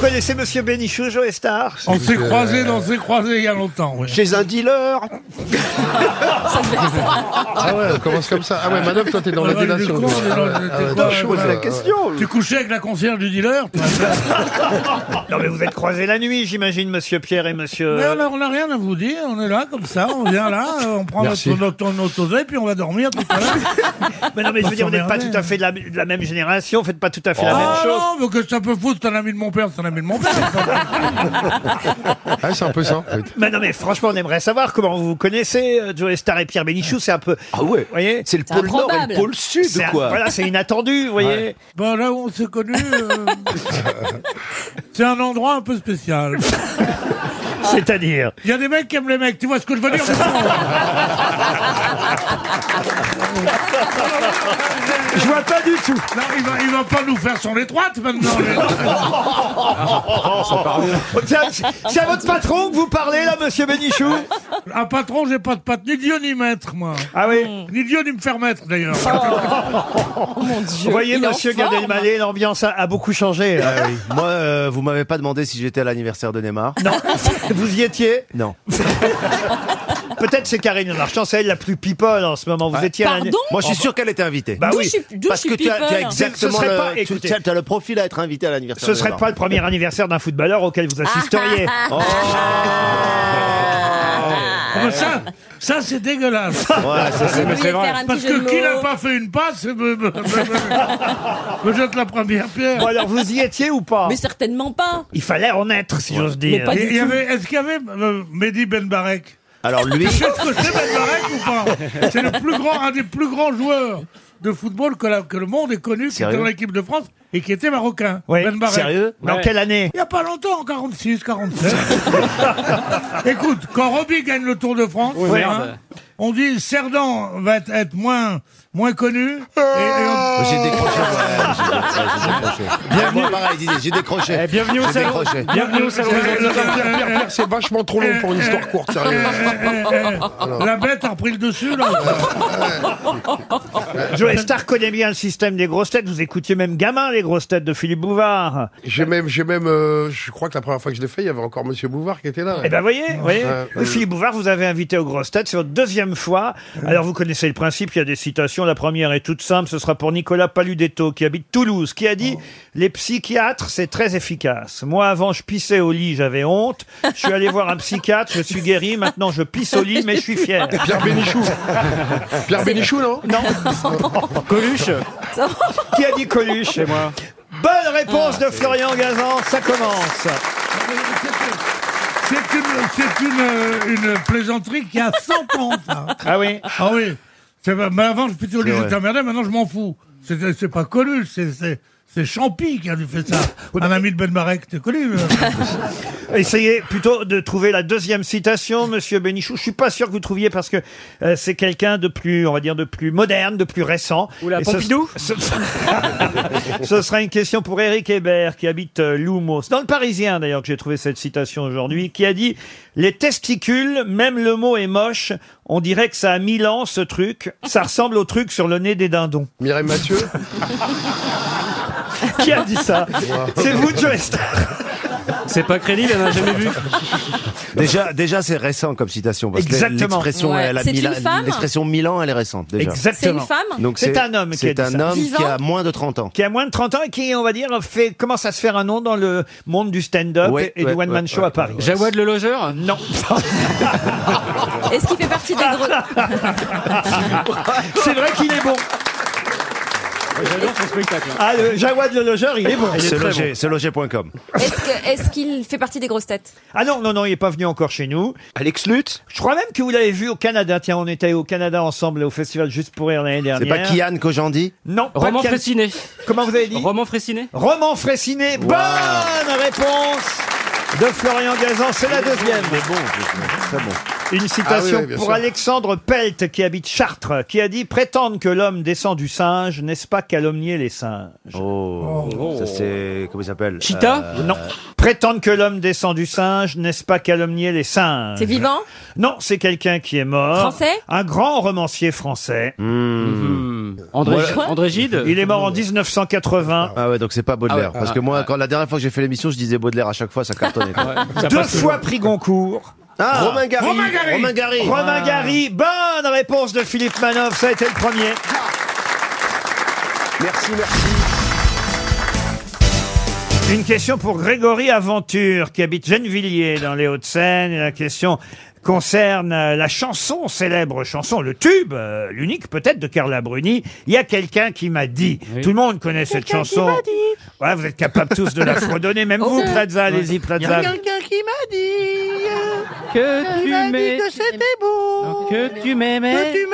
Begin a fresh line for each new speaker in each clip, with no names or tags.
connaissez Monsieur Bénichou, Joe Star
On s'est croisés,
euh,
on s'est croisés il y a longtemps. ouais.
Chez un dealer
Ah ouais, on commence comme ça. Ah ouais, Manoff, toi, t'es dans la
Ouais, du
délation.
coup, on est dans le-
Ah ouais,
t'es
toi,
pas-
je pose la question.
Tu couchais avec la concierge du dealer toi
Non mais vous êtes croisés la nuit, j'imagine, Monsieur Pierre et
Euh,
Monsieur...
Mais alors, on n'a rien à vous dire, on est là comme ça, on vient là, euh, on prend notre,
Merci.
notre, notre oseille, puis on va dormir tout à l'heure.
Mais non mais je veux dire, on n'est pas
s'emmerder.
tout à fait de la, de la même génération, faites pas tout à fait la
Oh.
même
Ah
chose.
non, mais que ça peut foutre, c'est un ami de mon père, c'est un ami de mon père.
Ah, c'est un peu ça, en fait.
Mais non mais franchement, on aimerait savoir comment vous vous connaissez, euh, Joe Star et Pierre Bénichou, c'est un peu...
Ah ouais.
Vous voyez
C'est le
C'est
pôle Nord et
improbable.
le pôle Sud,
C'est un-
quoi.
Voilà, c'est inattendu, vous voyez
ben là où on s'est connus, euh, c'est un endroit un peu spécial.
C'est-à-dire
Il y a des mecs qui aiment les mecs, tu vois ce que je veux dire
Je vois pas du tout
Non, il va, il va pas nous faire son étroite maintenant.
C'est à- c'est à votre patron que vous parlez là, Monsieur Bénichou
Un patron, j'ai pas de patte, ni Dieu ni maître, moi.
Ah oui Oh.
Ni Dieu ni me faire maître, d'ailleurs.
Vous voyez,
Oh, il est en
Monsieur Gad
forme.
Elmaleh, l'ambiance a, a beaucoup changé. là.
Ah oui. Moi, euh, vous m'avez pas demandé si j'étais à l'anniversaire de Neymar.
Non, vous y étiez
Non.
Peut-être c'est Karine Marchand, c'est elle la plus people en ce moment. Vous étiez à la-
Pardon
Moi, je suis sûr qu'elle était invitée.
Bah
D'où
oui,
je suis- d'où
Parce
je
que
suis
tu as, tu as
people.
exactement
Ce serait
le,
pas-
tu-
écoutez.
tu as- tu as le profil à être invité à l'anniversaire.
ce
de
serait
Neymar.
pas le premier anniversaire d'un footballeur auquel vous assisteriez.
Ah, ça, ça c'est dégueulasse.
Ouais, ça, c'est-
J'ai voulu faire un
Parce
petit jeu
que
de
qui n'a
mots.
pas fait une passe euh, me, me- me- me jette la première pierre.
Bon, alors vous y étiez ou pas
Mais certainement pas.
Il fallait en être, si j'ose dire.
pas
Et
du
il y
tout.
avait- Est-ce qu'il y avait euh, Mehdi Ben Barek
Alors lui,
Tu sais ce que c'est Ben Barek ou pas C'est le plus grand, un des plus grands joueurs de football que, la- que le monde ait connu, qui était
Sérieux
dans l'équipe de France et qui était marocain.
Oui.
Ben Barek.
sérieux
Dans quelle année
Il n'y a pas longtemps, en 46, 47. Écoute, quand Roby gagne le Tour de France, hein, on dit Cerdan va être, être moins, moins connu. Et, et on-
Euh. J'ai décroché. Ah, Bienvenue. Moi, pareil, Didier, j'ai décroché. bienvenue au salon. Décroché.
Bienvenue au salon des
Pierre, Pierre, Pierre, c'est vachement trop long pour une histoire courte, sérieux.
La bête a repris le dessus, là.
Joe Star connaît bien le système des grosses têtes. Vous écoutiez même gamin les grosses têtes de Philippe Bouvard.
J'ai même, j'ai même, euh, je crois que la première fois que je l'ai fait, il y avait encore Monsieur Bouvard qui était là.
Eh ben voyez, voyez.
Ouais,
Oui, Philippe Bouvard, vous avez invité aux grosses têtes, c'est votre deuxième fois. Alors vous connaissez le principe, il y a des citations. La première est toute simple, ce sera pour Nicolas Paludetto qui habite Toulouse, qui a dit
Oh.
Les psychiatres, c'est très efficace. Moi avant, je pissais au lit, j'avais honte. Je suis allé voir un psychiatre, je suis guéri. Maintenant, je pisse au lit, mais je suis fier.
Pierre Bénichou. Pierre Bénichou, non
Qui a dit Coluche C'est moi. Bonne réponse de Florian Gazan, ça commence.
C'est une, c'est une, une plaisanterie qui a 100 ans, ça.
Ah oui
Ah oui. C'est, vrai. mais avant, je plutôt au lit,
C'est
j'étais emmerdé, maintenant je m'en fous. C'est, c'est pas Coluche, c'est, c'est, c'est Champy qui a dû faire ça. Un ami de Ben Barek, t'es connu. euh.
Essayez plutôt de trouver la deuxième citation, Monsieur Bénichou. Je suis pas sûr que vous trouviez parce que euh, c'est quelqu'un de plus, on va dire, de plus moderne, de plus récent.
Oula,
Et ce-
Pompidou
ce, ce sera une question pour Éric Hébert qui habite euh, Loumos. Dans le Parisien d'ailleurs que j'ai trouvé cette citation aujourd'hui, qui a dit les testicules, même le mot est moche. On dirait que ça a mille ans ce truc. Ça ressemble au truc sur le nez des dindons.
Mireille Mathieu.
Qui a dit ça C'est vous, Joe Star.
C'est pas crédible,
Ah,
elle n'a jamais vu.
Déjà, déjà, c'est récent comme citation parce que
Exactement.
l'expression,
Ouais.
elle a
C'est
Milan-
une femme
l'expression Milan, elle est récente déjà.
C'est une
Exactement.
femme
Donc
C'est un homme qui a
C'est
dit
un
ça.
homme
Dix
qui a
ans
moins de 30 ans.
qui a moins de 30 ans et qui, on va dire, fait, commence à se faire un nom dans le monde du stand-up
Ouais,
et, et du
ouais,
one-man
ouais,
show à Paris.
Jawad le logeur
Non.
Est-ce qu'il fait partie des gros...
C'est vrai qu'il est bon.
J'adore son spectacle.
Ah, le Jawad le logeur, il est bon.
C'est logé, c'est logé.com.
Est-ce que- est-ce qu'il fait partie des grosses têtes
Ah non, non, non, il n'est pas venu encore chez nous.
Alex Lutz
Je crois même que vous l'avez vu au Canada. Tiens, on était au Canada ensemble au festival Juste pour rire l'année
C'est
dernière.
pas Kian Kojandi
Non, pas
Roman
Kian-
Fressinet.
Comment vous avez dit
Roman Fressinet
Roman Fressinet. Bonne réponse de Florian Gazan. C'est la deuxième.
Mais bon, c'est bon.
Une citation
Ah oui, oui, bien
pour
sûr.
Alexandre Pelt, qui habite Chartres, qui a dit Prétendre que l'homme descend du singe, n'est-ce pas calomnier les singes
Oh, ça Oh. c'est comment il s'appelle
Chita
Euh,
Non. Prétendre que l'homme descend du singe, n'est-ce pas calomnier les singes
C'est vivant
Non, c'est quelqu'un qui est mort.
Français
Un grand romancier français.
André,
Voilà.
André Gide
Hmm. Il est mort en 1980.
Ah ouais, donc c'est pas
Ah
Baudelaire.
ouais.
Parce que moi, quand la dernière fois que j'ai fait l'émission, je disais Baudelaire à chaque fois, ça cartonnait.
Ah
quoi.
Deux fois pris Goncourt.
Ah, Romain Gary. Ah.
Romain Gary.
Romain Gary, bonne réponse de Philippe Manoff, ça a été le premier.
Merci, merci.
Une question pour Grégory Aventure, qui habite Gennevilliers, dans les Hauts-de-Seine. Et La question concerne euh, la chanson, célèbre chanson, le tube, euh, l'unique peut-être de Carla Bruni. Il y a quelqu'un qui m'a dit. Tout le monde connaît cette chanson. Voilà, vous êtes capables tous de la fredonner, même vous, Plaza. Allez-y, Plaza.
Que tu m'aimes. Que tu m'aimais.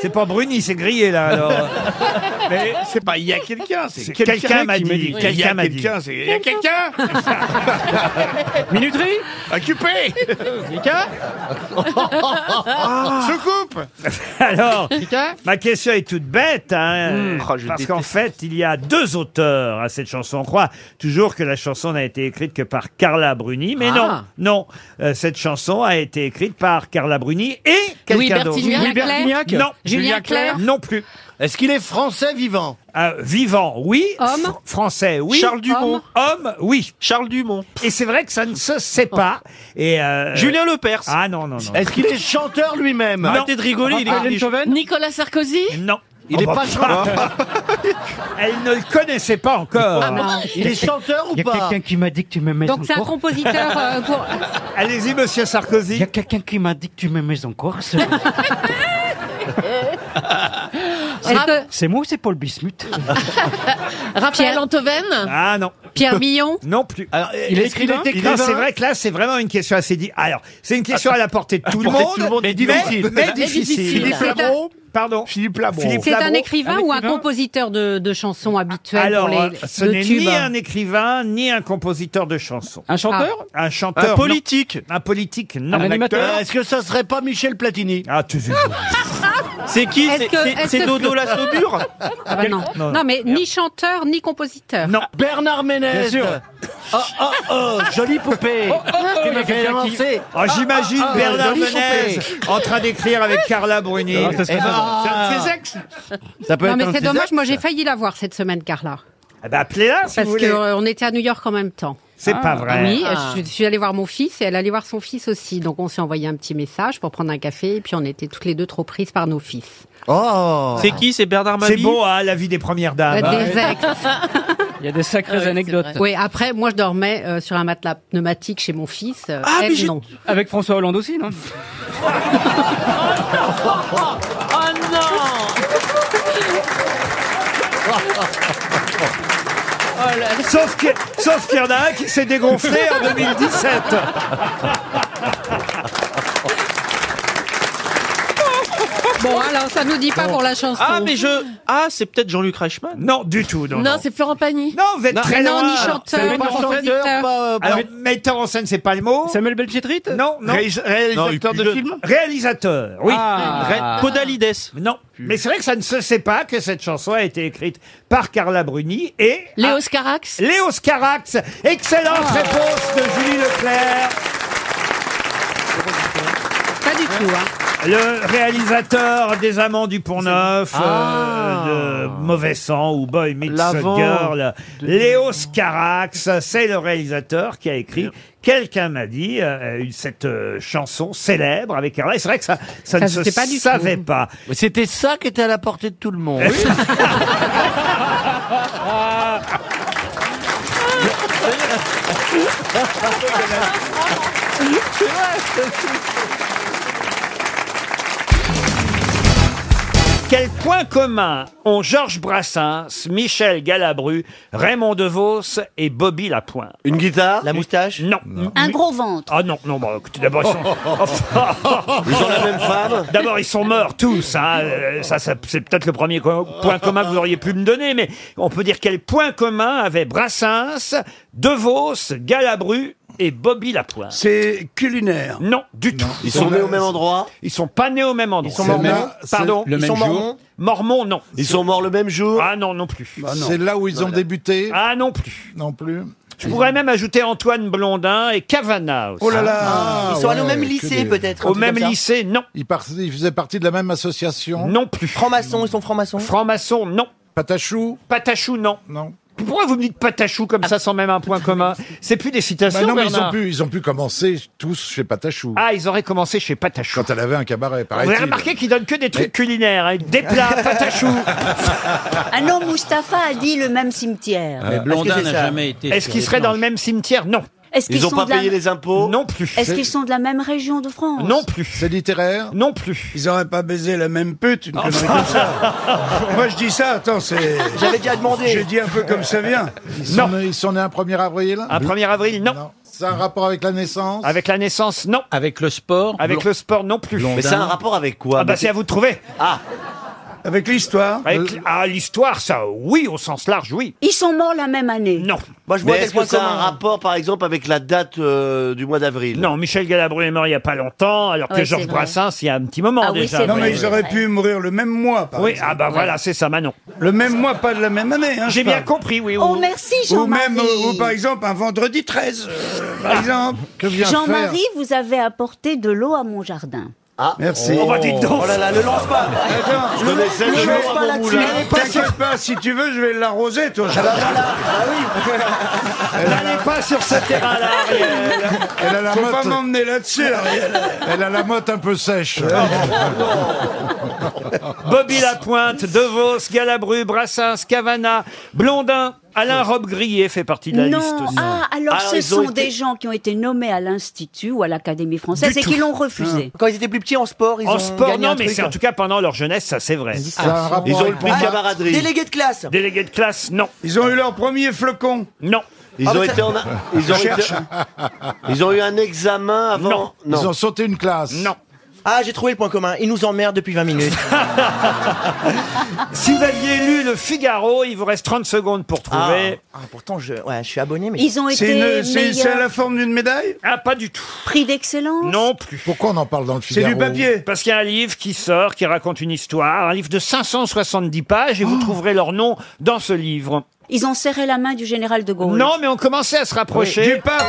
C'est pas Bruni, c'est grillé, là, alors.
Mais c'est pas il y a quelqu'un, c'est
C'est quelqu'un m'a
qui
dit,
me
quelqu'un
Il y a
m'a dit.
quelqu'un, c'est il y a quelqu'un
Minuterie
occupé.
Mika
Ah.
Ah.
Se coupe.
Alors,
Mika
Ma question est toute bête, hein,
Oh, je
parce
déteste.
qu'en fait, il y a deux auteurs à cette chanson. On croit toujours que la chanson n'a été écrite que par Carla Bruni, mais
Ah.
non, non. Euh, cette chanson a été écrite par Carla Bruni et quelqu'un d'autre.
Bertignac.
Louis Bertignac
Non,
Julien Clerc.
non plus.
Est-ce qu'il est français vivant
Euh, vivant, oui.
Homme.
Fr- français, oui.
Charles Dumont.
Homme, oui.
Charles Dumont.
Et c'est vrai que ça ne se sait pas. Et euh,
Julien Lepers.
Ah non non non.
Est-ce qu'il est chanteur lui-même
Arrêtez de rigoler, il est il est- Oh, bah,
Nicolas Sarkozy
Non.
Il est pas chanteur.
Oh, bah, Elle ne le connaissait pas
Ah,
encore.
Il est chanteur ou pas
qui m'a dit que tu m'aimais
Donc c'est un compositeur euh, pour...
Allez-y, Monsieur Sarkozy.
quelqu'un qui m'a dit que tu m'aimais encore.
Ra-
C'est moi ou c'est Paul Bismuth
Raphaël Antoven
Ah non,
Pierre Millon
non plus.
Alors,
Il est
est-ce qu'il
écrivain
est
Non,
écrivain
c'est vrai que là, c'est vraiment une question assez difficile. Alors, c'est une question à la portée de tout le
portée de
monde,
tout le monde,
mais,
mais difficile.
mais
Mais
difficile.
difficile.
Philippe Labro, pardon.
Philippe Labro.
Philippe
C'est un
Labro.
écrivain ou un compositeur de, de chansons habituelles
Alors,
pour les
euh, ce
de
n'est
tubes
ni un écrivain ni un compositeur de chansons. Ah.
Un chanteur
Un chanteur,
Un politique.
non. un politique, non.
Un animateur
Est-ce que ça serait pas Michel Platini
Ah, tu sais.
C'est qui
Est-ce
C'est-
que-
c'est-
est-ce
C'est
que-
Dodo la Saubure
Oh,
Ah bah non.
non.
non. mais ni chanteur ni compositeur.
Non.
Bernard Ménez
euh,
Bien sûr.
Oh, oh, oh, jolie poupée
oh,
Tu m'as fait avancer
Ah, J'imagine
ah,
Bernard
joli
Menez en train d'écrire avec Carla Bruni.
Ah,
Ah.
Eh ben, Ça peut
Non mais
un de
c'est
ses
dommage,
ex.
moi j'ai failli la voir cette semaine Carla.
Eh ben, Appelez-la si
Parce euh,
vous voulez.
qu'on était à New York en même temps. Ah.
C'est pas vrai.
Oui,
Ah.
je suis allée voir mon fils et elle allait voir son fils aussi. Donc on s'est envoyé un petit message pour prendre un café et puis on était toutes les deux trop prises par nos fils.
Oh
C'est qui C'est Bernard Mabie
C'est beau, hein, la vie des premières dames. hein.
Des ex.
Il y a des
Ah
sacrées anecdotes.
Oui, après, moi, je dormais euh, sur un matelas pneumatique chez mon fils. euh,
Ah,
elle,
mais j'ai-
non.
Avec François Hollande aussi, non
Oh Sauf que- sauf qu'il y en a un qui s'est dégonflé en 2017.
Bon, alors, ça nous dit pas pour la chanson.
Ah mais je Ah, c'est peut-être Jean-Luc Reichmann.
Non, du tout. Non, non.
c'est Florent Pagny.
Non, vous êtes très
non,
loin.
ni chanteur,
Pas
ni
chanteur,
compositeur.
euh,
pas- euh, pas-
Alors, metteur en scène, c'est pas le mot.
Samuel Belpietrit
Non, non.
Réalisateur de film
Réalisateur, oui.
Ah.
Podalides.
Non, mais c'est vrai que ça ne se sait pas que cette chanson a été écrite par Carla Bruni et
Léo Scarax.
Léo Scarax. Excellente réponse de Julie Leclerc.
Pas du tout, hein.
Le réalisateur des Amants du Pont-Neuf, euh, de Mauvais Sang ou Boy Meets
L'avant.
Girl, Léo Scarax, c'est le réalisateur qui a écrit Quelqu'un m'a dit, euh, une- cette euh, chanson célèbre avec Carla. Et c'est vrai que ça, ça, ne
Ça,
se
c'était pas du tout.
savait pas.
Mais C'était ça qui était à la portée de tout le monde.
Quel point commun ont Georges Brassens, Michel Galabru, Raymond DeVos et Bobby Lapointe
Une guitare La moustache
Non.
Un gros ventre.
Ah non, non, bah, écoutez, d'abord, ils sont-
Ils ont la même femme
D'abord, ils sont morts tous. hein. Euh, Ça, ça, c'est peut-être le premier co- point commun que vous auriez pu me donner, mais on peut dire quel point commun avaient Brassens, De Vos, Galabru et Bobby Lapointe.
C'est culinaire.
Non, du tout.
Ils sont nés au même endroit
Ils sont pas nés au même endroit.
sont mormons même-
Pardon.
le
ils
même
sont
jour
mormons Mormons, non.
Ils sont morts le même jour
Ah non, non plus.
C'est là où ils ont débuté
Ah non plus.
Non plus.
Je pourrais même ajouter Antoine Blondin et Cavana aussi.
Oh là là
Ah, Ils sont allés au même lycée, peut-être. un
Au
truc
même
comme ça.
lycée, non.
Ils, par- ils faisaient partie de la même association
Non plus.
Francs-maçons, ils sont francs-maçons.
Franc-maçon, non.
Patachou
Patachou, non.
Non.
Pourquoi vous me dites patachou comme ça sans même un point commun C'est plus des citations,
Bah non, mais ils ont,
Bernard.
pu, ils ont pu commencer tous chez Patachou.
Ah, ils auraient commencé chez patachou.
Quand elle avait un cabaret,
Vous avez
paraît-il.
remarqué qu'ils donnent que des trucs culinaires, hein. des plats, patachou.
Ah non, Mustapha a dit le même cimetière.
Ah.
Mais
Euh, Blondin n'a jamais été.
Est-ce qu'ils seraient dans le même cimetière Non.
Est-ce qu'ils
Ils ont
sont,
pas
de la...
payé les impôts
Non plus.
est-ce qu'ils sont de la même région de France
Non plus.
C'est littéraire
Non plus. Ah.
Ils auraient pas baisé la même pute, une connerie comme ça. Moi, je dis ça, attends, c'est.
J'avais déjà demandé.
Je dis un peu comme ça vient. Ils
Non.
sont, nés, ils sont nés un 1er avril
Un 1er avril, non.
Non. C'est un rapport avec la naissance
Avec la naissance, non.
Avec le sport
Avec le sport, non plus.
Mais ça a un rapport avec quoi
Ah bah c'est à vous de trouver.
Avec l'histoire
Avec ah, l'histoire, ça, oui, au sens large, oui.
Ils sont morts la même année.
Non.
Moi, je
Mais
vois quel
est-ce que
point
ça a un
commun.
rapport, par exemple, avec la date euh, du mois d'avril
Non, Michel Galabru est mort il n'y a pas longtemps, alors que
Ouais,
Georges
c'est vrai.
Brassens, il y a un petit moment
Ah oui,
déjà.
c'est
vous
vrai.
voyez.
mais ils auraient pu
mourir le même mois, par
Oui, ah bah voilà, c'est ça, Manon.
Le même mois, pas de la même année. hein,
J'ai bien compris, oui.
Oh
oui.
merci Jean-Marie.
euh, exemple, un vendredi 13,
Ah,
par exemple. Que vient faire
Jean-Marie, vous avez apporté de l'eau à mon jardin.
Ah. Merci. Eh
Oh, bah, dites donc.
Oh là là, le lance pas.
Je connaissais
le
le
lance
jour
pas
à mon
là-dessus.
moulin.
T'inquiète pas, si tu veux, je vais l'arroser, toi.
Ah, bah,
N'allez pas sur ce terrain-là, Ariel.
Elle a la Faut pas m'emmener là-dessus, Elle a la motte un peu sèche.
Oh, Bobby Lapointe, De Vos, Galabru, Brassens, Cavana, Blondin, Alain Robe Grillet fait partie de la liste
Non,
aussi.
ah, alors
Alors,
ce
ils ont
sont
été-
des gens qui ont été nommés à l'Institut ou à l'Académie française
Du
et qui
tout.
l'ont refusé.
Ah. Quand ils étaient plus petits en sport, ils ont
En sport,
gagné
non,
un
mais
truc.
c'est en tout cas pendant leur jeunesse, ça c'est
Ah,
vrai.
Ils ont eu le prix de
Ah,
camaraderie.
Délégué de classe.
Délégué de classe, non,
Ils ont eu leur premier flocon.
non,
Ah,
Ah,
Ils ont été en... a- Ils ont, été- Ils ont eu un examen avant...
Ils ont sauté une classe.
non. Ah,
Ah, j'ai trouvé le point commun. Ils nous emmerdent depuis 20 minutes.
Si vous aviez lu Le Figaro, il vous reste 30 secondes pour
Ah.
trouver.
Ah, pourtant, je, ouais, je suis abonné, mais.
Ils ont été meilleurs
forme d'une médaille
Ah, pas du tout.
prix d'excellence.
Non plus.
Pourquoi on en parle dans le Figaro
Parce qu'il y a un livre qui sort, qui raconte une histoire, un livre de 570 pages, et vous
Oh.
trouverez leur nom dans ce livre.
Ils ont serré la main du général de Gaulle.
Non, mais on commençait à se rapprocher.
pape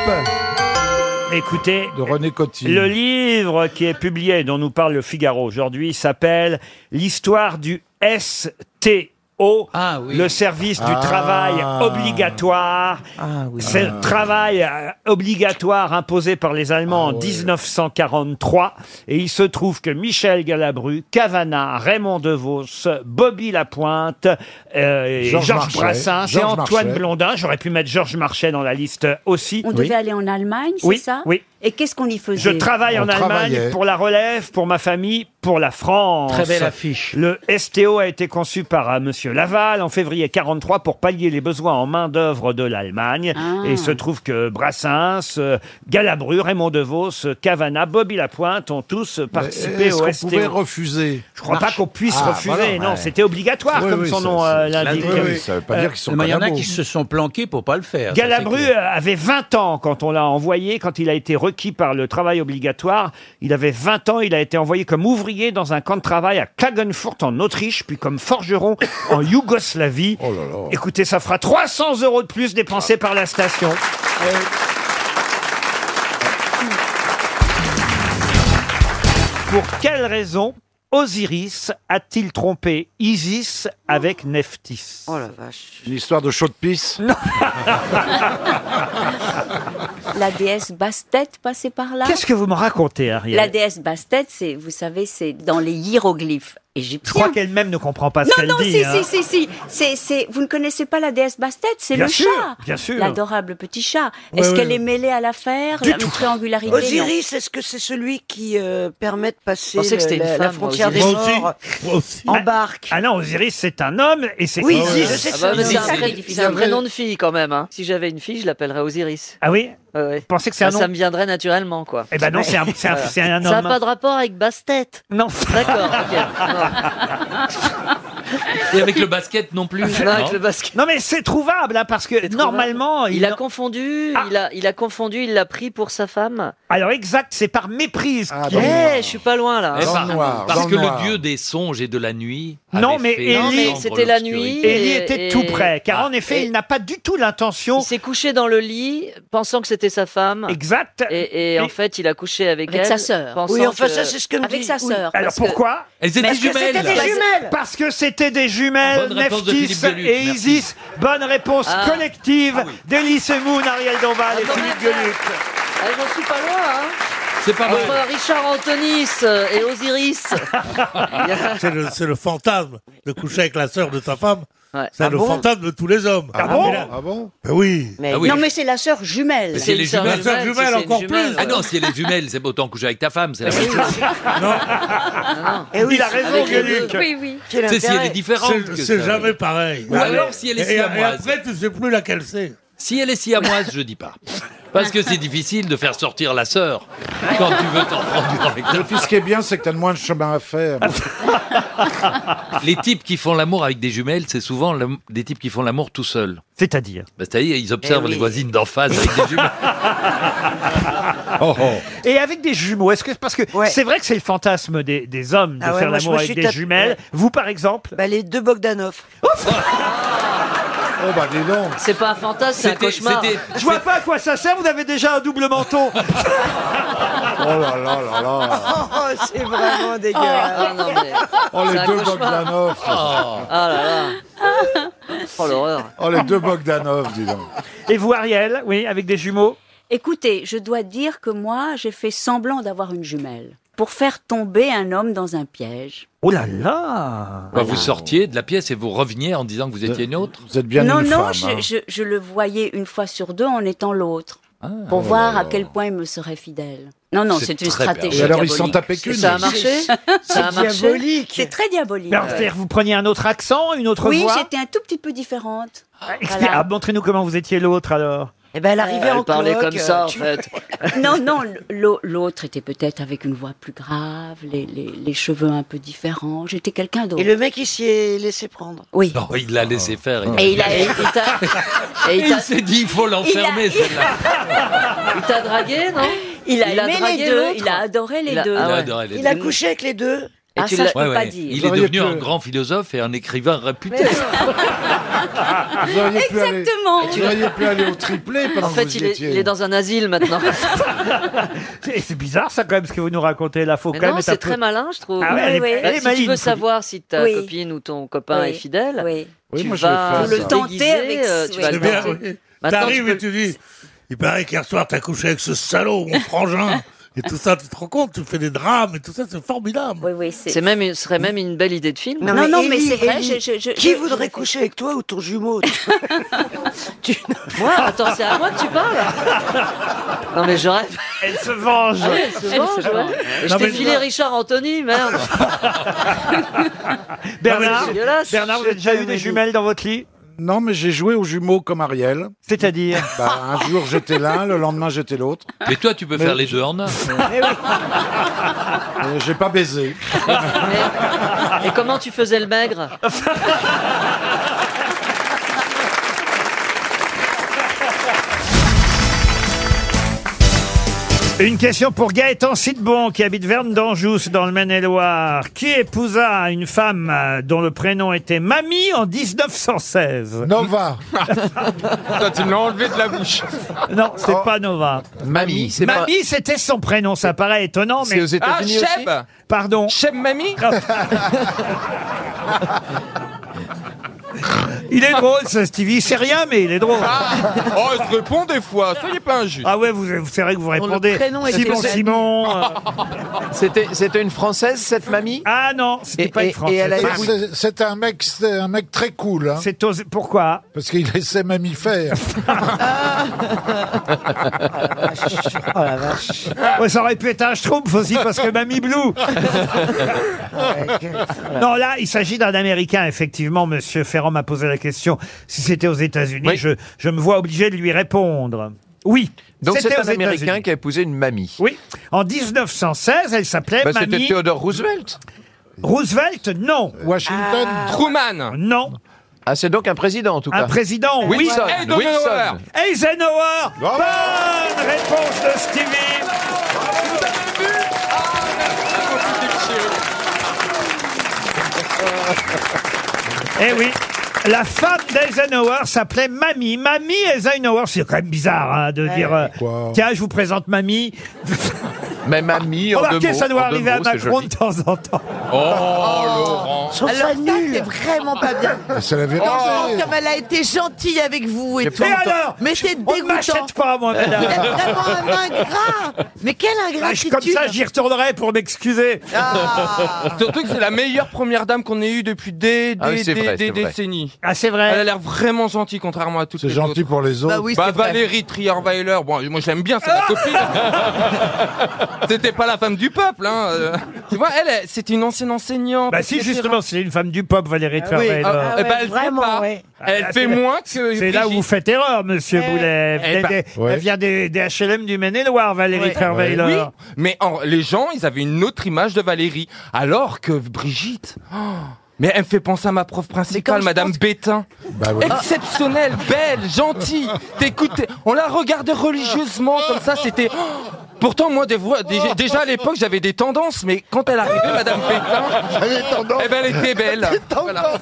Écoutez,
De René Coty.
Le livre qui est publié, et dont nous parle le Figaro aujourd'hui, s'appelle L'histoire du STO.
Ah oui.
Le service du
Ah.
travail obligatoire.
Ah oui.
C'est le travail euh, obligatoire imposé par les
Ah,
Allemands en 1943. Et il se trouve que Michel Galabru, Cavana, Raymond DeVos, Bobby Lapointe, euh, et Georges
Georges Marchais.
Brassens et
Georges
Antoine
Marchais.
Blondin. J'aurais pu mettre Georges Marchais dans la liste aussi.
On devait aller en Allemagne, c'est
Oui,
ça
oui.
Et qu'est-ce qu'on y
Je
faisait
travaille
On
en Allemagne
travaillait.
pour la relève, pour ma famille, pour la France.
Très belle affiche.
Le STO a été conçu par euh, Monsieur Laval en février 43 pour pallier les besoins en main d'œuvre de l'Allemagne.
Ah.
Et il se trouve que Brassens, euh, Galabru, Raymond Devos, euh, Cavana, Bobby Lapointe ont tous euh, participé
Est-ce
au
qu'on
STO.
pouvait refuser
Je crois pas qu'on puisse
Ah,
refuser.
voilà,
non, c'était obligatoire
Oui,
comme
oui,
son
ça,
nom
ça,
euh,
ça,
l'indique.
oui, oui, Ça veut pas dire qu'ils sont
Euh, Mais il y en a
collabos.
qui se sont planqués pour pas le
hein,
faire.
Galabru avait 20 ans quand on l'a envoyé, quand il a été requis par le travail obligatoire. Il avait 20 ans, il a été envoyé comme ouvrier dans un camp de travail à Klagenfurt en Autriche, puis comme forgeron en Yougoslavie.
Oh là là.
Écoutez, ça fera 300 euros de plus dépensés par la station. Pour quelle raison Osiris a-t-il trompé Isis avec Nephthys
Oh la vache.
Une histoire de chaud de pisse.
La déesse Bastet passait par là.
Qu'est-ce que vous me racontez, Ariel
Ah. La déesse Bastet, c'est, vous savez, c'est dans les hiéroglyphes égyptiens.
Je crois qu'elle-même ne comprend pas ce
Non,
qu'elle
non,
dit.
si,
hein.
si, si, si. C'est, c'est, vous ne connaissez pas la déesse Bastet, c'est
Bien
le
sûr,
chat.
bien sûr.
L'adorable petit chat. Est-ce
ouais,
qu'elle
ouais.
est mêlée à l'affaire
Du
la
tout.
triangularité non.
Osiris, est-ce que c'est celui qui euh, permet de passer
Je pensais
le-
que c'était une
la,
femme,
la frontière
moi,
des
Moi aussi.
morts
Moi aussi.
en barque
Ah non, Osiris, c'est un homme et c'est
Oui,
Isis.
si, je sais
Ah
ça.
bah, mais
c'est
c'est un
vrai.
vrai-
c'est un vrai nom
de
fille quand même. hein. Si j'avais une fille, je l'appellerais Osiris.
Ah oui
Ouais, ouais.
Vous pensez que c'est un
Ah,
homme
ça me viendrait naturellement, quoi.
Eh ben non, c'est un, c'est un- c'est un homme.
Ça n'a pas de rapport avec Bastet.
Non.
D'accord, ok.
Et avec le basket non plus.
Non, avec le basket.
Non mais c'est trouvable hein, parce que normalement
il,
il-
a
Ah.
confondu, il a, il a confondu, il l'a pris pour sa femme.
Alors exact, c'est par méprise.
Eh,
Ah,
qu'il-
bah
je suis pas loin là.
Eh, par- parce que le dieu des songes et de la nuit.
Non,
avait
mais
fait
Ellie-
descendre
C'était la
l'obscurité.
nuit.
Ellie
et-
était
et-
tout près, car en
Ah,
effet,
et-
il n'a pas du tout l'intention.
Il s'est couché dans le lit, pensant que c'était sa femme.
Exact.
Et, et en fait, il a couché avec,
Avec
elle.
sa sœur.
pensant
Oui, enfin,
que-
ça, c'est ce que me Avec dit. sa sœur,
Alors
parce que-
pourquoi
Elles étaient
Parce que
jumelles.
c'était des Parce- jumelles.
Parce que c'était des jumelles,
Bonne réponse de
Nephthys
Philippe Gueluc,
et
merci.
Isis. Bonne réponse
Ah.
collective d'Elise Moon, Ariel Dombal et
quand
Philippe
même,
Gueluc.
Ah, J'en suis pas loin. Hein.
C'est pas mal.
Entre Richard Antonis euh, et Osiris.
C'est le, c'est le fantasme de coucher avec la sœur de sa femme.
Ouais.
C'est
Ah
le
bon
fantasme de tous les hommes.
Ah bon
Mais là- Ben oui.
Ah oui.
Non, mais c'est la sœur jumelle.
Mais c'est les jumelles.
La
jumelle,
sœur jumelle,
si c'est
encore
une jumelle,
plus.
Ah non, si elle est jumelle, c'est autant coucher avec ta femme, c'est la même chose.
Ah.
Eh
Il a raison,
Avec les
Gueluc.
Oui, oui.
Tu sais, si elle est différente.
C'est-
que
C'est
ça.
jamais pareil.
Ou alors, si elle est
et, et
siamoise.
après, tu sais plus laquelle c'est.
Si elle est siamoise, je dis pas. Parce que c'est difficile de faire sortir la sœur quand tu veux t'en prendre avec ta
Puis ce qui est bien, c'est que t'as le moins de chemin à faire.
Ah,
Les types qui font l'amour avec des jumelles, c'est souvent le- des types qui font l'amour tout seuls.
C'est-à-dire.
Bah, C'est-à-dire, ils observent
Eh oui.
les voisines d'en face avec des jumelles.
Oh,
Et avec des jumeaux, est-ce que parce que
Ouais.
c'est vrai que c'est le fantasme des, des hommes de
Ah ouais,
faire
moi, je
l'amour
me
avec
suis
des
tapé-
jumelles.
ouais.
Vous par exemple
Bah, les deux Bogdanov.
Oh bah dis donc.
C'est pas un fantasme, c'est un
C'était-
cauchemar.
c'était-
Je vois pas à quoi ça sert. Vous avez déjà un double menton.
Ah,
Oh là là là là.
Oh, c'est vraiment dégueulasse.
Ah non, mais...
Oh
C'est
les
un
deux
cauchemar.
Bogdanov.
Ah là là. Oh l'horreur.
Oh les deux Bogdanov, dis donc.
Et vous Ariel, oui, avec des jumeaux.
Écoutez, je dois dire que moi, j'ai fait semblant d'avoir une jumelle pour faire tomber un homme dans un piège.
Oh là là.
Quand Bah, vous sortiez de la pièce et vous reveniez en disant que vous étiez une autre.
Vous êtes bien
non,
une
non,
femme.
je,
hein.
je- je le voyais une fois sur deux en étant l'autre, pour voir à quel point il me serait fidèle. Non, non,
C'est
c'est une
très
stratégie.
Et alors ils
diabolique.
s'en tapaient
Et
qu'une.
ça a marché Ça a marché
Diabolique.
C'est très diabolique.
Mais alors, c'est-à-dire que vous preniez un autre accent, une autre
Oui,
voix.
j'étais un tout petit peu différente.
Expli-
Voilà.
Ah, montrez-nous comment vous étiez l'autre alors.
Eh ben, elle arrivait en
Elle parlait
cloque,
comme ça
euh,
en
tu-
fait.
Non, non, l'au- l'autre était peut-être avec une voix plus grave, les, les- les cheveux un peu différents. J'étais quelqu'un d'autre.
Et le mec, il s'y est laissé prendre.
Oui.
Non, il l'a laissé
Ah.
faire. Il...
Et il a. et il t'a-
Et il
il
t'a-
s'est dit, il faut l'enfermer,
il a-
celle-là.
il t'a dragué, non
Il a
Il a
aimé
dragué
les deux,
l'autre.
il a adoré les
Il a-
deux.
Ah
Il a
ouais.
adoré les
Il
deux.
a couché avec les deux.
Ah,
Et tu
ça,
l'as-
je peux
Ouais,
pas
ouais.
dire.
Il est
auriez
devenu
pu- euh,
un grand philosophe et un écrivain réputé.
Vous auriez pu aller-
Exactement.
Vous auriez pu aller au triplé pendant
En fait,
que vous
il
y
est,
étiez.
il est dans un asile maintenant.
C'est c'est bizarre ça quand même ce que vous nous racontez là. Faut
Mais
quand
non,
même être un
c'est
peu-
très malin, je trouve. Bah,
Ah ouais, elle est-
Oui, oui.
elle est
si tu
maligne,
veux
faut dire.
savoir si ta
Oui.
copine ou ton copain
Oui.
est fidèle,
Oui.
Oui,
tu
moi, je
vas
le fais,
le
ça.
tenter
Déguiser,
avec.
euh,
tu
oui.
vas le
C'est bien,
tenter.
oui.
Maintenant,
T'arrives
tu peux-
et tu dis, il paraît qu'hier soir, t'as couché avec ce salaud, mon frangin. Et tout ça, tu te rends compte, tu fais des drames et tout ça, c'est formidable.
Oui, oui, c'est.
C'est même, ce serait même une belle idée de film.
Non, non, mais
Ellie,
c'est vrai. je-
Ellie,
je- je-
Qui
je-
voudrait
je-
coucher avec toi ou ton jumeau
Moi, attends, c'est à moi que tu parles. Non, mais je rêve. Ah
Elle se venge.
Je t'ai
mais-
filé Richard Anthony, merde.
Bernard,
c'est dégueulasse.
Bernard, vous avez déjà eu des jumelles dans votre lit
Non, mais j'ai joué aux jumeaux comme Ariel.
C'est-à-dire
Bah, un jour j'étais l'un, le lendemain j'étais l'autre.
Mais toi, tu peux faire les deux en un.
Et Euh, J'ai pas baisé.
Et comment tu faisais le maigre
Une question pour Gaëtan Sidbon qui habite Verne d'Anjous dans le Maine-et-Loire. Qui épousa une femme euh, dont le prénom était Mamie en 1916
Nova.
tu me l'as enlevé de la bouche.
Non, c'est pas Nova.
Oh. Mamie, c'est pas.
Mamie, c'était son prénom. Ça paraît étonnant,
C'est
mais
aux États-Unis Ah, aussi.
Cheb pardon.
Cheb Mamie
Il est drôle, ce Stevie. C'est rien, mais il est drôle.
Oh, elle te répond des fois, soyez pas injuste.
Ah ouais, vous, vous c'est vrai que vous
le
répondez.
prénom était
Simon,
Zani.
Simon. euh,
C'était c'était une Française, cette mamie
Ah non, c'était
Et-
pas une
et-
française.
et elle a-
C'est-
C'est- C'est un mec, c'est un mec très cool, hein,
C'est osé- pourquoi
parce qu'il laissait mamie faire.
Ah, Oh
Ouais, Ça aurait pu être un schtroumpf aussi parce que Mamie Blue. non, là, il s'agit d'un Américain, effectivement. Monsieur Ferrand m'a posé la question. Si c'était aux États-Unis,
Oui.
je, je me vois obligé de lui répondre. Oui.
Donc c'est
c'était
un
aux
Américain
États-Unis.
qui a épousé une mamie.
Oui. En 1916, elle s'appelait
Bah,
Mamie.
c'était Theodore Roosevelt.
Roosevelt, non.
Washington, Ah. Truman.
non.
Ah, c'est donc un président en tout cas.
Un président, oui.
Wilson. Wilson.
Eisenhower. Bonne réponse de Stevie. Eh oui. La femme d'Eisenhower s'appelait Mamie. Mamie Eisenhower, c'est quand même bizarre hein, de
Ouais.
dire euh, Tiens, je vous présente Mamie.
Mais mamie, en deux
Remarquez,
mots,
ça doit
en deux
arriver à
mots, c'est
Macron
joli.
de temps en temps.
Oh, Laurent.
ça, c'est vraiment pas bien.
C'est la vérité.
Non, non, comme elle a été gentille avec vous et
Mais
tout.
et alors
Mais c'est
On ne
dégoûtant.
m'achète pas, moi,
Vous êtes
madame.
vraiment un ingrat. Mais quel
Ah,
ingratitude.
je- comme ça, j'y retournerai pour m'excuser.
Ah.
Surtout que c'est la meilleure première dame qu'on ait eue depuis des, des,
Ah oui, c'est
des-
vrai,
des
c'est vrai.
décennies.
Ah, c'est vrai.
Elle a l'air vraiment gentille, contrairement à toutes les autres. C'est gentil
pour les
autres. Bah oui, c'est vrai.
Valérie Trierweiler, bon, moi je l'aime bien, c'est ma copine. C'était pas la femme du peuple, hein. euh. Tu vois, elle, elle, c'était une ancienne enseignante.
Bah si,
etc.
justement, c'est une femme du pop, Valérie
Ah
Trierweiler.
oui, ah, eh ben, elle fait pas. Elle fait moins que.
Ah, C'est là où vous faites erreur, monsieur
Eh
Boulet.
oui.
Elle,
Eh
vient
ben,
des-
ouais.
elle vient des, des HLM du Maine-et-Loire, Valérie Trierweiler.
Oui, mais en- les gens, ils avaient une autre image de Valérie. Alors que Brigitte. oh, mais elle me fait penser à ma prof principale, Madame Bétain.
Bah
oui.
Exceptionnelle, belle, gentille. T'écoutes, t'es- on la regardait religieusement comme ça. C'était. oh, Pourtant, moi, des voix- des- déjà, à l'époque, j'avais des tendances, mais quand elle arrivait, Madame Pétain, eh ben, elle était belle. Voilà.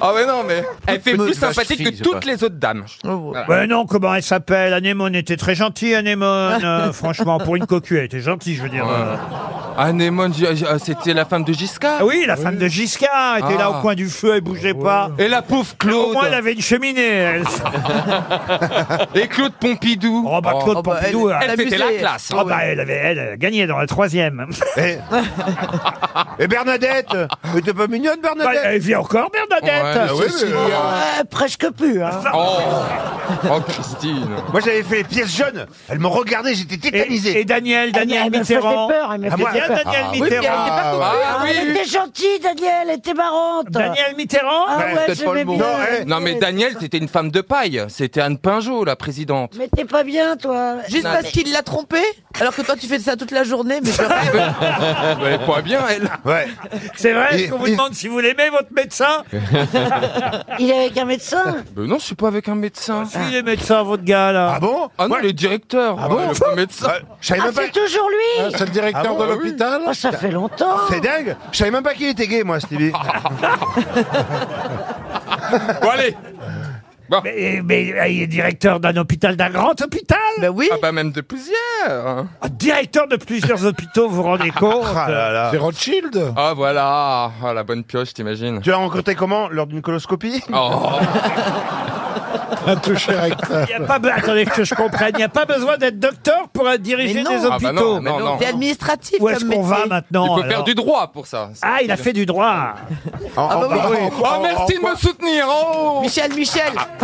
Ah ouais, non, mais elle fait
Petite
plus
vache
sympathique
fille,
que
je
toutes
sais pas.
les autres dames. Voilà.
Ben non, comment elle s'appelle Anémone était très gentille, Anémone. Euh, franchement, pour une cocu, elle était gentille, je veux dire. euh.
Ouais. Anémone, j- j- euh, c'était la femme de Giscard.
Ah oui, la femme de Giscard était là
Ah.
au coin du feu, elle bougeait pas.
Et la pauvre Claude.
Au moins, elle avait une cheminée, elle.
Et Claude Pompidou.
Oh bah Claude Pompidou.
elle,
hein.
c'était la classe.
Ah bah elle avait elle, elle a gagné dans la troisième. Et, Bernadette Elle était pas mignonne Bernadette Bah, Elle vit encore Bernadette
Ouais, bah oui, mais-
Euh, presque plus. Hein.
Oh, oh Christine.
Moi, j'avais fait les pièces jaunes. Elles m'ont regardé, j'étais tétanisé.
Et, Daniel, Daniel
Ah, Elle me faisait
Mitterrand.
peur, elle me
Ah,
faisait
moi,
peur.
bien, Daniel Mitterrand.
Ah, oui, mais elle était pas
Ah,
connue.
ouais.
Ah, Elle était gentille, Daniel, elle était marrante.
Daniel Mitterrand Ben,
Ah ouais, j'aimais bien.
Non, mais Daniel, c'était une femme de paille. C'était Anne Pinjot, la présidente.
Mais t'es pas bien, toi.
Juste
Non,
parce
mais-
qu'il l'a trompée Alors que toi, tu fais ça toute la journée, mais je rêve.
Elle est pas bien, elle.
Ouais.
C'est vrai
Et-
Est-ce qu'on vous demande si vous l'aimez, votre médecin
Il est avec un médecin
Mais Ben non, je suis pas avec un médecin.
Ah, Si, il est médecin, votre gars, là.
Ah bon Ah non, il est directeur. Ah bon Le médecin.
Ah, c'est toujours lui
bah, Ah, c'est le directeur
Ah bon,
de
bah
l'hôpital
oui. Oh, ça fait longtemps
C'est dingue Je savais même pas qu'il était gay, moi, Stevie.
Bon, allez.
Mais, mais, euh, il est directeur d'un hôpital, d'un grand hôpital Ah,
Bah oui
Ah bah même de plusieurs
Directeur de plusieurs hôpitaux, vous vous rendez compte
C'est Rothschild Ah voilà, Ah, la bonne pioche, t'imagines
Tu l'as rencontré comment Lors d'une coloscopie
Oh.
Un toucher rectal.
Il n'y a pas be- Attendez que je comprenne, il n'y a pas besoin d'être docteur pour euh, diriger
Mais non.
des
Ah bah non,
hôpitaux.
non, non.
C'est administratif.
Où est-ce
comme
qu'on va
métier.
maintenant
Il faut faire
alors
du droit pour ça.
Ah, il a fait du droit
Ah bah oui.
Oh, merci de me soutenir oh.
Michel, Michel
Ah,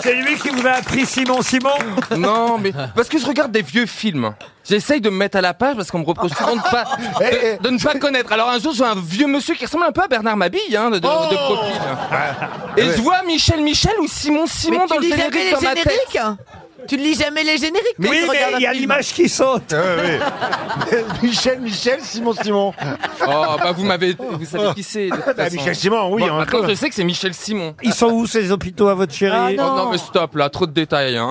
C'est lui qui vous a appris Simon Simon
Non, mais parce que je regarde des vieux films. J'essaye de me mettre à la page parce qu'on me reproche souvent de, pas,
Eh,
de, de ne pas connaître. Alors un jour, j'ai un vieux monsieur qui ressemble un peu à Bernard Mabille, hein, de, de, de
Oh
profil.
Ah
Et je vois Michel Michel ou Simon
Mais
Simon
tu
dans le
lis jamais
générique
les
dans ma tête.
génériques Tu ne lis jamais les génériques
Oui,
quand tu
mais
regardes un
il y a
film.
l'image qui saute
Michel, Michel, Simon, Simon.
Oh, bah vous m'avez, vous savez qui
Ah,
c'est. de toute
Bah,
façon.
Michel Simon, oui,
Bon,
hein,
maintenant,
quoi.
je sais que c'est Michel Simon.
Ils sont où ces hôpitaux à votre chérie
Ah
Oh, non. mais stop là, trop de détails. Hein.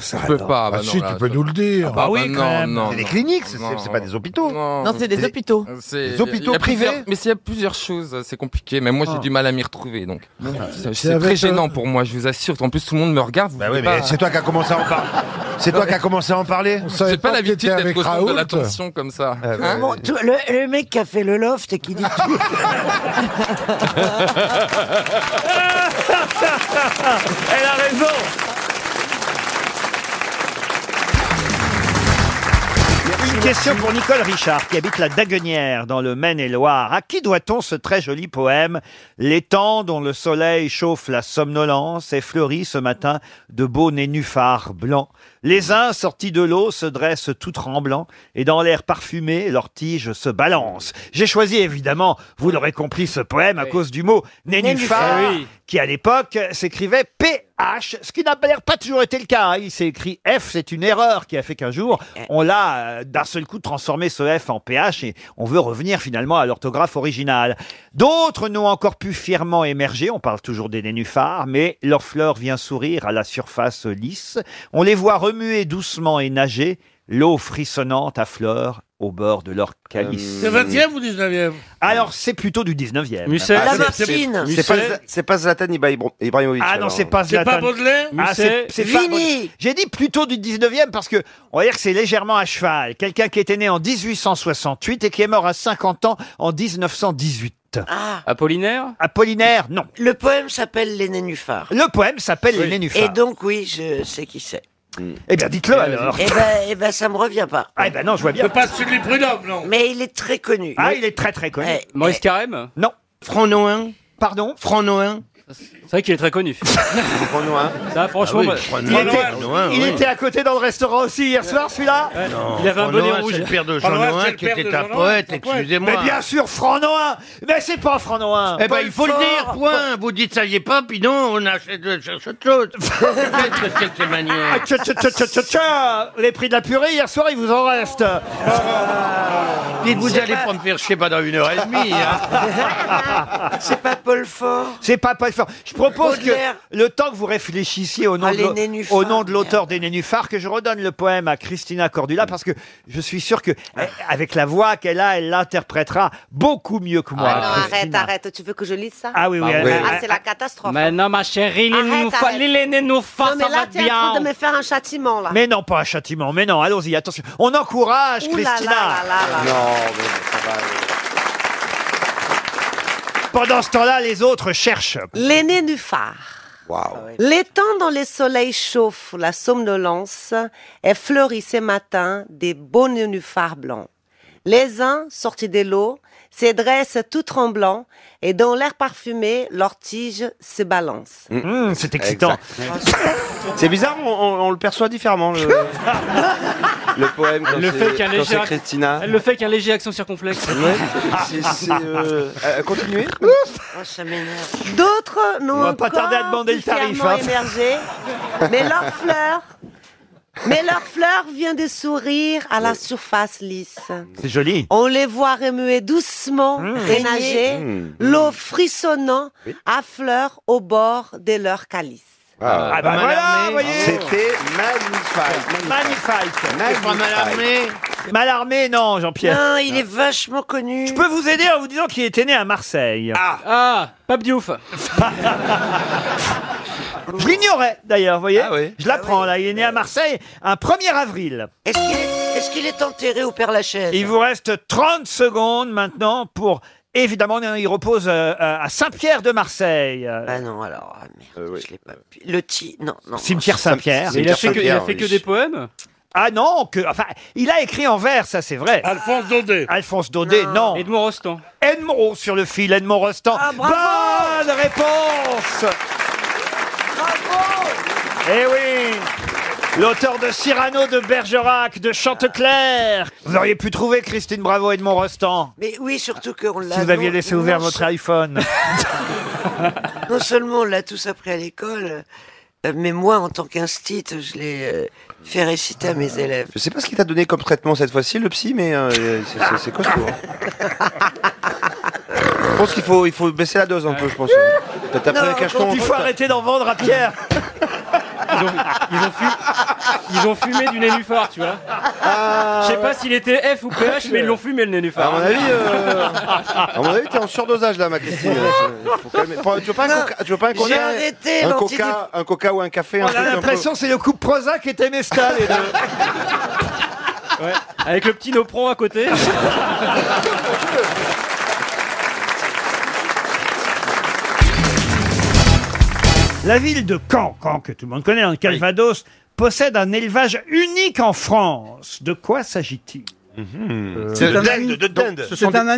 Je peux pas. bah non, là, je-
nous le dire. Ah
bah oui, quand même.
C'est des
Non,
cliniques, c'est
non,
c'est pas des hôpitaux.
Non, c'est des hôpitaux.
C'est-
Des hôpitaux
il y a
privés
plusieurs- Mais s'il y a plusieurs choses, euh, c'est compliqué. Mais moi, j'ai
Ah.
du mal à m'y retrouver. Donc, C'est-
C'est
c'est
avec,
très
euh,
gênant pour moi. Je vous assure. En plus, tout le monde me regarde. Vous
Bah oui,
pouvez
mais
pas-
c'est toi qui as commencé à en parler. C'est toi qui as commencé à en parler. Eh ben
J'ai pas l'habitude d'être au centre de l'attention comme ça.
Ah,
Hein
Bon, tu- le, le mec qui a fait le loft et qui dit tout.
Elle a raison Une question pour Nicole Richard, qui habite la Daguenière, dans le Maine-et-Loire. À qui doit-on ce très joli poème L'étang dont le soleil chauffe la somnolence est fleuri ce matin de beaux nénuphars blancs. Les uns, sortis de l'eau, se dressent tout tremblants, et dans l'air parfumé, leurs tiges se balancent. J'ai choisi, évidemment, vous l'aurez compris, ce poème à cause du mot nénuphar,
Nénuphar. Eh oui.
qui à l'époque s'écrivait p H, ce qui n'a pas l'air pas toujours été le cas. hein. Il s'est écrit F, c'est une erreur qui a fait qu'un jour, on l'a euh, d'un seul coup transformé ce F en PH et on veut revenir finalement à l'orthographe originale. D'autres n'ont encore pu fièrement émerger, on parle toujours des nénuphars, mais leur fleur vient sourire à la surface lisse. On les voit remuer doucement et nager, l'eau frissonnante à fleurs au bord de leur calice.
C'est 20e ou 19e
Alors, c'est plutôt du 19e.
Musset.
Ah,
La
c'est-
Martine.
c'est-
C'est pas,
Musset.
c'est pas Zlatan Ibra- Ibrahimovic.
Ah non,
alors.
c'est pas Zlatan. Ah, c'est- c'est pas Baudelaire. J'ai dit plutôt du 19e parce que on va dire que c'est légèrement à cheval. Quelqu'un qui était né en 1868 et qui est mort à 50 ans en 1918.
Apollinaire
Apollinaire, non.
Ah. Le poème s'appelle Les Nénuphars.
Le poème s'appelle Les Nénuphars.
Et donc, oui, je sais qui c'est.
Eh bien, dites-le alors.
Eh ben, eh ben, ça me revient pas.
Ah, eh ben non, je vois bien.
pas celui prud'homme, non.
Mais il est très connu.
Ah, il est très très connu.
eh,
Maurice Carême
Non.
Franc Nohain
Pardon
Franc
Hein
Nohain C'est vrai qu'il est très connu. Franc
Ah,
Nohain Ça,
franchement,
bah,
moi- Il, était, Ah il était à côté dans le restaurant aussi hier soir, celui-là
Non, Il avait un Franck bonnet Nohain, rouge. c'est le père de Jean Nohain, qui était un poète, excusez-moi.
Mais bien sûr, Franck Nohain Mais c'est pas Franck Nohain
Eh ben, il faut le dire, point. Vous dites ça y est pas, puis non, on achète euh, autre chose. Qu'est-ce que c'est que ces
Ah,
manières
tcha, tcha, tcha, tcha, tcha, tcha. Les prix de la purée, hier soir, il vous en reste.
Dites, vous allez pas me faire chier pas dans une heure et demie.
hein.
C'est pas Paul Fort. C'est pas Paul Fort. Je propose que
Baudelaire.
le temps que vous réfléchissiez au nom,
Ah,
de,
les
l'au-
nénuphars,
au nom de l'auteur des Nénuphars, que je redonne le poème à Christina Cordula, parce que je suis sûr que, eh, avec la voix qu'elle a, elle l'interprétera beaucoup mieux que
Ah,
moi. Christina.
arrête, tu veux que je lise ça
Ah oui, oui, Ah elle- oui. elle- Ah, c'est la
catastrophe.
Mais non, ma chérie, les nénuphars- les
non,
nénuphars,
mais
Ah, ça
là,
va
t'es en
bien.
train de me faire un châtiment, là.
Mais non, pas un châtiment, mais non, allons-y, attention. On encourage
Ouh là
Christina.
là là là là.
Non,
Pendant ce temps-là, les autres cherchent.
Les nénuphars. L'étang dans le soleil chauffe la somnolence et fleurit ce matin des beaux nénuphars blancs. Les uns, sortis de l'eau, se dressent tout tremblants et dans l'air parfumé, leurs tiges se balancent.
Mmh, c'est excitant.
C'est bizarre, on, on- on le perçoit différemment. Le, le poème,
Elle le
c'est-
fait qu'un
quand
léger
c'est
ac-
Christina.
Elle le fait qu'un léger accent circonflexe.
Ouais, c'est- c'est, euh, euh, continuez.
Oh,
D'autres n'ont
On va pas
encore
tarder à demander le
plus
tarif,
fièrement
hein.
émergé, mais leur fleur, mais leur fleur vient de sourire à la surface lisse.
C'est joli.
On les voit remuer doucement, et nager,
Mmh.
l'eau frissonnant à fleur au bord de leur calice.
Ah, bah
Mal
voilà,
armé.
voyez.
C'était magnifique.
Magnifique.
Magnifique. C'est pas Mallarmé
Malarmé, non, Jean-Pierre.
Non, il est vachement connu.
Je peux vous aider en vous disant qu'il était né à Marseille. Ah, ah Pape Diouf. Je l'ignorais d'ailleurs, vous voyez. Je l'apprends là. Il est né à Marseille un 1er avril.
Est-ce qu'il est, est-ce qu'il est enterré au Père Lachaise
Il vous reste 30 secondes maintenant pour. Évidemment, non, il repose euh, euh, à Saint-Pierre de Marseille.
Bah
Ah non, alors, merde, je l'ai pas Le ti, non, non. Cimetière Saint-Pierre.
Il a fait que, il a fait que des poèmes
Ah non, que, enfin, il a écrit en vers, ça c'est vrai. Alphonse Daudet. Alphonse Daudet, non. Ah, Edmond Rostand. Edmond oh, sur le fil, Edmond Rostand. Bonne réponse Eh oui L'auteur de Cyrano de Bergerac, de Chantecler. Vous auriez pu trouver Christine Bravo et Edmond Rostand.
Mais oui, surtout qu'on l'a.
Si vous aviez
non-
laissé ouvert
non
votre iPhone.
Non seulement on l'a tous appris à l'école, euh, mais moi, en tant qu'instite, je l'ai euh, fait réciter à mes élèves.
Je sais pas ce qu'il t'a donné comme traitement cette fois-ci, le psy, mais euh, c'est- c'est- c'est costaud. hein. je pense qu'il faut, il faut baisser la dose un peu, je pense. T'as- T'as pris les cachetons.
il faut arrêter d'en vendre à Pierre.
ils ont, ils ont fu- ils ont fumé du nénuphar, tu vois. Je sais pas s'il était F ou PH, mais ils l'ont fumé le nénuphar.
À mon avis, euh, à mon avis, t'es en surdosage là, ma Christine. Faut calmer. Prends- Tu veux pas un coca, tu veux pas un coca
j'ai arrêté
un
l'antidé-
coca, un coca ou un café un
On
truc un
a
peu-
l'impression que c'est le couple Prozac et Temestal. les deux.
Ouais, Avec le petit Nopron à côté.
La ville de Caen, Caen que tout le monde connaît, dans le Calvados, possède un élevage unique en France. De quoi s'agit-il C'est
De
un
dinde,
ani-
de dinde.
donc, ce sont des-
Ce sont des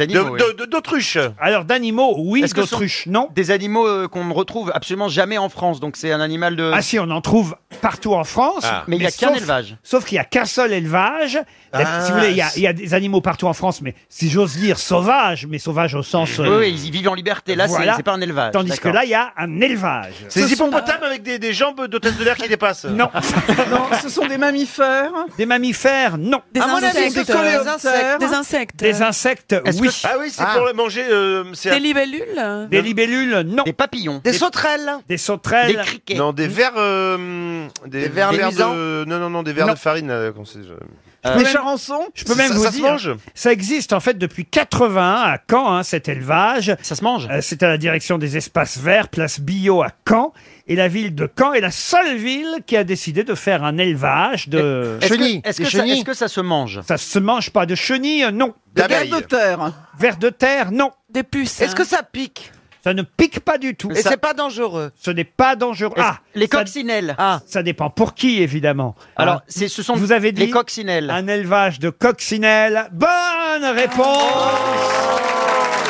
animaux. oui.
De- de-
D'autruche.
Alors d'animaux, oui,
Est-ce que ce
d'autruche,
sont
non.
Des animaux euh, qu'on ne retrouve absolument jamais en France, donc c'est un animal de.
Ah si, on en trouve partout en France.
Ah. Mais il y a qu'un
sauf-
élevage.
Sauf qu'il n'y a qu'un seul élevage. La-
Ah.
si vous voulez, il y, a, il y a des animaux partout en France, mais si j'ose dire sauvages, mais sauvages au sens...
Oui,
euh,
oui, ils vivent en liberté. Là, c'est-
voilà.
c'est pas un élevage.
Tandis que
d'accord.
là, il y a un élevage.
C'est des
hippopotames avec des, jambes d'hôtesse de l'air qui dépassent Non.
Oh, Ce sont des mammifères.
Des mammifères, non.
Des À mon avis, insectes, ce sont les des insectes.
Des insectes. Des insectes, oui.
Ah oui, c'est pour manger. euh, c'est un-
libellules
Des libellules, non. Des
papillons.
Des
sauterelles.
Des sauterelles.
Des criquets. Non, des vers. euh, des,
vers luisants.
de. Non, non, non, des vers
Non.
de farine. là, qu'on
Euh,
sait, je-
Euh,
Je peux même- Je peux
Ça-
même
ça-
vous
ça se
dire,
mange
ça existe en fait depuis 81 à Caen, hein, cet élevage. Euh,
Ça se mange.
C'est à la direction des espaces verts, place Bio à Caen, et la ville de Caen est la seule ville qui a décidé de faire un élevage de
Est-ce que- Est-ce que, ça- est-ce que ça se mange
Ça se mange pas de chenilles, euh, non.
De vers de
terre. Vers de terre, non.
Des puces. hein.
Est-ce que
ça pique
Ça ne pique pas du tout.
Et c'est pas dangereux.
Ce n'est pas dangereux.
Est-ce-
Ah,
les
ça-
coccinelles.
Ça dépend pour qui, évidemment.
Alors,
Hein.
c'est- ce sont
Vous avez dit
les coccinelles.
Un élevage de coccinelles. Bonne réponse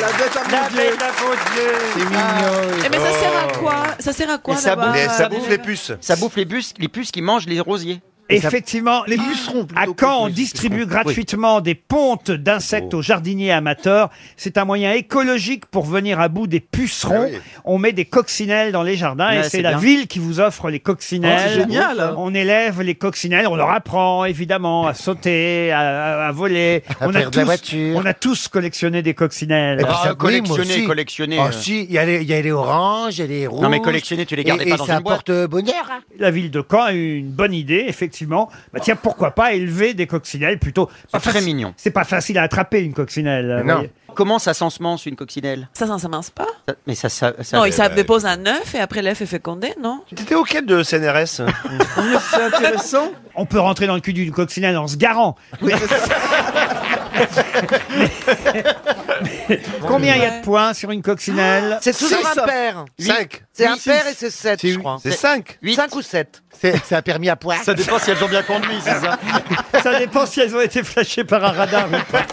La bête à
La bête à
C'est
Eh, mais ça sert à quoi Ça sert à quoi d'avoir, euh,
les puces. Ça bouffe les puces, les puces qui mangent les rosiers.
Effectivement, les
pucerons.
À Caen, on distribue gratuitement des pontes
Oh.
d'insectes aux jardiniers amateurs. C'est un moyen écologique pour venir à bout des
Ah
pucerons. On met des coccinelles dans les jardins
Ouais,
et
c'est
c'est la
bien.
ville qui vous offre les coccinelles.
Oh, c'est génial.
On élève les coccinelles, on leur apprend évidemment à sauter, à, à- à voler.
À
on, a
faire
tous,
de la voiture.
on a tous collectionné des coccinelles.
Et puis Ah, ça- oui, collectionner, moi aussi. collectionner, Ah, euh.
si, il y, a les oranges, il y a les
Non, mais rouges. collectionner, tu les gardais Et- pas et dans ça une boîte. apporte
bonheur. La ville de Caen a eu une bonne idée, effectivement. Bah, tiens, pourquoi pas élever des coccinelles plutôt. Pas
très
faci-
mignon.
C'est pas facile à attraper une coccinelle. hein, vous
Non.
voyez.
Ah Comment ça s'ensemence une coccinelle
Ça, ça s'amence pas
Ça- Mais ça, ça, ça-
Non,
Eh
Euh,
ben,
ça dépose un œuf et après l'œuf est fécondé, non
T'étais au quai de CNRS
C'est intéressant.
On peut rentrer dans le cul d'une coccinelle en se garant. Combien il y a de points sur une coccinelle
C'est toujours un père. C'est un père et c'est 7, je crois.
C'est cinq.
5 ou 7. C'est un permis à poire.
Ça dépend si elles ont bien conduit, c'est ça Ça dépend si elles ont été flashées par un radar ou pas.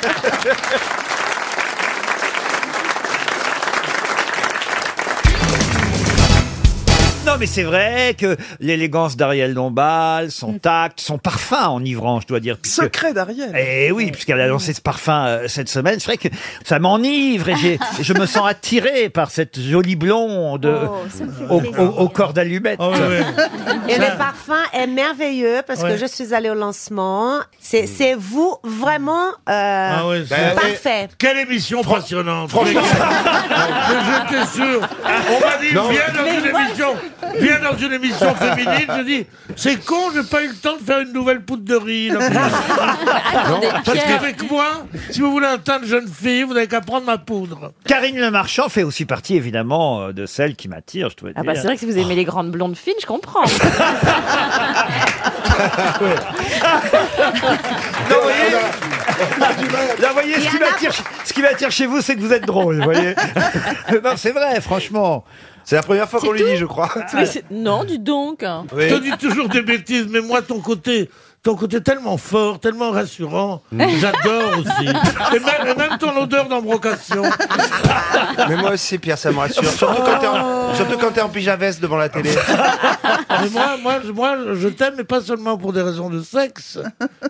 Non mais c'est vrai que l'élégance d'Ariel Dombal,
Mm.
son tact, son parfum enivrant, je dois dire. puisque-
Secret d'Ariel.
Eh oui, puisqu'elle a lancé ce parfum euh, cette semaine, c'est vrai que ça m'enivre et j'ai- je me sens attiré par cette jolie blonde euh,
Oh.
au, au- au corps d'allumette.
Et le parfum est merveilleux parce
Ouais.
que je suis allée au lancement. C'est
Mmh.
c'est vous vraiment euh,
Ah
Ah ouais, c'est-
parfait.
Quelle émission passionnante Franchement J'étais sûr On m'a dit,
Non.
viens dans
Mais
une
moi,
émission Viens dans une émission féminine Je dis, c'est con, j'ai pas eu le temps de faire une nouvelle poudre de riz là.
Attendez,
Parce
Pierre.
qu'avec moi, si vous voulez un teint de jeune fille, vous n'avez qu'à prendre ma poudre
Karine Le Marchand fait aussi partie évidemment euh, de celle qui m'attire, je dois
Ah bah
dire.
c'est vrai que si vous aimez les grandes blondes fines, je comprends.
Là, voyez, ce qui m'attire, ce qui m'attire chez vous, c'est que vous êtes drôle, vous voyez. non, c'est vrai, franchement. Ah, C'est la première fois
C'est qu'on lui dit, tout
je crois.
Mais c'est- non, du donc.
Je te dis toujours des bêtises, mais moi, ton côté, ton côté tellement fort, tellement rassurant, j'adore aussi. Et même, et même ton odeur d'embrocation.
Mais moi aussi, Pierre, ça me rassure. Surtout quand t'es en, surtout quand t'es en pyjama-veste devant la télé.
Ah, Mais moi, moi, je- moi, je t'aime, mais pas seulement pour des raisons de sexe.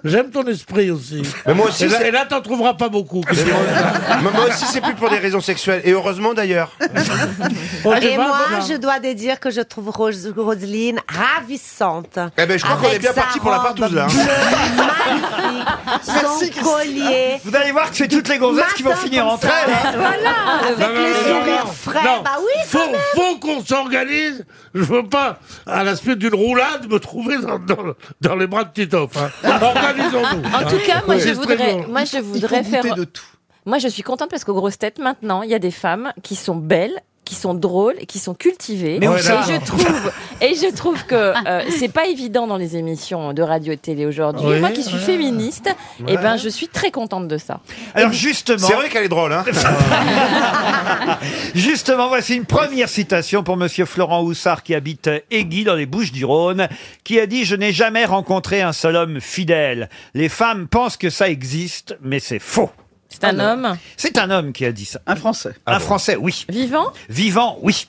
J'aime ton esprit aussi.
Mais moi aussi,
Et là,
c'est-
et là, t'en trouveras pas beaucoup.
Mais moi aussi, c'est plus pour des raisons sexuelles. Et heureusement d'ailleurs.
Et moi,
hein.
je dois te dire que je trouve Rose- Roselyne ravissante.
Eh ben, je crois qu'on
Avec
est bien
sa
parti pour la
robe
partouze, là, hein.
bleue, Magnifique. Son collier.
Vous allez voir que c'est toutes les gonzesses qui vont
Matin
finir
comme
entre elles. hein.
ça. Voilà, avec
Non, non,
les
non, non,
sourires
non.
frais.
Non.
Bah oui,
faut, faut qu'on s'organise. Je veux pas, à la suite d'une roulade, me trouver dans, dans- dans les bras de Titoff. hein. Organisons-nous.
Ah, En tout cas, moi je
C'est très
voudrais,
bon.
moi je voudrais faire. Moi je suis contente parce qu'aux grosses têtes maintenant, il y a des femmes qui sont belles, qui sont drôles et qui sont cultivés.
Mais où
et
ça
je trouve et je trouve que euh, c'est pas évident dans les émissions de radio et télé aujourd'hui.
Oui,
Moi qui suis
ouais.
féministe,
Ouais.
eh ben je suis très contente de ça.
Alors justement...
C'est vrai
qu'elle est drôle, hein Justement, voici une première citation pour Monsieur Florent Houssard qui habite Aiguille dans les Bouches-du-Rhône, qui a dit « Je n'ai jamais rencontré un seul homme fidèle. Les femmes pensent que ça existe, mais c'est faux. »
C'est un homme
C'est un homme qui a dit ça. Un Français Un Français, oui.
Vivant
Vivant, oui.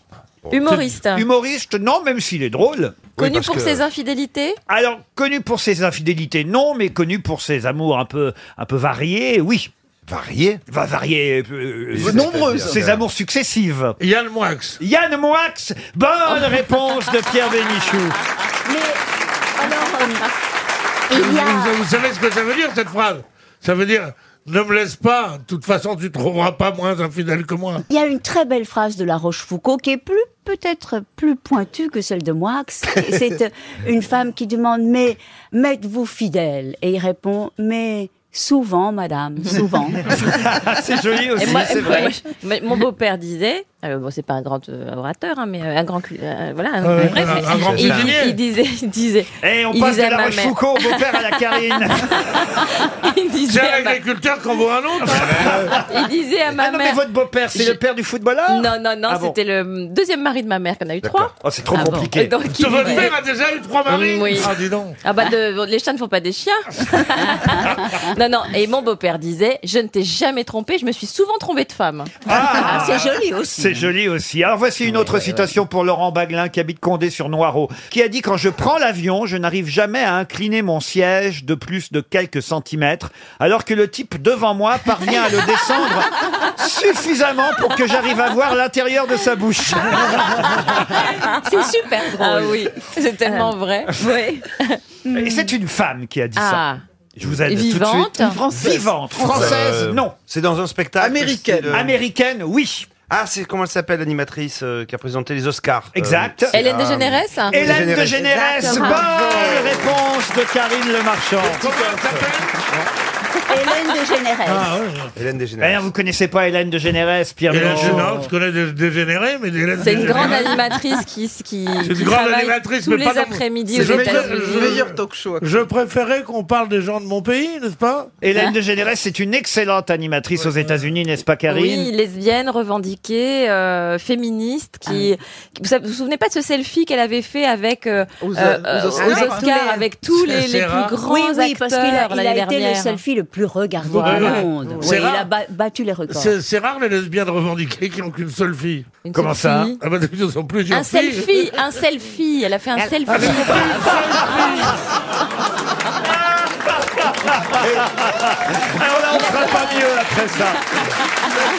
Humoriste.
Humoriste, non, même s'il est drôle.
Connu pour ses infidélités
Alors, connu pour ses infidélités, non, mais connu pour ses amours un peu, un peu variés, oui. Variés Va varier. euh,
Les
ses-
nombreuses.
Ses amours successives.
Yann Moix. Ah.
Yann Moix Bonne réponse de Pierre Bénichou.
euh,
Eh
Vous, vous- vous savez ce que ça veut dire, cette phrase Ça veut dire ne me laisse pas, de toute façon, tu trouveras pas moins infidèle que moi.
Il y a une très belle phrase de La Rochefoucauld qui est plus peut-être plus pointue que celle de Moix. C'est c'est, euh, une femme qui demande mais m'êtes-vous fidèle Et il répond mais souvent, madame, souvent.
c'est joli aussi,
Et moi-
c'est
et
vrai.
moi- mais mon beau-père disait, euh, bon, c'est pas un grand euh, orateur, hein, mais euh, un grand, cul- euh, voilà, un,
Ouais,
bref,
un-
mais
un grand
il,
cuisinier.
il disait, il disait,
et on
il
passe
disait
de la
ma mère-
Rochefoucauld au beau-père à la Karine.
il disait,
C'est
à
un
ma-
agriculteur qu'on voit un autre. hein.
il disait à ma
Ah non,
mère.
mais votre beau-père, c'est le père du footballeur
Non, non, non,
Ah bon.
c'était le deuxième mari de ma mère, qu'on a eu trois.
Oh, c'est trop
Ah bon.
compliqué.
Et donc, il
Votre
disait-
père a déjà eu trois maris
Oui.
Ah, dis donc.
Ah bah de- les chats ne font pas des chiens. non non et mon beau-père disait je ne t'ai jamais trompé je me suis souvent trompé de femme.
Ah,
c'est joli aussi. hein.
C'est joli aussi. Alors voici une autre citation pour Laurent Baglin qui habite Condé sur Noireau, qui a dit quand je prends l'avion, je n'arrive jamais à incliner mon siège de plus de quelques centimètres, alors que le type devant moi parvient à le descendre suffisamment pour que j'arrive à voir l'intérieur de sa bouche.
Ah, C'est super drôle. Ah oui c'est tellement vrai. Oui.
Et c'est une femme qui a dit
Ah.
ça. Je vous aide tout de
Vivante
suite.
Une Française.
Vivante. Française,
Euh,
non.
C'est dans un spectacle. euh,
Américaine. Américaine, oui.
Ah, c'est comment elle s'appelle l'animatrice euh, qui a présenté les Oscars euh,
Exact.
Hélène DeGénérès, hein
Hélène de Généresse,
Exactement.
bonne réponse de Karine Le Marchand.
Hélène de Généresse.
Ah,
Hélène Dégénérée.
Eh, Ah, vous connaissez pas Hélène de Généresse, Pierre
Hélène
Bénichou
Généresse, je connais des dégénérés, mais des Hélène
C'est une
Dégénérée.
grande animatrice qui qui,
C'est
qui
une grande
travaille
animatrice,
tous
mais
les
pas dans-
après-midi
C'est
aux
le meilleur-
États-Unis.
le meilleur talk show. Je préférais qu'on parle des gens de mon pays, n'est-ce pas
Hein
Hélène de Généresse, c'est une excellente animatrice aux États-Unis, n'est-ce pas, Karine
Oui, lesbienne, revendiquée, euh, féministe, qui, qui- vous, savez- vous vous souvenez pas de ce selfie qu'elle avait fait avec euh,
Aux-
euh,
oh,
aux
aux Oscars,
Oscars. Tous les-
avec tous les, les
Ah Sarah.
plus grands
Oui, oui, parce qu'il a-
acteurs
il a
l'année
été le
dernière.
selfie le plus regardé
Voilà.
du monde.
C'est
Oui, il
rare.
a ba- battu les records.
C'est c'est rare les lesbiennes revendiquées qui n'ont qu'une seule fille.
Une Comment seule ça fille
Ah bah ils sont plusieurs
Un
filles.
selfie, un selfie, elle a fait un selfie.
Ah
Alors là, Ah, on sera pas mieux après ça.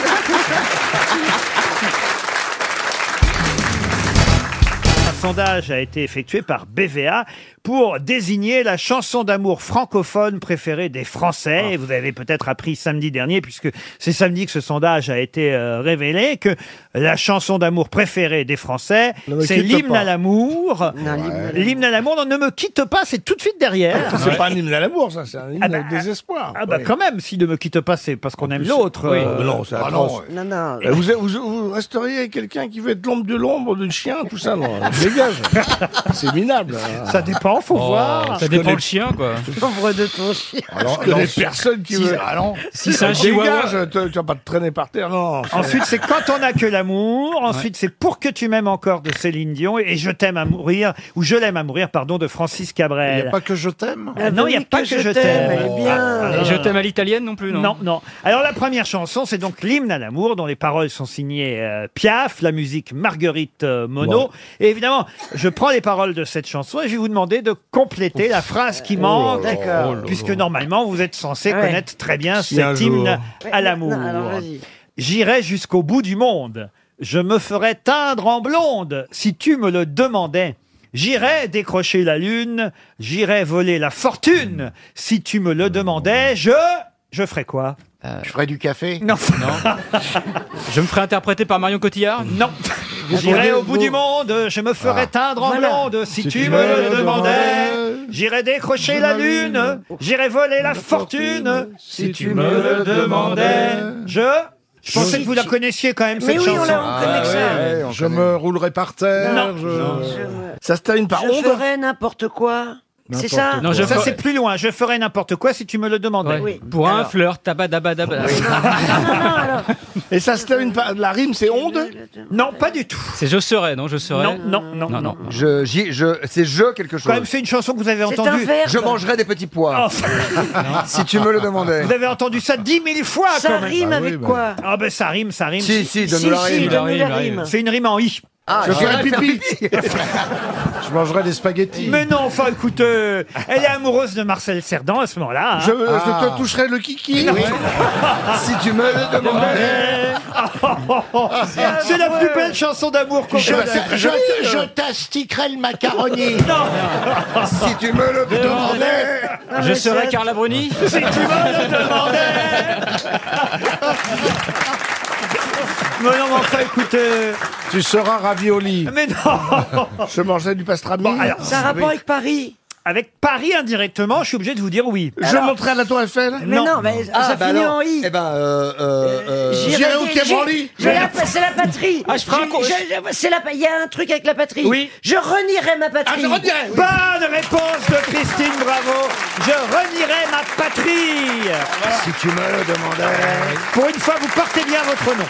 Un sondage a été effectué par BVA pour désigner la chanson d'amour francophone préférée des
Ah.
Français. Et Vous avez peut-être appris samedi dernier, puisque c'est samedi que ce sondage a été euh, révélé, que la chanson d'amour préférée des Français,
Ne me
c'est
quitte
l'hymne
pas.
à l'amour. L'hymne à l'amour, non, ne me quitte pas, c'est tout de suite derrière.
Ah, C'est pas un hymne à l'amour, ça, c'est un hymne
Ah bah,
au désespoir.
Ah bah quand même, si ne me quitte pas, c'est parce qu'on aime l'autre.
Oui.
euh,
Ah non, c'est
ah
atroce.
non.
Non, non. Euh, Vous, vous- vous resteriez avec quelqu'un qui veut être l'ombre de l'ombre, de chien, tout ça, non Dégage. C'est minable.
Ça dépend, faut
Oh.
voir.
Ah. Je connais-
quoi.
L'ombre de ton chien. Alors,
Je
il
connais
personne qui
si-
veut.
ah non. Si c'est un chihuahua-
Dégage, tu tu vas pas te traîner par terre, non.
Ensuite, c'est quand on n'a que l'amour. Ensuite, c'est pour que tu m'aimes encore de Céline Dion et je t'aime à mourir ou je l'aime à mourir, pardon, de Francis Cabrel.
Il y a pas
que je t'aime.
Ah
non, il n'y a
oui,
pas
que
que,
je
je
t'aime,
t'aime. Ah,
elle est bien. Et je t'aime à l'italienne non plus, non
Non, non. Alors la première chanson, c'est donc l'hymne à l'amour, dont les paroles sont signées euh, Piaf, la musique Marguerite euh, Monod. Et évidemment, je prends les paroles de cette chanson et je vais vous demander de compléter la phrase qui
Oh là
manque,
là, oh là là.
puisque normalement vous êtes
Ah
censé
Ouais.
connaître très bien
Si un
cet hymne
jour.
à l'amour.
Non, alors, vas-y.
J'irai jusqu'au bout du monde. Je me ferais teindre en blonde si tu me le demandais. J'irai décrocher la lune, j'irai voler la fortune si tu me le demandais. Je je ferais quoi Je ferais du café Non.
Je me ferai interpréter par Marion Cotillard
Ah, Non. J'irai au bout du monde, je me ferai
Ah.
teindre en
Voilà.
blonde si, tu me le demandais. J'irai décrocher la lune, j'irai voler la fortune si tu me le demandais. Je Je pensais que vous la connaissiez quand même, cette chanson. Ah,
Ah je me roulerai par terre.
Non.
je-
Non.
Ça se termine par
Je
onde.
ferais n'importe quoi. C'est ça
Non, je ça, c'est plus loin. Je ferai n'importe quoi si tu me le demandais.
Ouais. Oui.
Pour un fleur, tabadabadaba.
Et ça se termine par. La rime, c'est onde
Non, pas du tout.
C'est je serai, non Je serai.
Non, non, non.
non, non.
Je, j'y- je, c'est je quelque chose.
Quand même, c'est une chanson que vous avez
C'est
entendue.
un verbe. Je mangerai des petits pois. si tu me le demandais.
Vous avez entendu ça dix mille fois,
Ça
quand même.
rime Ah oui, avec bah. quoi
Ah, ben ça rime, ça rime.
Si, si, donne-nous la Si, si, rime. donne-nous la rime.
C'est une rime en i.
Ah, Je je ferai ferai pipi.
Je mangerai des spaghettis. Mais non, enfin, écoute, euh, elle est amoureuse de Marcel Cerdan à ce moment-là. hein.
Je,
Ah.
je te toucherai le kiki.
si tu me le demandais.
Ah, C'est la plus belle chanson d'amour qu'on
Je-
connaisse.
je- je- je
t'astiquerai le macaroni. Non.
Si tu me le demandais.
Ah, Je serai Carla Bruni
Si tu me le demandais Mais non, mais enfin, écoute.
Tu seras ravioli.
Mais non
Je mangerai du pastrami.
Ça a rapport avec
Paris
Avec Paris indirectement, je suis obligé de vous dire oui. Ah,
Je monterai à la Tour Eiffel
Ah, bah
bah
i. Eh ben, euh, euh, euh,
J'irai au Quai
j'ai-
Branly.
j'ai la- C'est la patrie.
Ah, je ferai un
J'ai-
con-
j'ai- c'est la pa- Il y a un truc avec la patrie.
Oui.
Je renierai ma patrie.
Ah,
Bah
Bonne réponse de Christine Bravo. Je renierai ma patrie.
Si tu me le demandais.
Pour une fois, vous portez bien votre nom.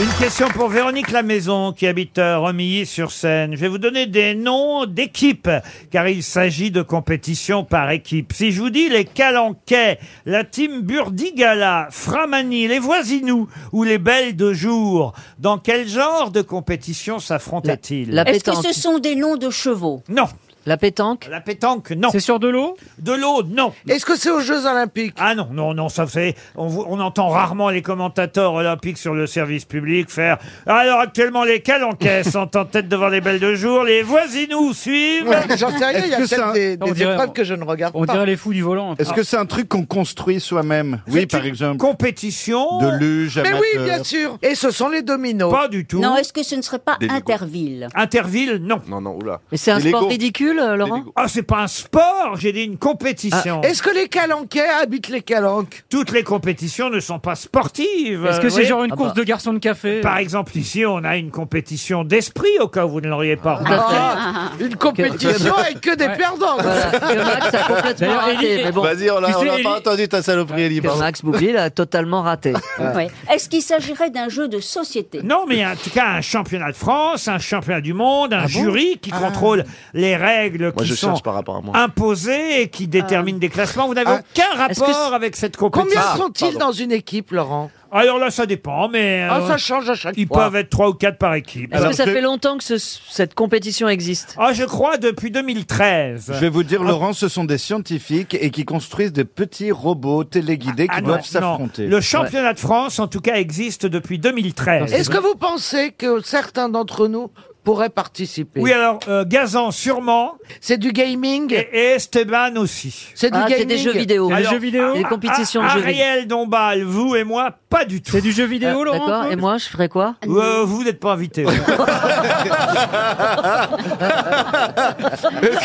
Une question pour Véronique Lamaison qui habite euh, Remilly-sur-Seine. Je vais vous donner des noms d'équipes car il s'agit de compétition par équipe. Si je vous dis les Calanquais, la team Burdigala, Framani, les Voisinous ou les Belles de Jour, dans quel genre de compétition s'affrontaient-ils
Est-ce que ce sont des noms de chevaux
Non. La pétanque La pétanque, non. C'est sur de l'eau De l'eau, non. Est-ce que c'est aux Jeux Olympiques Ah non, non, non, ça fait... On, vous- on entend rarement les commentateurs olympiques sur le service public faire... Alors actuellement, les Calanquais sont en tête devant les belles de jour, les voisinous suivent...
J'en sais rien, il y a peut-être des, des épreuves que je ne regarde pas.
fous du volant.
Est-ce que
c'est un truc qu'on construit soi-même
Oui, par exemple. Compétition.
De luge
Mais
amateur.
oui, bien sûr. Et ce sont les dominos.
Pas du tout.
Non, est-ce que ce ne serait pas
Des Lego.
Interville
Hein Interville, non.
Non, non, oula.
Mais c'est un
Des
sport
Lego.
ridicule, euh, Laurent
Ah, c'est pas un sport, j'ai dit une compétition.
Ah, Est-ce que les calanquais habitent les calanques
Toutes les compétitions ne sont pas sportives.
Est-ce que
euh,
c'est
vous
genre
Ah
voyez
une
bah,
course de garçons de café
Par exemple, ici, on a une compétition d'esprit, au cas où vous ne l'auriez pas remarqué.
Ah, Une compétition avec que des perdants.
Complètement raté, mais bon.
Vas-y, on l'a-
Tu sais,
on l'a
Élie-
pas entendu ta saloperie, Elie.
Que
pardon.
Max Boublil a totalement raté.
Ouais. Est-ce qu'il s'agirait d'un jeu de société
Non, mais en tout cas, un championnat de France, un championnat du monde, un jury qui contrôle les règles
Moi,
qui
je
sont
cherche par rapport à moi.
imposées et qui déterminent des classements. Vous n'avez aucun
Est-ce que
rapport
c'est-
avec cette compétition. Ah,
Combien
Ah,
sont-ils dans une équipe, Laurent
Alors là, ça dépend, mais
Ah,
euh,
ça change à chaque
ils
fois.
peuvent être trois ou quatre par équipe.
Est-ce que ça
je-
fait longtemps que ce- cette compétition existe
Ah, je crois depuis 2013.
Je vais vous
Ah.
dire, Laurent, ce sont des scientifiques et qui construisent des petits robots téléguidés qui
Ah non,
doivent
non.
s'affronter.
Le championnat de France, en tout cas, existe depuis 2013.
Est-ce que vous pensez que certains d'entre nous pourraient participer
Oui, alors, euh, Gazan, sûrement.
C'est du gaming
Et, et Esteban aussi.
C'est du
Ah, c'est
gaming
des jeux vidéo.
Alors,
Des
ah,
compétitions de
ah,
jeux vidéo.
Ariel Dombal, vous et moi, pas du tout. C'est du jeu
Euh,
Ah, D'accord, et moi, je ferais quoi
Vous n'êtes pas invité. vous.
Est-ce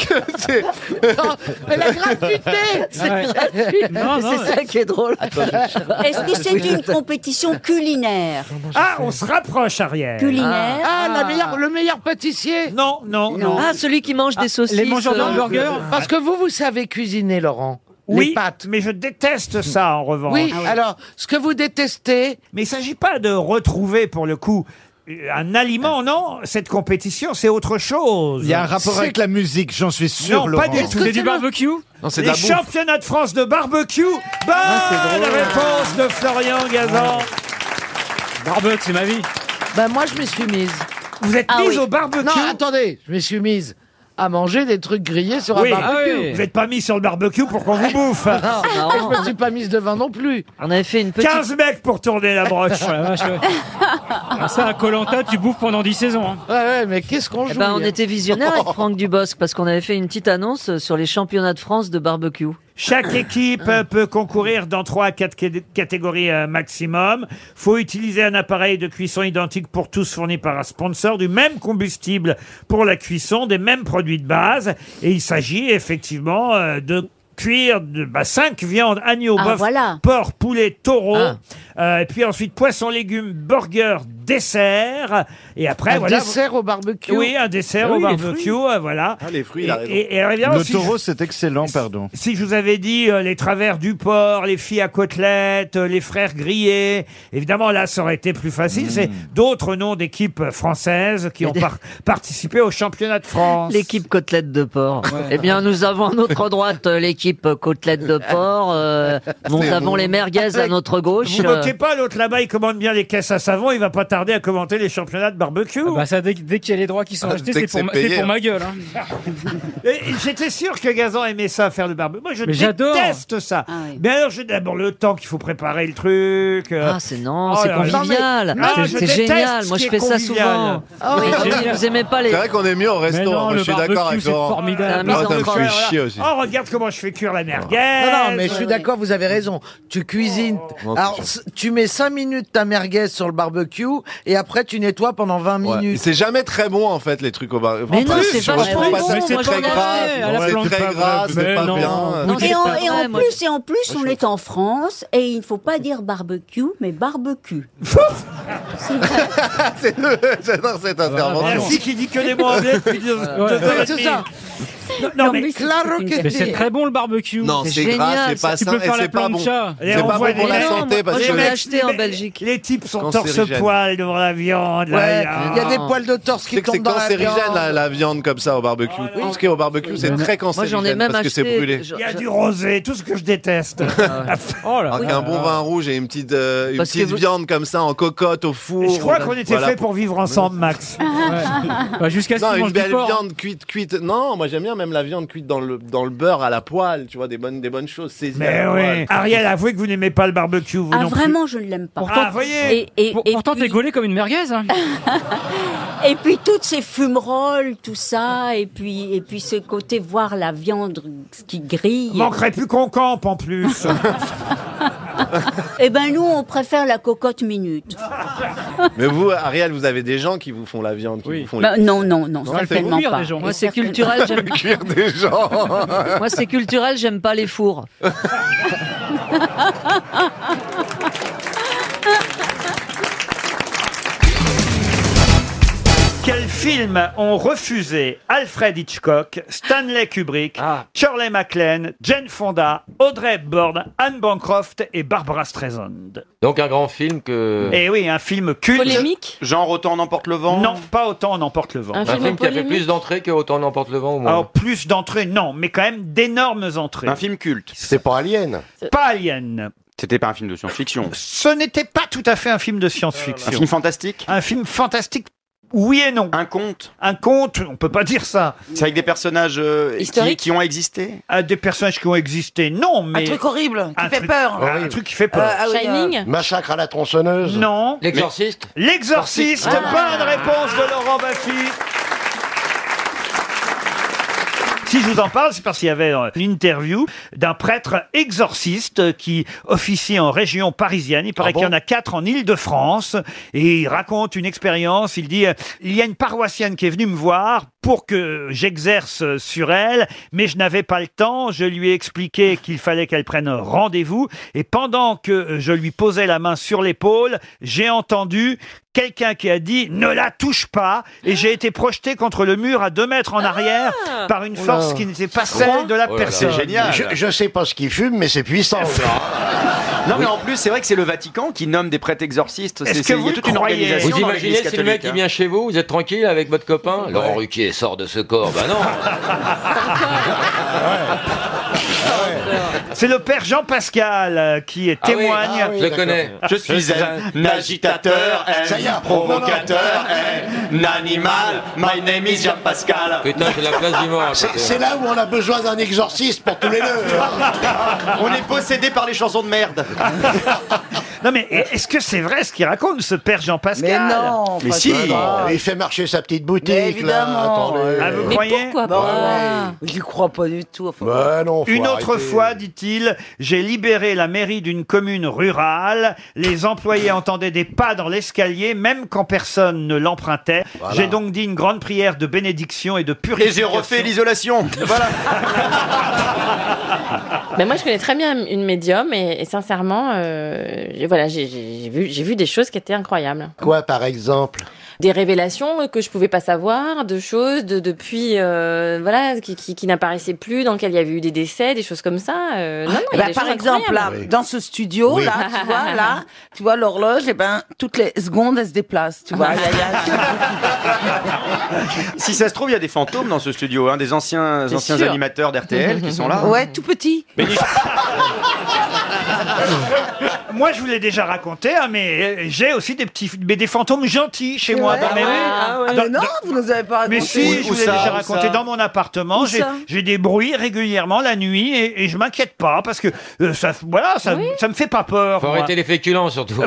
que c'est-
Non, mais la gratuité
C'est gratuit.
Ah Non, non,
C'est ça qui est drôle.
Est-ce que c'est une compétition culinaire
Ah, on se rapproche, Ariel.
Culinaire
Ah, la meilleure- le meilleur pâtissier
Non, non, non.
Ah, celui qui mange des saucisses. euh,
Parce que vous, vous savez cuisiner, Laurent.
Oui,
Les pâtes.
mais je déteste ça, en revanche.
Ah
Oui, alors, ce que vous détestez,
Mais il ne s'agit pas de retrouver, pour le coup, un aliment,
Ah.
non. Cette compétition, c'est autre chose.
Il y a un rapport avec la musique, j'en suis sûr,
Non, pas
Laurent.
du tout.
barbecue
Non, c'est de
Les
la bouffe. Ah,
championnats de France de barbecue. Bonne réponse de Florian Gazan.
Barbecue, c'est ma vie.
ben moi, je me suis mise.
Vous êtes
Ah
mise
oui.
au barbecue.
Non, attendez, je me suis mise à manger des trucs grillés sur
oui,
un barbecue.
vous n'êtes pas mis sur le barbecue pour qu'on vous bouffe.
Non,
marrant.
et je me suis pas mise devant non plus.
On avait fait une petite.
15 mecs pour tourner la broche. Ah,
Ça, à Colanta, tu bouffes pendant 10 saisons. hein.
Ouais, ouais, mais qu'est-ce qu'on
Eh
joue
ben, on
hier
était visionnaire avec Franck Dubosc parce qu'on avait fait une petite annonce sur les championnats de France de barbecue.
Chaque équipe euh, peut concourir dans 3 à 4 catégories euh, maximum. Faut utiliser un appareil de cuisson identique pour tous fourni par un sponsor, du même combustible pour la cuisson, des mêmes produits de base. Et il s'agit effectivement euh, de cuir de bah, cinq viandes agneau,
Ah,
bœuf,
voilà. Ah.
porc, poulet, taureau, Euh, et puis ensuite poisson, légumes, burger, dessert, et après
Un
voilà.
dessert au barbecue.
Oui, un dessert
Ah
au
oui, les
barbecue, euh, voilà.
Ah, les fruits,
et,
il a raison.
et- et alors, évidemment,
Le
si
taureau,
je-
c'est excellent, pardon.
si je vous avais dit euh, les travers du porc, les filles à côtelettes, euh, les frères grillés, évidemment là ça aurait été plus facile. C'est
Hmm.
d'autres noms d'équipes françaises qui ont par- participé au championnat de France.
L'équipe côtelette de porc. Eh bien, nous avons à notre droite euh, l'équipe côtelette de porc. euh, nous
C'est
avons
vous.
les merguez à notre gauche.
Vous
euh,
moquez pas, l'autre là-bas, il commande bien les caisses à savon, il va pas tarder à commenter les championnats de barbecue.
bah ça, dès, dès qu'il y a les droits qui sont
Ah,
achetés,
dès
c'est
que
pour,
c'est
ma-
payé,
c'est pour
hein.
ma gueule. hein.
Et J'étais sûr que Gazan aimait ça, faire le barbecue. Moi, je
Mais j'adore.
déteste
Ah
ça. Mais alors, j'ai d'abord le temps qu'il faut préparer le truc. euh.
Ah, c'est non,
Oh
c'est
là là.
convivial.
Non, mais-
C'est-
Ah,
c'est
je déteste
génial.
ce
Moi,
qui
je
est
fais ça
convivial.
souvent.
Ah oui.
Mais
Génial.
vous aimez pas les.
C'est vrai qu'on est mieux au resto,
Mais non,
moi, je
le
suis d'accord
barbecue,
avec
c'est
Laurent.
formidable.
Ah, Laurent, t'as me fait chier aussi.
Oh, regarde comment je fais cuire la merguez.
Non, non, mais je suis
Euh,
d'accord, vous avez raison. Tu cuisines.
Oh.
Alors, c- tu mets 5 minutes ta merguez sur le barbecue et après tu nettoies pendant 20
Ouais.
minutes.
C'est jamais très bon en fait les trucs au bar.
Mais
En
non,
plus,
c'est
je pense
vachement
pas
bon,
que c'est très
moi, j'en ai
gras,
acheté à la planche.
c'est très gras, c'est
Mais
pas
non.
bien.
Non,
Et en, et en
vrai, moi,
plus, et en plus, on est en France et il ne faut pas dire barbecue, mais barbecue.
C'est- J'adore cette intervention.
Ah, bah, Merci qui dit que les mots anglais depuis deux,
Voilà.
deux heures et
C'est
demie.
ça.
Non, non, mais,
claro
Mais c'est très bon le barbecue.
Non, c'est gras, c'est pas
Tu
sain
peux
et
faire la
c'est pas bon.
plancha.
C'est pas bon pour la santé parce que-
acheté en
Belgique. Les types sont
Cancérigène.
torse-poil devant la viande. là,
Ouais,
là.
il y a des
poils de torse
C'est que c'est cancérigène la, la viande comme ça au barbecue. Tout ce qui est au barbecue, c'est très cancérigène parce que c'est brûlé.
Il y a du rosé, tout ce que je déteste.
Ah.
Oh
Alors qu'un bon vin rouge et une petite, euh, une
Parce que
petite
vous-
viande comme ça en cocotte au four.
Je crois qu'on était
Voilà.
fait Bah, pour vivre ensemble, Max.
Non, une belle
hein.
viande cuite, cuite. Non, moi j'aime bien même la viande cuite dans le, dans le beurre à la poêle, tu vois, des bonnes, des bonnes choses saisies.
Mais oui. Ariel, avouez que vous n'aimez pas le barbecue, vous
Ah,
non plus.
vraiment, je ne l'aime pas.
Pourtant- Ah, voyez.
et, et- et
Pourtant, t'es gaulé comme une merguez. hein.
Et puis toutes ces fumerolles, tout ça, et puis et puis ce côté voir la viande qui grille.
Manquerait plus qu'on campe en plus.
Eh ben nous, on préfère la cocotte minute.
Mais vous, Ariel, vous avez des gens qui vous font la viande, qui vous font
Bah,
les-
non, non, non,
c'est
certainement
vous.
pas.
Moi, c'est culturel. j'aime-
Cuire des gens.
Moi, c'est culturel. J'aime pas les fours.
Quels films ont refusé Alfred Hitchcock, Stanley Kubrick,
Ah.
Shirley MacLaine, Jane Fonda, Audrey Hepburn, Anne Bancroft et Barbara Streisand
Donc un grand film que.
Eh oui, un film culte.
Polémique
Genre Autant n'emporte le vent Non, pas Autant n'emporte le vent. Ah,
Un, film, qui a fait plus d'entrées que Autant n'emporte le vent au moins.
Alors plus d'entrées, non, mais quand même d'énormes entrées.
Oh. Un film culte.
C'est pas Alien.
Euh.
Pas Alien.
C'était pas un film de science-fiction.
Ce n'était pas tout à fait un film de science-fiction.
Un film fantastique
Un film fantastique, oui et non.
Un conte
Un conte, on peut pas dire ça.
C'est avec des personnages euh, qui,
Historique
qui ont existé
À des personnages qui ont existé, non, mais.
truc horrible, qui
Un
fait
truc-
peur.
Un
Horrible.
truc qui fait peur.
Euh, ah oui, Shining euh,
Massacre à la tronçonneuse Non.
L'exorciste
L'exorciste,
Ah.
bonne réponse de Laurent Baffy. Si je vous en parle, c'est parce qu'il y avait euh, une interview d'un prêtre exorciste euh, qui officie en région parisienne. Il paraît qu'il y en a quatre en Ile-de-France. Et il raconte une expérience. Il dit, euh, il y a une paroissienne qui est venue me voir pour que j'exerce euh, sur elle, mais je n'avais pas le temps. Je lui ai expliqué qu'il fallait qu'elle prenne rendez-vous. Et pendant que euh, je lui posais la main sur l'épaule, j'ai entendu quelqu'un qui a dit ne la touche pas et j'ai été projeté contre le mur à deux mètres en arrière par une force qui n'était pas celle de la
Oh
personne. Oh
Je, je sais pas ce qu'il fume, mais c'est puissant.
Non, mais en plus, c'est vrai que c'est le Vatican qui nomme des prêtres exorcistes. C'est- c'est- il y a toute une organisation
Vous
dans
imaginez
l'Église
si le mec
catholique.
il
hein.
vient chez vous, vous êtes tranquille avec votre copain Laurent Ruquier sort de ce corps,
Ben
bah non
C'est le père Jean Pascal euh, qui
Ah
est témoigne. Ah
je le connais.
hein. Je suis un agitateur, un provocateur, un animal. My name is Jean Pascal.
Putain, j'ai la place du mort.
C'est- C'est là où on a besoin d'un exorciste pour tous les deux.
On est possédé par les chansons de merde.
Non mais est-ce que c'est vrai ce qu'il raconte, ce père Jean Pascal
Mais non, Mais pas si, ça.
il
fait marcher sa petite boutique. Mais évidemment. euh,
attendez. Ah, vous croyez
Bah ouais. J'y crois pas du tout. enfin. non, faut
Une autre
arrêter.
fois, dit-il, j'ai libéré la mairie d'une commune rurale. Les employés entendaient des pas dans l'escalier, même quand personne ne l'empruntait.
Voilà.
J'ai donc dit une grande prière de bénédiction et de purification.
Et j'ai refait
l'isolation. Voilà.
Mais moi, je connais très bien une médium et, et sincèrement, euh, j'ai- voilà, j'ai- j'ai j'ai vu, j'ai vu des choses qui étaient incroyables.
Quoi, par exemple
Des révélations que je pouvais pas savoir, de choses de, depuis euh, voilà qui, qui, qui n'apparaissaient plus, dans lesquelles il y avait eu des décès, des choses comme ça. euh, non, non, il y a
Bah,
Eh ben,
des
par
choses
exemple, là,
incroyables.
dans ce studio,
Oui.
là, tu vois, là, tu vois l'horloge, et ben, toutes les secondes, elle se déplace, tu vois. Il y a- il y a-
Si ça se trouve, il y a des fantômes dans ce studio, hein, des anciens,
C'est
anciens
sûr.
animateurs d'RTL qui sont là.
Ouais, tout petit.
Moi, je vous l'ai déjà raconté, hein, mais euh, j'ai aussi des petits, mais des fantômes gentils chez moi.
Ouais.
dans mes-
Ah ouais.
dans-
Mais non, vous nous avez pas raconté.
Mais si, je vous l'ai déjà raconté dans mon appartement.
Où
J'ai-
ça
J'ai des bruits régulièrement la nuit et, et je m'inquiète pas parce que euh, ça, voilà, ça, ça me fait pas peur.
Faut
moi.
arrêter les féculents surtout.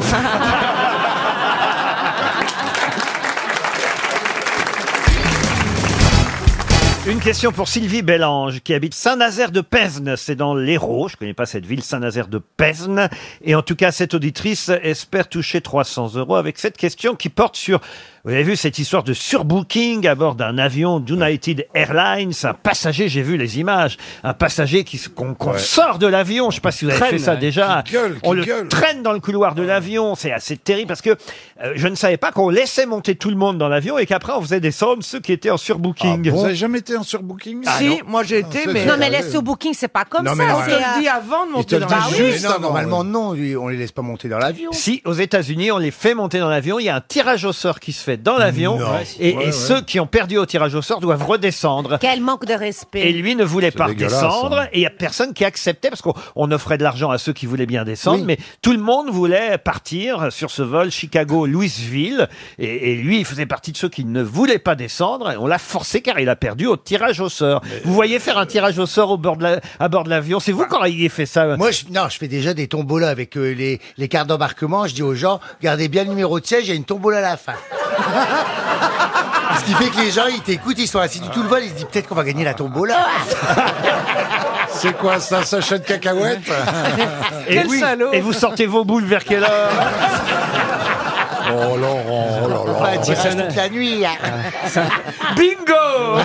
Une question pour Sylvie Bellange qui habite Saint-Nazaire de Pesne, c'est dans l'Hérault, je connais pas cette ville Saint-Nazaire de Pesne et en tout cas cette auditrice espère toucher 300 euros avec cette question qui porte sur vous avez vu cette histoire de surbooking à bord d'un avion d'United Airlines, un passager, j'ai vu les images, un passager qui se- qu'on qu'on
Ouais.
sort de l'avion, je sais pas si vous avez
Traîne,
fait ça
ouais.
déjà,
Qui gueule, qui
on le
gueule.
traîne dans le couloir de l'avion, c'est assez terrible parce que euh, je ne savais pas qu'on laissait monter tout le monde dans l'avion et qu'après on faisait descendre ceux qui étaient en
Ah
surbooking.
Vous avez jamais été en surbooking
Ah Si, non. moi, j'ai été, mais-
Non, mais laisse au booking, c'est pas comme
Non, mais
ça.
non,
c'est,
on te le
euh,
dit avant de monter
ils te le
dans l'avion.
disent
Bah oui.
juste
Mais non,
avant,
normalement,
ouais.
non, on les laisse pas monter dans l'avion. Si, aux États-Unis, on les fait monter dans l'avion, il y a un tirage au sort qui se fait dans l'avion,
Non.
et, et
Ouais, ouais.
ceux qui ont perdu au tirage au sort doivent redescendre.
Quel manque de respect.
Et lui ne voulait
C'est
pas
dégueulasse,
descendre,
hein.
et il n'y a personne qui acceptait, parce qu'on on offrait de l'argent à ceux qui voulaient bien descendre, mais tout le monde voulait partir sur ce vol Chicago-Louisville, et, et lui, il faisait partie de ceux qui ne voulaient pas descendre, et on l'a forcé car il a perdu au tirage au sort. Vous voyez faire un tirage au sort au bord de la- à bord de l'avion, c'est vous qui auriez fait ça
Bah. Moi, je, non, je fais déjà des tombolas avec euh, les, les cartes d'embarquement. Je dis aux gens, gardez bien le numéro de siège, il y a une tombola à la fin. Ce qui fait que les gens, ils t'écoutent, ils sont assis du tout le vol, ils se disent peut-être qu'on va gagner la tombola.
C'est quoi ça, un sachet de cacahuètes
Et oui, Et vous sortez vos boules vers quelle heure
Oh Laurent, oh là là.
Enfin, un tirage
Mais ça-
toute la nuit. hein.
Bingo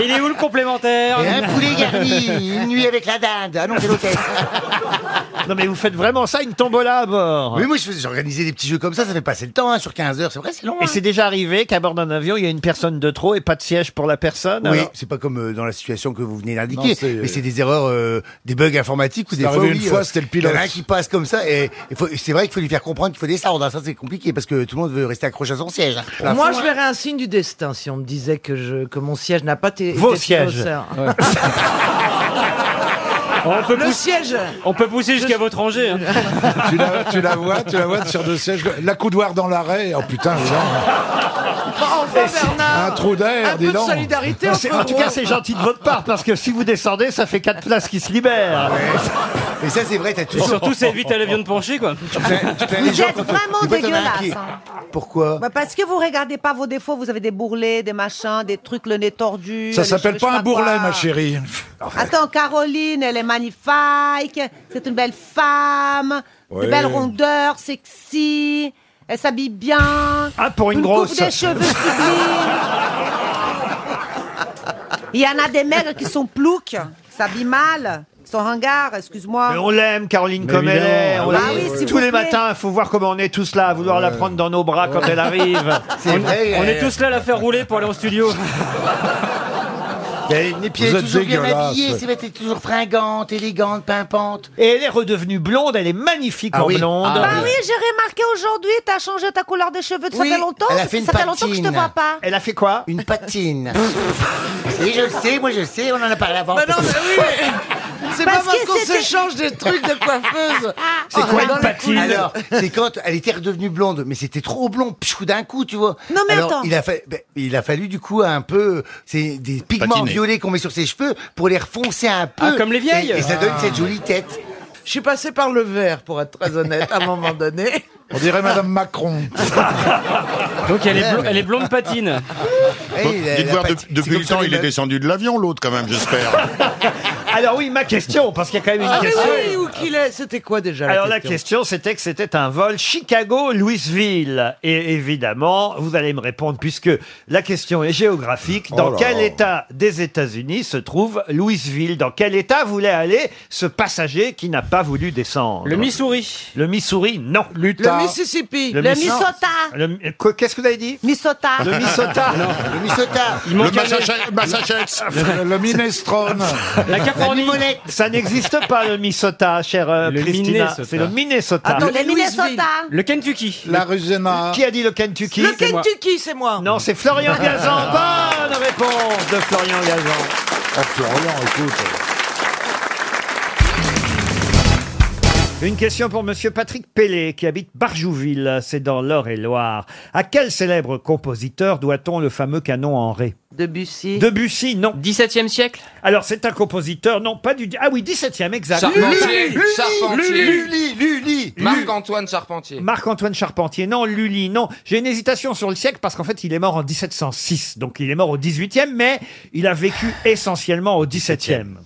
Et il est où le complémentaire
Et un poulet garni, une nuit avec la dinde. Ah non, c'est l'hôtel.
Non, mais vous faites vraiment ça, une tombola à bord
Oui, moi, je fais- j'organisais des petits jeux comme ça, ça fait passer le temps, hein, sur 15 heures, c'est vrai, c'est long.
Et c'est déjà arrivé qu'à bord d'un avion, il y a une personne de trop et pas de siège pour la personne
Oui,
alors
c'est pas comme euh, dans la situation que vous venez
Non,
d'indiquer,
c'est-
mais c'est des erreurs, euh, des bugs informatiques ou
C'est
des fois.
arrivé
oui,
une fois,
euh,
c'était le pilote.
Il y en a un qui passe comme ça et il faut- c'est vrai qu'il faut lui faire comprendre qu'il faut descendre. hein, Ça c'est compliqué parce que tout le monde veut rester accroché à son siège. hein.
Moi, je verrais un signe du destin si on me disait que, je, que mon siège n'a pas été.
Vos
été tiré au
sièges.
sort.
On peut
Le siège
On peut pousser jusqu'à votre rangée. hein.
tu, la, tu la vois, tu la vois sur deux sièges. La coudoir dans l'arrêt. Oh putain, dis donc.
Enfin, Bernard
Un trou
Eh,
d'air,
Un
dis
peu de
donc.
solidarité.
C'est- En tout cas, c'est gentil de votre part parce que si vous descendez, ça fait quatre places qui se libèrent.
Mais ça c'est vrai, t'as toujours.
Surtout, ça évite à l'avion de pencher, quoi.
les
Vous
gens
êtes
quand on-
vraiment
des fois, t'en as un
dégueulasse,
qui-
hein.
Pourquoi
Bah, parce que vous regardez pas vos défauts, vous avez des bourrelets, des machins, des trucs le nez tordu.
Ça
les cheveux,
s'appelle
je sais
pas
quoi.
un bourrelet, ma chérie.
Attends, Caroline, elle est magnifique. C'est une belle femme,
Ouais.
de belle rondeur, sexy. Elle s'habille bien.
Ah, pour une grosse.
coupe des cheveux sublimes. Il y en a des maigres qui sont plouques, qui s'habillent mal, qui sont ringards, excuse-moi.
Mais on l'aime, Caroline,
Mais
comme elle
évidemment.
est. On
Bah
l'aime.
oui, s'il
tous
vous
les
plaît.
matins, il faut voir comment on est tous là, à vouloir la prendre dans nos bras quand elle arrive.
C'est vrai,
On
euh,
est tous là à la faire rouler pour aller en studio.
Et puis elle est toujours bien habillée, c'est vrai, t'es toujours fringante, élégante, pimpante.
Et elle est redevenue blonde, elle est magnifique
Ah
en
oui.
blonde.
Ah
Bah oui, j'ai remarqué aujourd'hui, t'as changé ta couleur de cheveux. Ça
Oui,
fait longtemps.
elle a fait une
ça fait longtemps que je te
patine.
vois pas.
Elle a fait quoi
Une patine. Oui, je le sais, moi je le sais, on en a parlé avant.
Mais Bah non, mais oui,
C'est
pas parce qu'on
s'échange des trucs de coiffeuse.
Oh,
C'est quoi une patine
Alors, c'est quand elle était redevenue blonde, mais c'était trop blond, pchou, d'un coup, tu vois.
Non, mais
Alors,
attends.
Il a, fa- ben, il a fallu du coup un peu, c'est des pigments
Patiner.
violets qu'on met sur ses cheveux pour les refoncer un peu.
Ah, comme les vieilles.
Et, et ça donne
Ah.
cette jolie tête.
Je suis passé par le verre, pour être très honnête, à un moment donné.
On dirait Madame Macron.
Donc elle est, blo- elle est blonde patine.
Donc, dites voir, de- depuis le temps, il est descendu de l'avion, l'autre, quand même, j'espère.
Alors oui, ma question, parce qu'il y a quand même une
Ah mais
question.
oui, où qu'il est C'était quoi déjà
Alors
la
la question, c'était que c'était un vol Chicago-Louisville. Et évidemment, vous allez me répondre, puisque la question est géographique. Dans
Oh là
quel
là.
état des États-Unis se trouve Louisville Dans quel état voulait aller ce passager qui n'a pas voulu descendre
Le Missouri.
Le Missouri, non.
Le Mississippi.
Le Miss- Le- Qu- Qu'est-ce que vous avez dit
Missota.
Le Missota.
Non.
Le Missota.
Il manque Le un- Massacha- Massachusetts. Le- le minestrone. La Californie.
limonette. Ça n'existe pas le Missota, cher euh,
Le
Christina.
Minnesota.
C'est le Minnesota.
Attends,
Le-
le Minnesota. Le Kentucky.
La Ruzena. Qui a dit le Kentucky
Le C'est moi.
c'est moi.
Non, c'est Florian Gazan. Bonne réponse de Florian Gazan.
Ah. Oh, Florian, écoute.
Une question pour Monsieur Patrick Pellet, qui habite Barjouville, c'est dans l'Eure-et-Loire. À quel célèbre compositeur doit-on le fameux canon en ré
Debussy.
Debussy, non. 17e siècle Alors, c'est un compositeur, non, pas du... Ah oui, 17e, exact.
Charpentier, Charpentier.
Lully,
Marc-Antoine Charpentier.
Marc-Antoine Charpentier, non, Lully, non. J'ai une hésitation sur le siècle parce qu'en fait, il est mort en 1706. Donc, il est mort au 18e, mais il a vécu essentiellement au 17e.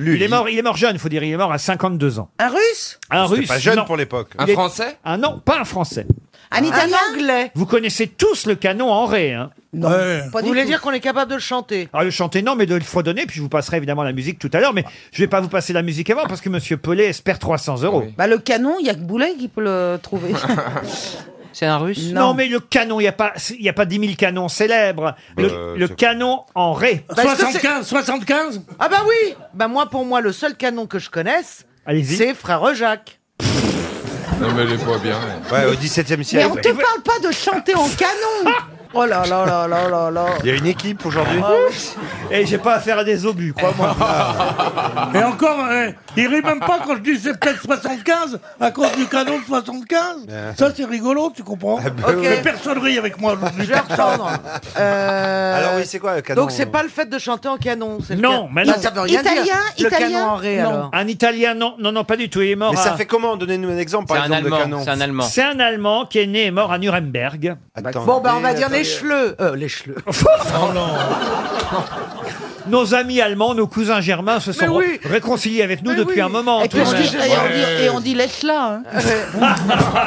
il, est mort, il est mort jeune, il faut dire, il est mort à 52 ans.
Un russe
Un
C'était
russe.
pas jeune
non.
pour l'époque.
Il
Un
est-
Français
Ah non, pas un français.
Un Italien Un Anglais.
Vous connaissez tous le canon en ré, hein Non.
Vous voulez dire qu'on est capable de le chanter
Alors, le chanter, non, mais de le fredonner, puis je vous passerai évidemment la musique tout à l'heure, mais je vais pas vous passer la musique avant parce que Monsieur Pelé espère 300 euros.
Bah, le canon, il y a que Boulet qui peut le trouver.
C'est un russe non. mais le canon, il n'y a, pas- il y a pas 10 000 canons célèbres. Le,
Euh,
le canon en ré.
Bah,
75 Ah bah oui Bah moi, pour moi, le seul canon que je connaisse, c'est Frère Jacques.
Non, mais elle est pas bien. Ouais, au 17 e
Mais on te parle pas de chanter en canon Oh là là là là là là
Il y a une équipe aujourd'hui.
Ah Et j'ai pas affaire à des obus, crois-moi.
Et encore, euh, il rit même pas quand je dis c'est peut-être 75 à cause du canon de 75. Ça, c'est rigolo, tu comprends
Ah bah
Ok.
Mais personne rit avec moi aujourd'hui.
Je vais reprendre. Euh,
Alors oui, c'est quoi, le canon
Donc c'est pas le fait de chanter en canon. c'est le
Non,
ca-
mais non.
Ah, ça veut rien dire. Le canon en ré,
Non.
alors.
Un italien, non, non, non, pas du tout. Il est mort.
Mais ça
à-
fait comment Donnez-nous un exemple, par
C'est un
exemple, de
Allemand,
canon.
c'est un Allemand. C'est un Allemand qui est né et mort à Nuremberg.
Bon, bah on va dire les cheleux. Euh, les cheleux.
Oh, Nos amis allemands, nos cousins germains se sont
oui.
réconciliés avec nous
Mais
depuis
oui.
un moment.
Et,
tout de
puis,
même.
je- et on dit, et on dit laisse-la. hein.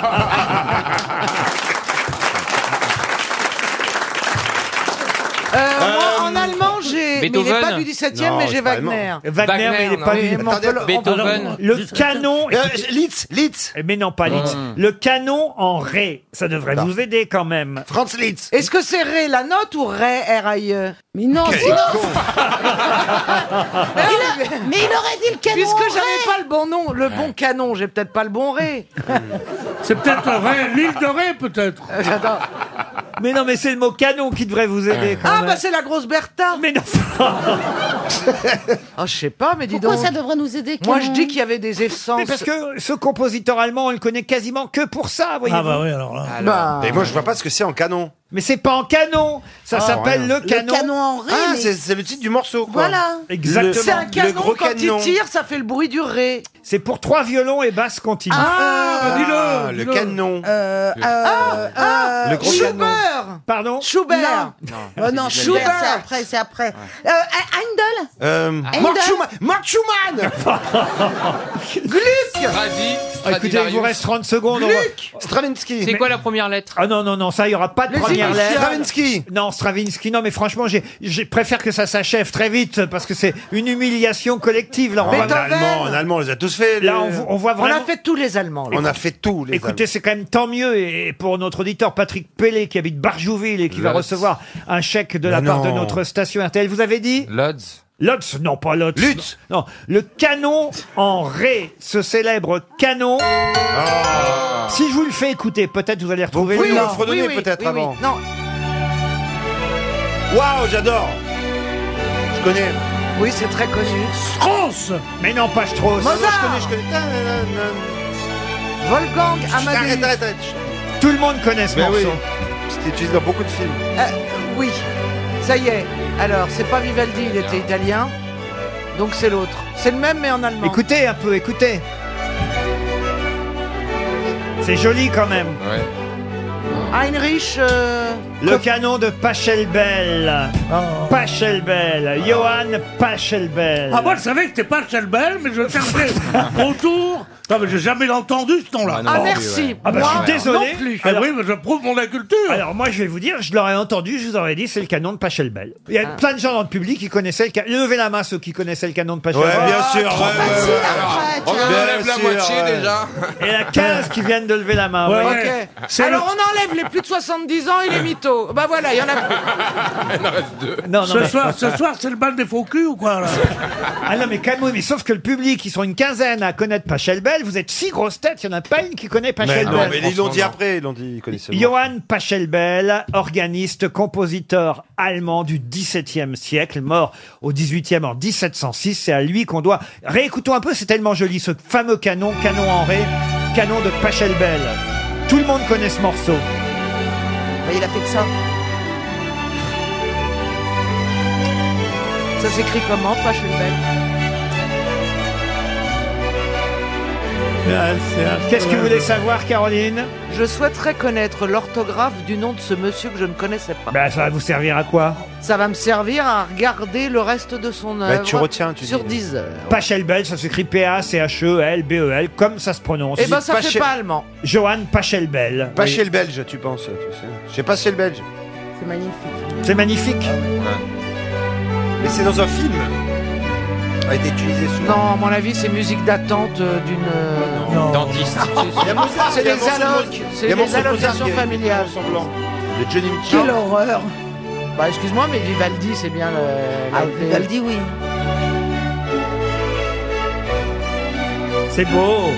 Euh, moi, en allemand, j'ai. Mais il est pas du 17 e mais j'ai Wagner.
Wagner, mais il est pas du
mais on peut le- on peut le-
Alors, Le canon.
Euh,
Litz, Litz. Mais non, pas Litz.
Hmm.
Le canon en ré. Ça devrait vous aider quand même. Franz Litz.
Est-ce que c'est Ré la note ou Ré R.I.E. Mais non,
Quel Ah,
Mais il aurait dit le canon. Puisque j'avais pas le bon nom, le bon canon, j'ai peut-être pas le bon Ré.
C'est peut-être vrai, l'île de Ré, peut-être.
Mais non, mais c'est le mot canon qui devrait vous aider quand
Ah
même.
bah c'est la grosse Bertha.
Mais non.
Ah je sais pas, mais dis
Pourquoi
donc.
ça devrait nous aider
Moi je
Canon
dis qu'il y avait des essences.
Mais parce que ce compositeur allemand, on le connaît quasiment que pour ça, voyez
alors là.
Bah.
Et moi, je vois pas ce que c'est en canon.
Mais c'est pas en canon. Ça
Ah,
s'appelle
rien.
le canon.
Le canon
en ré,
Ah,
mais-
c'est c'est le titre du morceau, quoi.
Voilà.
Exactement.
C'est un
Le
canon,
gros
quand
canon.
il tire, ça fait le bruit du Ré.
C'est pour trois violons et basse continue.
Ah, bah dis-le,
Ah, le canon.
Euh,
ah.
euh, euh,
Ah, Le gros
Schubert.
canon. Pardon
Schubert.
Non.
Non,
Oh,
non,
C'est
Schubert,
Schubert.
c'est après, c'est après. Euh, Handel
Mmh.
Euh,
Handel
Mark Schumann Mark Schumann
Gluck
Ah, écoutez, il vous reste 30 secondes. on va-
Stravinsky
Mais-
première lettre
Ah non, non, non, ça, il n'y aura pas de
Les
première
initiales.
lettre.
Stravinsky.
Non, Stravinsky, non, mais franchement, j'ai- je préfère que ça s'achève très vite parce que c'est une humiliation collective. Là, on
En
va-
allemand, en allemand, on les a tous fait.
Là,
les-
on, vo- on voit vraiment.
fait tous les Allemands.
On a fait tous les
Écoutez, c'est quand même tant mieux. Et pour notre auditeur Patrick Pellet, qui habite Barjouville et qui va
Lotz.
recevoir un chèque de la
Mais
part de
non.
notre station RTL, vous avez dit Lutz. Lutz, non, pas Lutz. Lutz. Non, le canon en ré, ce célèbre canon. Si je vous le fais écouter, peut-être vous allez retrouver
Ah. pouvez
le
nous
nom.
le fredonner Oui, oui, peut-être oui, oui. avant.
Non.
Waouh, j'adore Je connais.
Oui, c'est très connu.
Strauss Mais non, pas
Oh,
Strauss.
Mozart
Mozart
Je connais, je connais.
Wolfgang Amadeus.
Arrête, arrête, arrête.
Tout le monde connaît ce
Mais oui.
morceau.
C'était utilisé dans beaucoup de films.
Euh, oui, ça y est. Alors, c'est pas Vivaldi, il était italien. Donc c'est l'autre. C'est le même, mais en allemand.
Écoutez un peu, écoutez.
Ah
C'est joli quand même.
Heinrich. euh,
Le canon de Pachelbel.
Oh.
Pachelbel. Johann Pachelbel.
Ah, moi, je savais que c'était pas Chelbel, mais je cherchais autour. Non, mais j'ai jamais l'entendu ce nom-là.
Ah, non, Ah, merci. oui, ouais. Ah, bah, je suis
Moi,
désolé.
non plus.
Alors-
Eh oui, mais je prouve mon inculture.
Alors moi, Ah, je vais vous dire, je l'aurais entendu, je vous aurais dit, c'est le canon de Pachelbel. Il y a
Ah.
plein de gens dans le public qui connaissaient le canon. Levez la main ceux qui connaissaient le canon de Pachelbel.
Ouais, bien Ah, sûr, trop ouais, facile, ouais, ouais. après, On tiens. en enlève la moitié, déjà.
Et la 15 qui viennent de lever la main.
Ouais,
vous voyez.
ouais.
C'est
Ah Alors
le-
on enlève les plus de 70 ans et les mythos. Bah voilà, il y en a plus.
Il en reste deux.
ce, soir, ce soir, c'est le bal des faux culs ou quoi là
Ah non, mais Camouille, mais sauf que le public, ils sont une quinzaine à connaître Pachelbel. Vous êtes six grosses têtes, il n'y en a pas une qui connaît
Mais,
Pachelbel.
non, mais ils l'ont dit après, ils l'ont dit, ils connaissaient. le nom.
Johann Pachelbel, organiste, compositeur allemand du XVIIe siècle, mort au XVIIIe en 1706. C'est à lui qu'on doit. Réécoutons un peu, c'est tellement joli ce fameux canon, canon en ré, canon de Pachelbel. Tout le monde connaît ce morceau.
Mais il a fait que ça. Ça s'écrit comment, Pachelbel
Ah,
Qu'est-ce que vous voulez savoir, Caroline
Je souhaiterais connaître l'orthographe du nom de ce monsieur que je ne connaissais pas.
Bah, ça va vous servir à quoi
Ça va me servir à regarder le reste de son
Bah,
œuvre
tu retiens, tu
Euh, sur euh,
dis.
10 heures.
Pachelbel, ça s'écrit E P-A-C-H-E-L-B-E-L, comme ça se prononce.
Eh ben, ça fait pas allemand.
Johann Pachelbel.
Pas chez le Belge, tu penses, tu sais. Je sais pas si c'est le Belge.
C'est magnifique.
C'est magnifique.
Mais c'est dans un film. A été utilisé
Non, à mon avis, c'est musique d'attente euh, d'une.
Dentiste.
C'est des allocs, c'est des allocations familiales.
Le Johnny
Quelle horreur Bah excuse-moi, mais Vivaldi, c'est bien le... Ah, Vivaldi, oui.
C'est beau.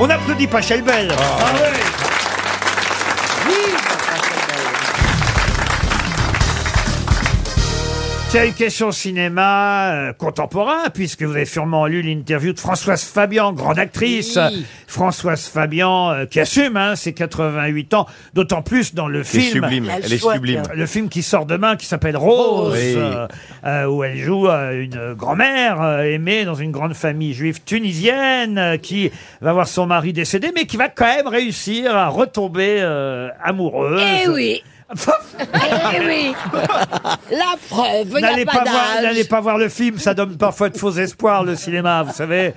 On applaudit Pachelbel. Ah C'est une question cinéma euh, contemporain, puisque vous avez sûrement lu l'interview de Françoise Fabian, grande actrice.
Oui.
Françoise Fabian, euh, qui assume hein, ses 88 ans, d'autant plus dans le
est
film.
sublime, Elle elle est chouette, sublime. hein.
Euh, Le film qui sort demain, qui s'appelle Rose,
Oui.
euh, euh, où elle joue euh, une grand-mère euh, aimée dans une grande famille juive tunisienne, euh, qui va voir son mari décédé, mais qui va quand même réussir à retomber euh, amoureuse.
Eh oui. Eh oui. La preuve, il n'y
N'allez
a
pas,
pas
voir, n'allez
d'âge.
pas voir le film, ça donne parfois de faux espoirs, le cinéma, vous savez.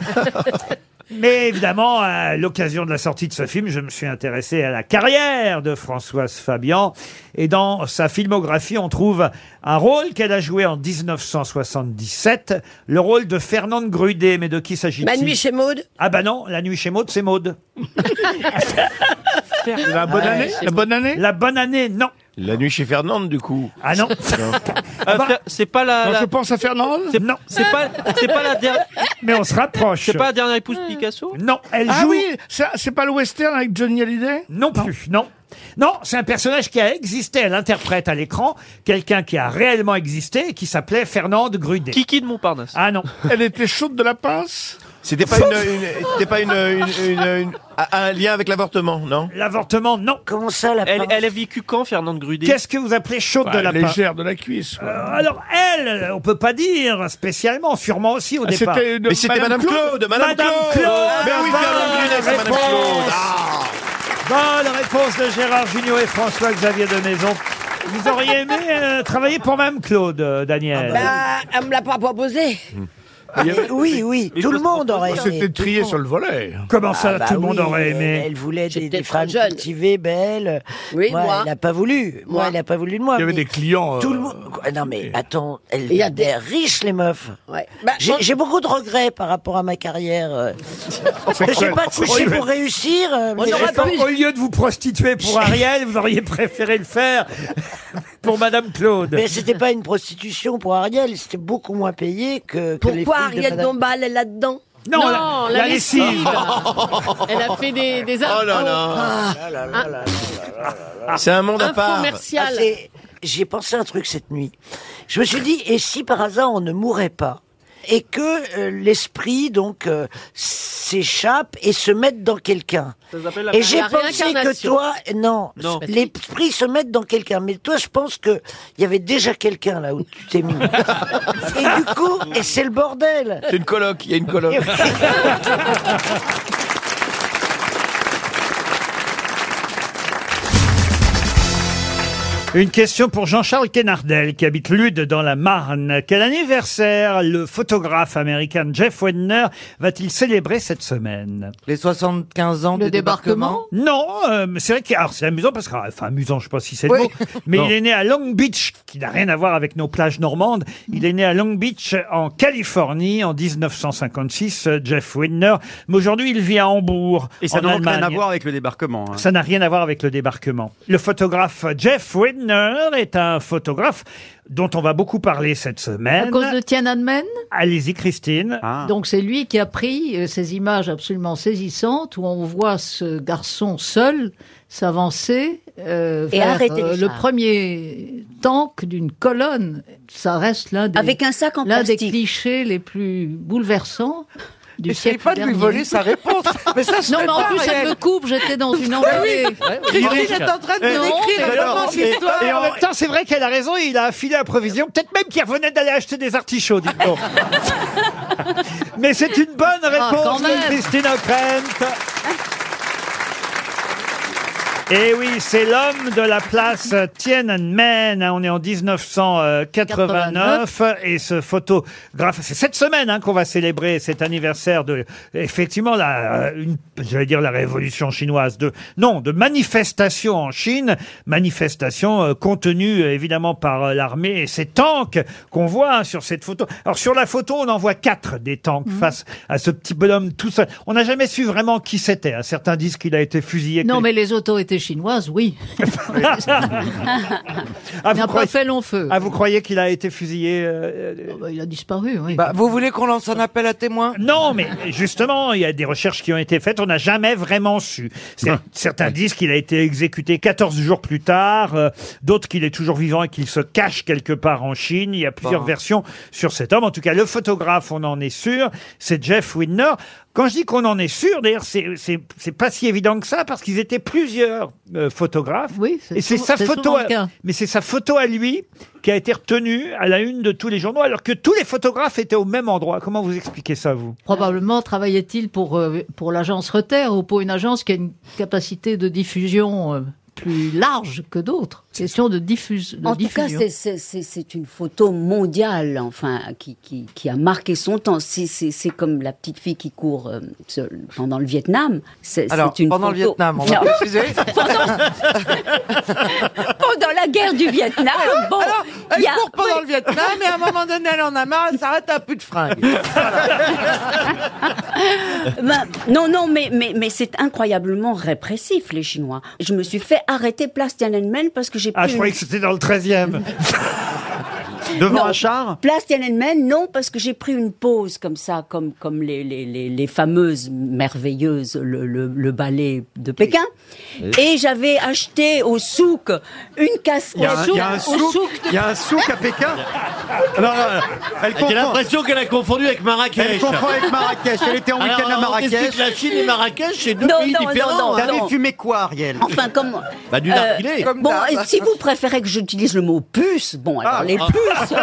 Mais évidemment, à l'occasion de la sortie de ce film, je me suis intéressé à la carrière de Françoise Fabian. Et dans sa filmographie, on trouve un rôle qu'elle a joué en 1977, le rôle de Fernande Grudet. Mais de qui s'agit-il
Ma nuit chez Maud.
Ah bah non, la nuit chez Maud, c'est Maud.
La bonne Ouais, année chez La
bonne année La bonne année, non.
La nuit chez Fernande, du coup.
Ah non. Ah,
Ah, c'est pas
la- la-
je pense à Fernande.
Non.
C'est pas, c'est pas la dernière.
Mais on se rapproche.
C'est pas la
dernière
épouse
Picasso Non, elle joue.
Ah oui, ça- c'est pas le western avec Johnny Hallyday
Non plus, non. Non, c'est un personnage qui a existé, elle interprète à l'écran quelqu'un qui a réellement existé et qui s'appelait Fernande Grudet. Kiki de Montparnasse. Ah non.
Elle était chaude de la pince
C'était
pas une- une- c'était pas une- une-
un lien avec l'avortement, non
L'avortement, non.
Comment ça, la
Elle- pince elle
a vécu quand, Fernande Grudet
Qu'est-ce que vous appelez chaude de la pince
Légère de la cuisse. ouais.
Euh, Alors elle, on peut pas dire spécialement, sûrement aussi au
Ah,
départ.
c'était une- Mais c'était Madame Madame Claude, Claude, Madame Claude.
Ah,
Mais oui,
bonne
Fernande Grudet, c'est Madame Claude. Ah,
réponse. Bonne réponse de Gérard Junior et François-Xavier de Maison. Vous auriez aimé euh, travailler pour Madame Claude, euh, Daniel
Bah, elle me l'a pas proposé.
Ah, Oui, oui,
tout le monde aurait aimé,
C'était
tout
trié
le monde.
sur le volet.
Comment ça,
Ah bah
tout le monde
oui,
aurait
elle-
aimé
Elle voulait des, des femmes cultivées, belles. Oui, moi,
moi.
elle n'a pas voulu. Moi, elle n'a pas voulu de moi.
Il y avait
mais
des clients, euh,
Tout le monde. Quoi, Non, mais attends, elles Il y a étaient des- riches, les meufs. J'ai quand- j'ai beaucoup de regrets par rapport à ma carrière. euh.
bah,
Parce que j'ai pas couché pour réussir. euh, mais j'ai pas-
Au lieu de vous prostituer pour Ariel, vous auriez préféré le faire pour Madame Claude.
Mais c'était pas une prostitution pour Ariel, c'était beaucoup moins payé que. que les
Pourquoi
filles de
Ariel
Madame-
Dombal est là-dedans
Non, la- la lessive.
Elle a fait des, des
Oh là
Ah.
là là là là là là là.
C'est un monde à Un part. commercial.
Ah, c'est- J'ai pensé à un truc cette nuit. Je me suis dit, et si par hasard on ne mourait pas et que euh, l'esprit donc euh, s'échappe et se mette dans quelqu'un.
Ça s'appelle la-
Et j'ai
la
pensé que
réincarnation.
toi, non,
Non.
l'esprit se mette dans quelqu'un. Mais toi, je pense que il y avait déjà quelqu'un là où tu t'es mis. et du coup, et c'est le bordel.
C'est une coloc, il y a une coloc.
Une question pour Jean-Charles Kennardel, qui habite Lude dans la Marne. Quel anniversaire le photographe américain Jeff Wedner va-t-il célébrer cette semaine Les 75 ans
Le du débarquement
Non, euh, mais c'est vrai que alors, c'est amusant parce que ah, enfin amusant, je sais pas si c'est le
Oui.
mot, mais
Non.
il est né à Long Beach, qui n'a rien à voir avec nos plages normandes. Il est né à Long Beach en Californie en 1956, euh, Jeff Wedner. Mais aujourd'hui, il vit à Hambourg
Et ça n'a
en
donc rien à
Allemagne.
voir avec le débarquement. hein.
Ça n'a rien à voir avec le débarquement. Le photographe Jeff Widner est un photographe dont on va beaucoup parler cette semaine.
À cause de Tiananmen
Allez-y, Christine.
Ah.
Donc c'est lui qui a pris euh, ces images absolument saisissantes où on voit ce garçon seul s'avancer euh,
Et
vers
arrêter les
le
chars.
premier tank d'une colonne. Ça reste l'un des,
Avec un sac en
l'un des
plastique.
clichés les plus bouleversants. Du
Essayez
siècle
pas de lui
dernier.
voler sa réponse. Mais ça, ce
non,
serait
mais en
pas
plus,
réel.
elle me coupe. J'étais dans une
Ah
envolée.
oui. Christine est en train de
Non,
décrire
mais
un
alors,
roman,
mais-
c'est toi.
Et en même temps, c'est vrai qu'elle a raison, il a affilé à provision. Peut-être même qu'il revenait d'aller acheter des artichauts,
Ah.
dites donc. Mais c'est une bonne réponse,
Ah, quand même.
de Christine O'Krent. Et Eh oui, c'est l'homme de la place Tiananmen. hein, On est en euh, 1989 et ce photographe, c'est cette semaine hein, qu'on va célébrer cet anniversaire de, effectivement, la, euh, une, j'allais dire la révolution chinoise de, non, de manifestation en Chine, manifestation euh, contenue euh, évidemment par euh, l'armée et ces tanks qu'on voit hein, sur cette photo. Alors sur la photo, on en voit quatre des tanks
Mhm.
face à ce petit bonhomme tout seul. On n'a jamais su vraiment qui c'était. hein. Certains disent qu'il a été fusillé.
Non,
que-
mais les autos étaient chinoises, oui.
Ah,
Il n'a
vous
pas
croyez-
fait long feu. Oh, bah,
Ah, vous croyez qu'il a été fusillé euh,
Il a disparu, oui.
Bah, vous voulez qu'on lance un appel à témoins Non, mais justement, il y a des recherches qui ont été faites, on n'a jamais vraiment su. C'est- Certains disent qu'il a été exécuté 14 jours plus tard, euh, d'autres qu'il est toujours vivant et qu'il se cache quelque part en Chine. Il y a plusieurs
Bon.
versions sur cet homme. En tout cas, le photographe, on en est sûr, c'est Jeff Widner. Quand je dis qu'on en est sûr, d'ailleurs, c'est- c'est c'est pas si évident que ça, parce qu'ils étaient plusieurs euh, photographes.
Oui,
et c'est
souvent-
sa
c'est
photo.
souvent le
à-
cas.
mais c'est sa photo à lui qui a été retenue à la une de tous les journaux, alors que tous les photographes étaient au même endroit. Comment vous expliquez ça, vous
Probablement travaillait-il pour, euh, pour l'agence Reuters ou pour une agence qui a une capacité de diffusion euh, plus large que d'autres. Question de, diffuse, de
En tout
diffusion.
hein.
cas, c'est- c'est- c'est c'est une photo mondiale, enfin, qui, qui, qui a marqué son temps. C'est- C'est c'est comme la petite fille qui court euh, sur- pendant le Vietnam. C'est
Alors,
c'est une
pendant le
photo-
Vietnam, on va
Non.
préciser.
pendant la guerre du Vietnam, bon,
Alors, elle
il y a-
court pendant
oui.
le Vietnam, mais à un moment donné, elle en a marre, elle s'arrête à plus de fringues.
Ben, non, non, mais, mais, mais c'est incroyablement répressif, les Chinois. Je me suis fait arrêter place Tiananmen parce que j'ai
Ah,
pris
je
une-
croyais que c'était dans le 13e.
Non.
char
Place Tiananmen, non, parce que j'ai pris une pause comme ça, comme, comme les, les, les, les fameuses merveilleuses, le, le, le ballet de Pékin. Et j'avais acheté au souk une casquette.
Il y a un- il y a un
Au
souk- il y a un souk à Pékin Non, non, non, elle
J'ai
confond.
l'impression qu'elle a confondu avec Marrakech.
Elle confond avec Marrakech. Elle était en
Alors,
week-end à
on
Marrakech.
t'explique que La Chine et Marrakech, c'est deux
Non,
pays
non, non,
différents. hein.
non,
T'avais
non.
fumé quoi, Ariel
Enfin, comme. euh,
Bah, du narguilé. Comme
bon,
d'hab.
et si vous préférez que j'utilise le mot puce, bon, alors
Ah.
les
Ah.
puces,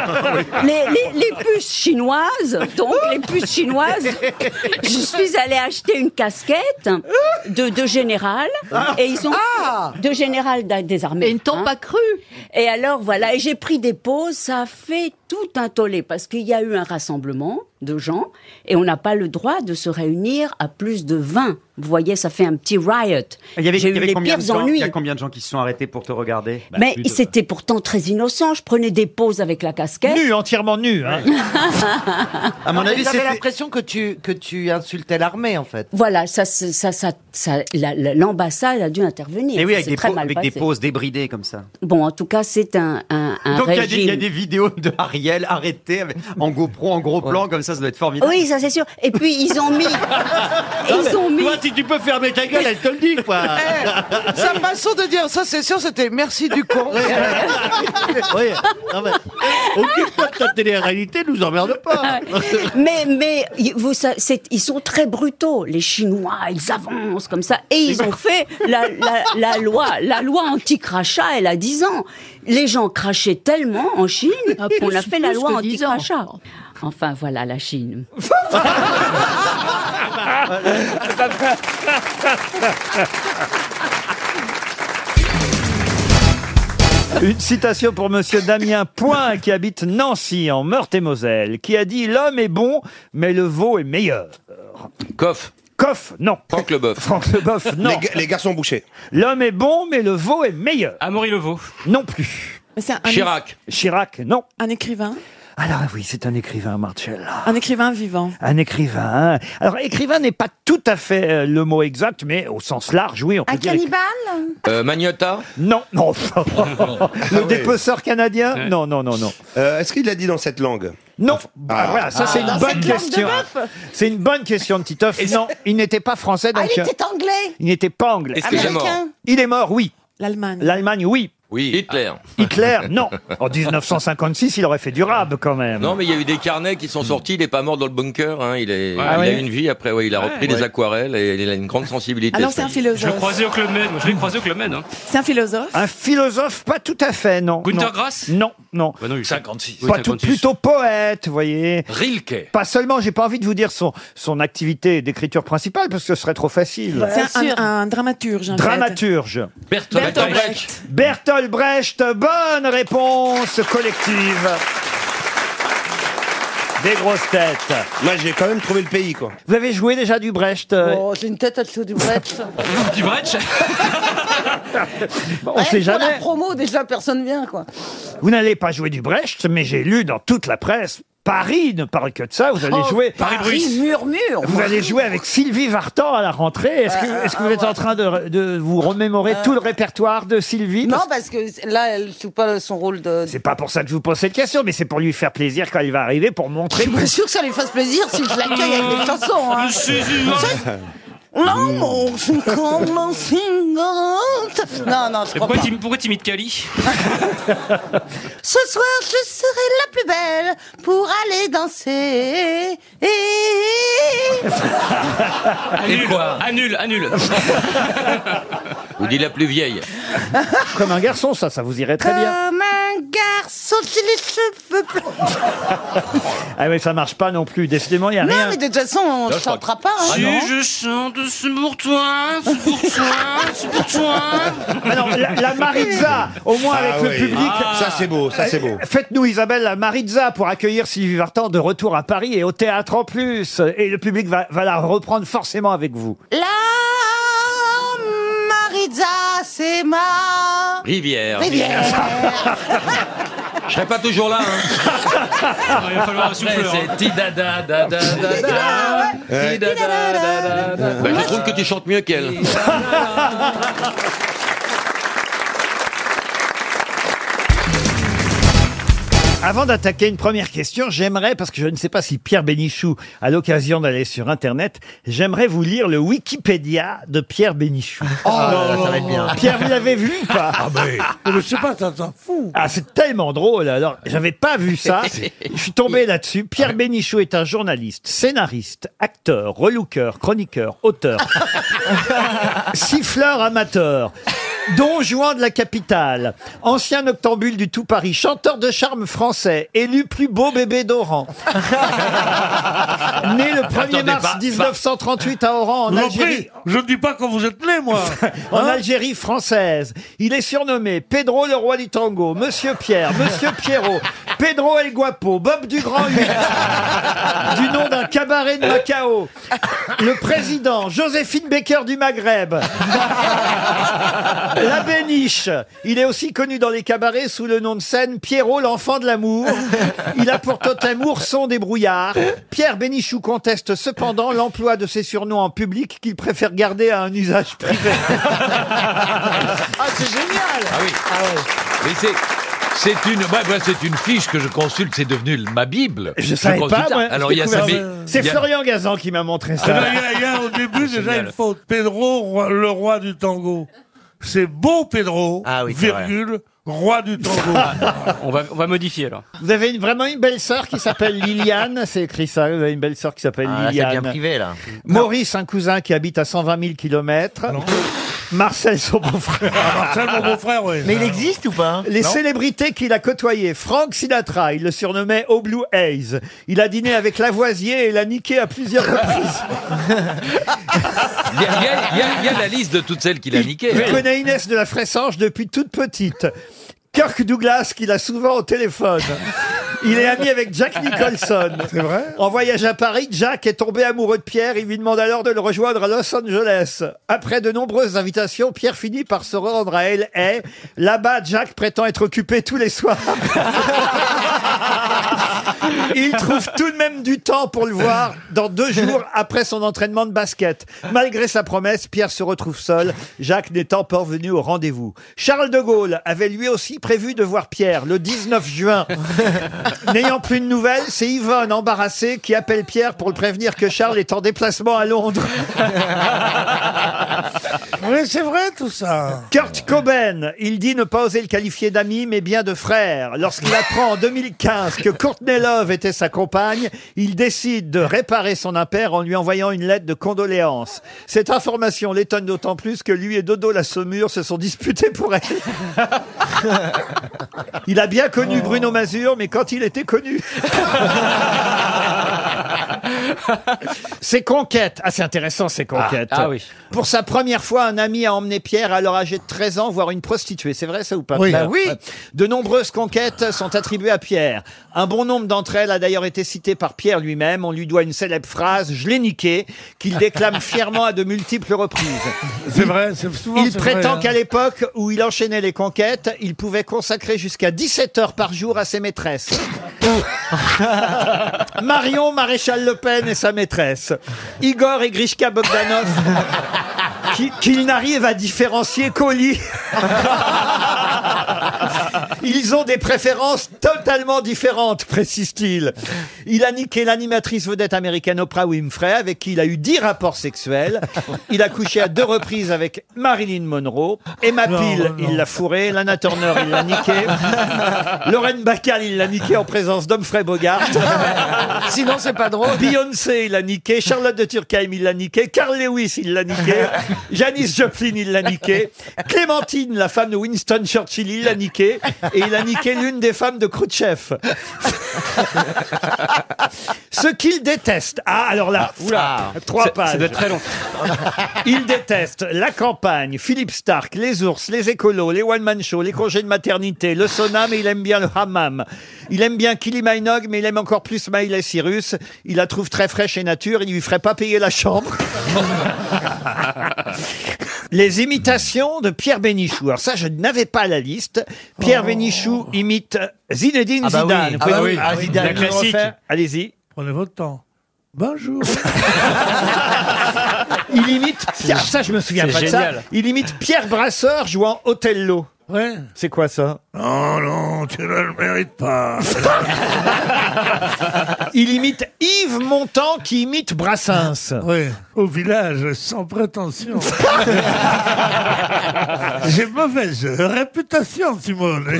les, les- les puces chinoises, donc les puces chinoises, je suis allée acheter une casquette de, de général, et ils ont. de général d'a- des armées. Et une tombe pas crue. Et alors, voilà, et j'ai pris des pauses, ça a fait tout un tollé, parce qu'il y a eu un rassemblement de gens, et on n'a pas le droit de se réunir à plus de 20. Vous voyez, ça fait un petit riot.
Ah, Il y avait,
J'ai
il y
eu
avait
les
combien
pires
de gens, Il
ennuis.
y a Bah, combien de gens qui se sont arrêtés pour te regarder
Bah,
mais c'était pourtant très innocent. Je prenais des pauses avec la casquette.
Nu, entièrement nu. hein.
À
mon avis,
j'avais
c'était-
l'impression que tu, que tu insultais l'armée, en fait.
Voilà, ça, ça, ça, ça- la- la- l'ambassade a dû intervenir.
Et oui,
Ça
avec,
s'est
des,
très
pau-
mal
avec des
passé.
poses débridées comme ça.
Bon, en tout cas, c'est un, un, un
Donc il y a des- il y, a
régime.
des vidéos de Ariel arrêtée avec- en GoPro, en gros plan, comme ça, ça doit être formidable.
Oui, ça c'est sûr. Et puis ils ont mis, ils ont mis.
Toi, si tu peux fermer ta gueule, elle te le dit, quoi.
Eh, Sa façon de dire ça, c'est sûr, c'était merci du con.
oui, non, mais occupe-toi de ta télé-réalité, nous emmerde pas.
mais mais y- vous, sa- c'est- ils sont très brutaux, les Chinois. Ils avancent comme ça et ils ont fait la, la- la loi, la loi anti-crachat. Elle a 10 ans. Les gens crachaient tellement en Chine Ah, qu'on a
plus-
fait la
plus
loi
que 10 ans.
anti-crachat. Enfin voilà la Chine.
Une citation pour Monsieur Damien Point, qui habite Nancy, en Meurthe-et-Moselle, qui a dit « L'homme est bon, mais le veau est meilleur ». Coff Coff, non. Franck Leboeuf. Franck Leboeuf, non.
Les, garçons bouchés.
L'homme est bon, mais le veau est meilleur. Amaury le veau. Non plus.
Chirac.
Chirac, non.
Un écrivain
Alors oui, c'est un écrivain, Marcella.
Un écrivain vivant.
Un écrivain. Alors, écrivain n'est pas tout à fait euh, le mot exact, mais au sens large, oui, on peut
Un
dire.
cannibale
Magnota Non, non.
Oh,
Ah
le dépeceur canadien Non, non, non, non.
Euh, Est-ce qu'il l'a dit dans cette langue
Non. Ah, voilà, ça c'est une bonne question. C'est une bonne question, Titoff. Non, il n'était pas français,
Ah,
donc.
il
euh,
était anglais
il n'était pas anglais.
Est-ce qu'il est mort Américain
Il est mort, oui.
L'Allemagne.
L'Allemagne, oui.
Oui. Hitler.
Hitler, non. En 1956, il aurait fait du rab quand même.
Non, mais il y a eu des carnets qui sont sortis. Il est pas mort dans le bunker. hein, Il, est,
Ah
il
ouais.
a eu une vie après. Ouais, il a repris des aquarelles et il a une grande sensibilité. Hmm.
Alors, Ah c'est un philosophe.
Je le croisais au Club Med. moi, Je l'ai croisé au Club Med. hein.
C'est un philosophe.
Un philosophe, pas tout à fait, non.
Günter
Non.
Grass
Non, non.
Bah non, il 56.
Pas tout- plutôt poète, vous voyez.
Rilke.
Pas seulement, j'ai pas envie de vous dire son, son activité d'écriture principale, parce que ce serait trop facile.
C'est un, un- un dramaturge. en fait.
Dramaturge.
Bertolt Bertolt Brecht.
Bertolt Brecht, bonne réponse collective. Des grosses têtes.
Moi, j'ai quand même trouvé le pays, quoi.
Vous avez joué déjà du Brecht euh,
Oh, j'ai une tête à dessous du Brecht.
Du bretch
On
Ouais, pour
sait
la
jamais.
promo, déjà, personne vient, quoi.
Vous n'allez pas jouer du Brecht, mais j'ai lu dans toute la presse. Paris ne parle que de ça. Vous allez
Oh,
jouer.
Paris murmure.
Vous allez jouer avec Sylvie Vartan à la rentrée. Est-ce
Euh,
que,
ah
est-ce que vous êtes en train de, de vous remémorer tout le répertoire de Sylvie
Non, parce
Parce-
que là, elle joue pas son rôle de.
C'est pas pour ça que je vous pose cette question, mais c'est pour lui faire plaisir quand il va arriver, pour montrer.
Je suis sûr que ça lui fasse plaisir si je
Mmh.
l'accueille avec des chansons. Hein.
Mmh.
L'amour, c'est comme un cingante. Non, non, je
Mais
crois
pourquoi
pas.
t'im- Pourquoi t'imites Cali
Ce soir, je serai la plus belle pour aller danser. Et...
Annule,
ah,
annule, annule. Ou dit la plus vieille.
Comme un garçon, ça, ça vous irait très
Comme
bien.
un garçon, j'ai les cheveux blancs.
Ah oui, ça marche pas non plus. Décidément, il y a
Euh. Non,
rien.
mais de toute façon, on ne chantera pas. Hein.
Ah non.
je chante, c'est pour toi, c'est pour toi, c'est pour toi.
Ah non, la, la Maritza, au moins
Ah
avec
oui.
le public.
Ah.
Ça, c'est beau, ça, c'est beau.
Faites-nous, Isabelle, la Maritza pour accueillir Sylvie Vartan de retour à Paris et au théâtre en plus. Et le public va, va la reprendre forcément avec vous.
La Maritza, c'est ma
Rivière.
rivière.
Je serai pas toujours là.
hein.
Il va falloir un souffleur.
C'est ti da da da da da da. Ti da da
euh,
da da da. Bah, Je trouve que tu chantes mieux qu'elle.
Avant d'attaquer une première question, j'aimerais, parce que je ne sais pas si Pierre Bénichou a l'occasion d'aller sur Internet, j'aimerais vous lire le Wikipédia de Pierre Bénichou.
Ah, ça va être bien.
Pierre, vous l'avez vu ou pas
Ah, mais-
je sais pas, ça s'en fout. Ah, c'est tellement drôle. Alors, j'avais pas vu ça. Je suis tombé là-dessus. Pierre Bénichou est un journaliste, scénariste, acteur, relooker, chroniqueur, auteur, siffleur amateur. Don Juan de la capitale, ancien noctambule du tout Paris, chanteur de charme français, élu plus beau bébé d'Oran. né le 1er
Attendez,
mars
pas- pas-
1938 à Oran, en
Je vous en
Algérie.
prie, je ne dis pas quand vous êtes né, moi. Hein
en Algérie française. Il est surnommé Pedro le roi du tango, Monsieur Pierre, Monsieur Pierrot, Pedro El Guapo, Bob du Grand 8, du nom d'un cabaret de Macao, le président Joséphine Baker du Maghreb, Ah, la Béniche. Il est aussi connu dans les cabarets sous le nom de scène Pierrot l'enfant de l'amour. Il a pour totem ourson des brouillards. Pierre Bénichou conteste cependant l'emploi de ses surnoms en public qu'il préfère garder à un usage privé.
Ah, c'est génial
Ah oui. Mais c'est. C'est une, moi, moi, c'est une fiche que je consulte, c'est devenu le- ma Bible.
Je savais pas,
consulte ça.
moi.
Alors,
J'ai
il y a
découvert
ça,
ça.
mais-
C'est
il y a-
Florian Gazan qui m'a montré
Ah ben,
ça.
Il y, a- il y a au début déjà
Génial.
une faute. Pedro, roi- le roi du tango. C'est beau Pedro,
Ah c'est vrai.
virgule, roi du tango.
On va, on va modifier alors.
Vous avez une- vraiment une belle sœur qui s'appelle Liliane, c'est écrit ça. Vous avez une belle sœur qui s'appelle
Ah, là, c'est
Liliane.
bien privé,
là. Maurice, un cousin qui habite à 120 000 kilomètres. Marcel, son beau-frère.
Marcel, mon beau-frère, oui. Mais il
existe ou pas Les
Non.
célébrités qu'il a côtoyées. Frank Sinatra, il le surnommait Oblou Hayes. Il a dîné avec Lavoisier et l'a niqué à plusieurs reprises.
Il y a, il y a- il y a- il y a la liste de toutes celles qu'il a niquées.
Il connaît Inès de la Fressange depuis toute petite. Kirk Douglas qu'il a souvent au téléphone. Il est ami avec Jack Nicholson.
C'est vrai
En voyage à Paris, Jack est tombé amoureux de Pierre. Il lui demande alors de le rejoindre à Los Angeles. Après de nombreuses invitations, Pierre finit par se rendre à L.A. Là-bas, Jack prétend être occupé tous les soirs. Il trouve tout de même du temps pour le voir dans deux jours après son entraînement de basket. Malgré sa promesse, Pierre se retrouve seul, Jacques n'étant pas venu au rendez-vous. Charles de Gaulle avait lui aussi prévu de voir Pierre le 19 juin. N'ayant plus de nouvelles, c'est Yvonne, embarrassée, qui appelle Pierre pour le prévenir que Charles est en déplacement à Londres.
hein.
Oui, c'est vrai tout ça.
Kurt Cobain, il dit ne pas oser le qualifier d'ami, mais bien de frère. Lorsqu'il apprend en 2015 que Courtney Love était sa compagne, il décide de réparer son impair en lui envoyant une lettre de condoléances. Cette information l'étonne d'autant plus que lui et Dodo la Saumur se sont disputés pour elle. Il a bien connu Bruno Mazur, mais quand il était connu. Ah Ses conquêtes. Ah, c'est intéressant, ces conquêtes.
Ah, ah oui.
Pour sa première fois, un ami a emmené Pierre, alors âgé de 13 ans, voir une prostituée. C'est vrai, ça ou pas
Oui.
Claire
Bah oui.
De nombreuses conquêtes sont attribuées à Pierre. Un bon nombre d'entre elles a d'ailleurs été citées par Pierre lui-même. On lui doit une célèbre phrase, je l'ai niqué, qu'il déclame fièrement à de multiples reprises.
C'est vrai, c'est souvent.
Il
c'est vrai,
prétend
hein.
qu'à l'époque où il enchaînait les conquêtes, il pouvait consacrer jusqu'à 17 heures par jour à ses maîtresses. Marion Maréchal Le Pen et sa maîtresse. Igor et Grishka Bogdanov, qui- qu'il n'arrive à différencier qu'au lit. Ils ont des préférences totalement différentes, précise-t-il. Il a niqué l'animatrice vedette américaine Oprah Winfrey, avec qui il a eu 10 rapports sexuels. Il a couché à deux reprises avec Marilyn Monroe. Emma
Non,
Peel,
non.
il l'a fourrée. Lana Turner, il l'a niquée. Lorraine Bacall, il l'a niquée en présence d'Humphrey Bogart. Sinon, c'est pas drôle. Beyoncé, il l'a niqué. Charlotte de Turckheim, il l'a niqué. Carl Lewis, il l'a niqué. Janice Joplin, il l'a niqué. Clémentine, la femme de Winston Churchill, il l'a niqué. Et il a niqué l'une des femmes de Khrouchtchev. Ce qu'il déteste. Ah, alors là.
Oula.
Trois
Ça-
pages.
ça doit être très long.
Il déteste la campagne, Philippe Stark, les ours, les écolos, les one-man shows, les congés de maternité, le sauna, mais il aime bien le hammam. Il aime bien Kylie Minogue, mais il aime encore plus Miley Cyrus. Il la trouve très fraîche et nature, il lui ferait pas payer la chambre. Les imitations de Pierre Bénichou. Alors ça, je n'avais pas la liste. Pierre Bénichou imite Zinedine
Oh. Ah bah oui.
Zidane. Vous
Ah
pouvez-
bah oui. Ah, Zidane.
La
Vous pouvez
classique.
refaire
Allez-y.
Prenez votre temps. Bonjour.
Il imite Pierre, ça je me souviens
c'est
pas de
génial.
ça. Il imite Pierre Brasseur jouant Othello. C'est quoi ça
Non, non, tu ne le mérites pas.
Il imite Yves Montand qui imite Brassens.
Oui, au village, sans prétention. J'ai mauvaise réputation, Simone.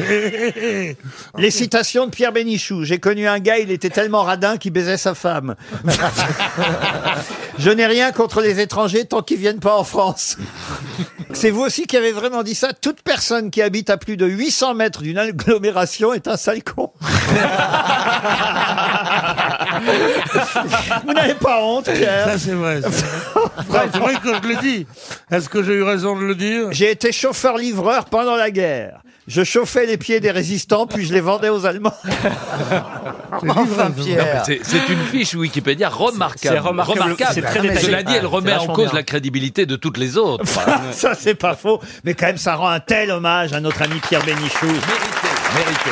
Les citations de Pierre Bénichou. J'ai connu un gars, il était tellement radin qu'il baisait sa femme. Je n'ai rien contre les étrangers tant qu'ils viennent pas en France. C'est vous aussi qui avez vraiment dit ça. Toute personne qui habite à plus de 800 mètres d'une agglomération est un sale con. vous n'avez pas honte, Pierre.
Ça, c'est vrai. C'est vrai. Ouais, c'est vrai que je le dis.
Est-ce que j'ai eu raison de le dire J'ai été chauffeur-livreur pendant la guerre. Je chauffais les pieds des résistants, puis je les vendais aux Allemands.
hein.
enfin,
Non, mais c'est- C'est une fiche Wikipédia remarquable.
C'est remarquable. C'est très détaillé.
Cela dit, elle
Ouais,
remet
c'est
en
vachement
cause
bien.
la crédibilité de toutes les autres.
ça, c'est pas faux. Mais quand même, ça rend un tel hommage à notre ami Pierre Bénichou.
Mérité.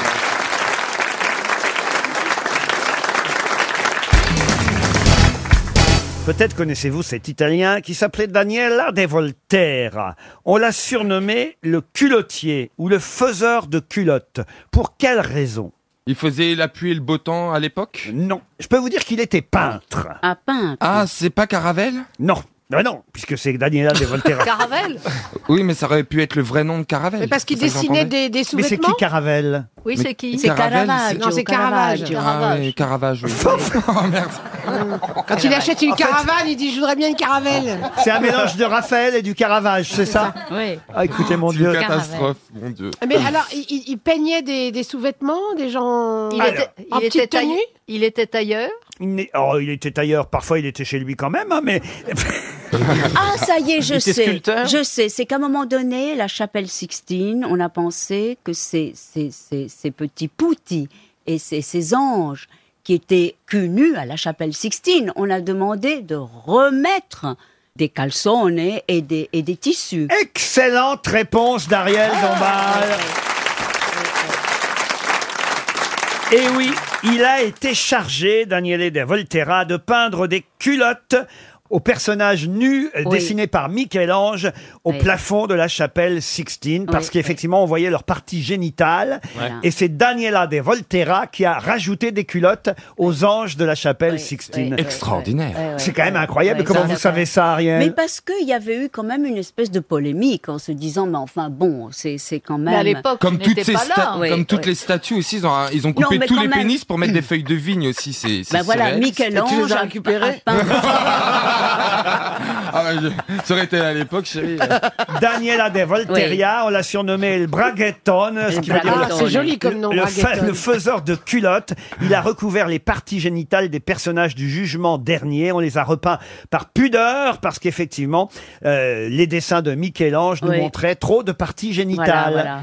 Peut-être connaissez-vous cet Italien qui s'appelait Daniela De Volterra. On l'a surnommé le culottier ou le faiseur de culottes. Pour quelle raison
Il faisait la pluie et le beau temps à l'époque
Non. Je peux vous dire qu'il était peintre.
Un peintre Ah, c'est pas Caravelle
Non. Non, non, puisque c'est Daniela De Volterra.
Caravelle
Oui, mais ça aurait pu être le vrai nom de Caravelle.
Mais parce qu'il
C'est ça que
dessinait des,
j'entendais.
des sous-vêtements
Caravelle
Oui, c'est qui
C'est Caravelle,
Non, c'est Caravage.
Ah oui, Caravage, oui. Oh, merde.
Quand il achète une
En fait-
caravane, il dit Je voudrais bien une caravelle.
C'est un mélange de Raphaël et du Caravage, c'est ça Eh
Oui.
Ah, écoutez, mon
C'est
Dieu.
une catastrophe, mon Dieu.
Mais alors, il- il, il peignait des, des sous-vêtements, des gens
Il
en
était- il
petite
était taille-
tenue
Il était ailleurs.
Euh, Il n'est- oh, il était ailleurs, parfois il était chez lui quand même, hein, mais
Ah, ça y est,
Il
je
était
sais.
sculpteur
Je sais. C'est qu'à un moment donné, la chapelle Sixtine, on a pensé que ces, ces, ces, ces petits poutis et ces, ces anges qui étaient cul nus à la chapelle Sixtine, on a demandé de remettre des caleçons et des, et des tissus. Ah
Excellente réponse d'Ariel Dombal. Et Eh oui, il a été chargé, Daniele de Volterra, de peindre des culottes aux personnages nus euh,
Oui.
dessinés par Michel-Ange au
Oui.
plafond de la chapelle Sixtine, parce
Oui,
qu'effectivement, on voyait leur partie génitale.
Voilà.
Et c'est Daniela de Volterra qui a rajouté des culottes aux anges de la chapelle Sixtine.
oui, oui, Extraordinaire. oui, oui,
C'est quand même incroyable.
oui,
Comment
ça,
vous
ça,
savez ça, Ariel
Mais parce qu'il y avait eu quand même une espèce de polémique en se disant, mais enfin bon, c'est c'est quand même.
comme toutes, ces sta-
Oui,
comme toutes
oui.
les statues aussi, ils ont, un- ils ont coupé
Non, mais
tous
quand
les
même.
pénis pour mettre des feuilles de vigne aussi. C'est, c'est
Bah voilà,
c'est réel.
Michel-Ange. a- a peint-
Ah, bah, je- Ça aurait été à l'époque, chérie.
Daniela de Volteria, on l'a surnommé El Bragueton, ce qui veut dire
Bragueton.
le-
Ah, c'est joli comme nom,
le,
Bragueton.
fa- le faiseur de culottes. Il a recouvert les parties génitales des personnages du jugement dernier. On les a repeints par pudeur parce qu'effectivement, euh, les dessins de Michel-Ange nous
Oui.
montraient trop de parties génitales.
Voilà, voilà.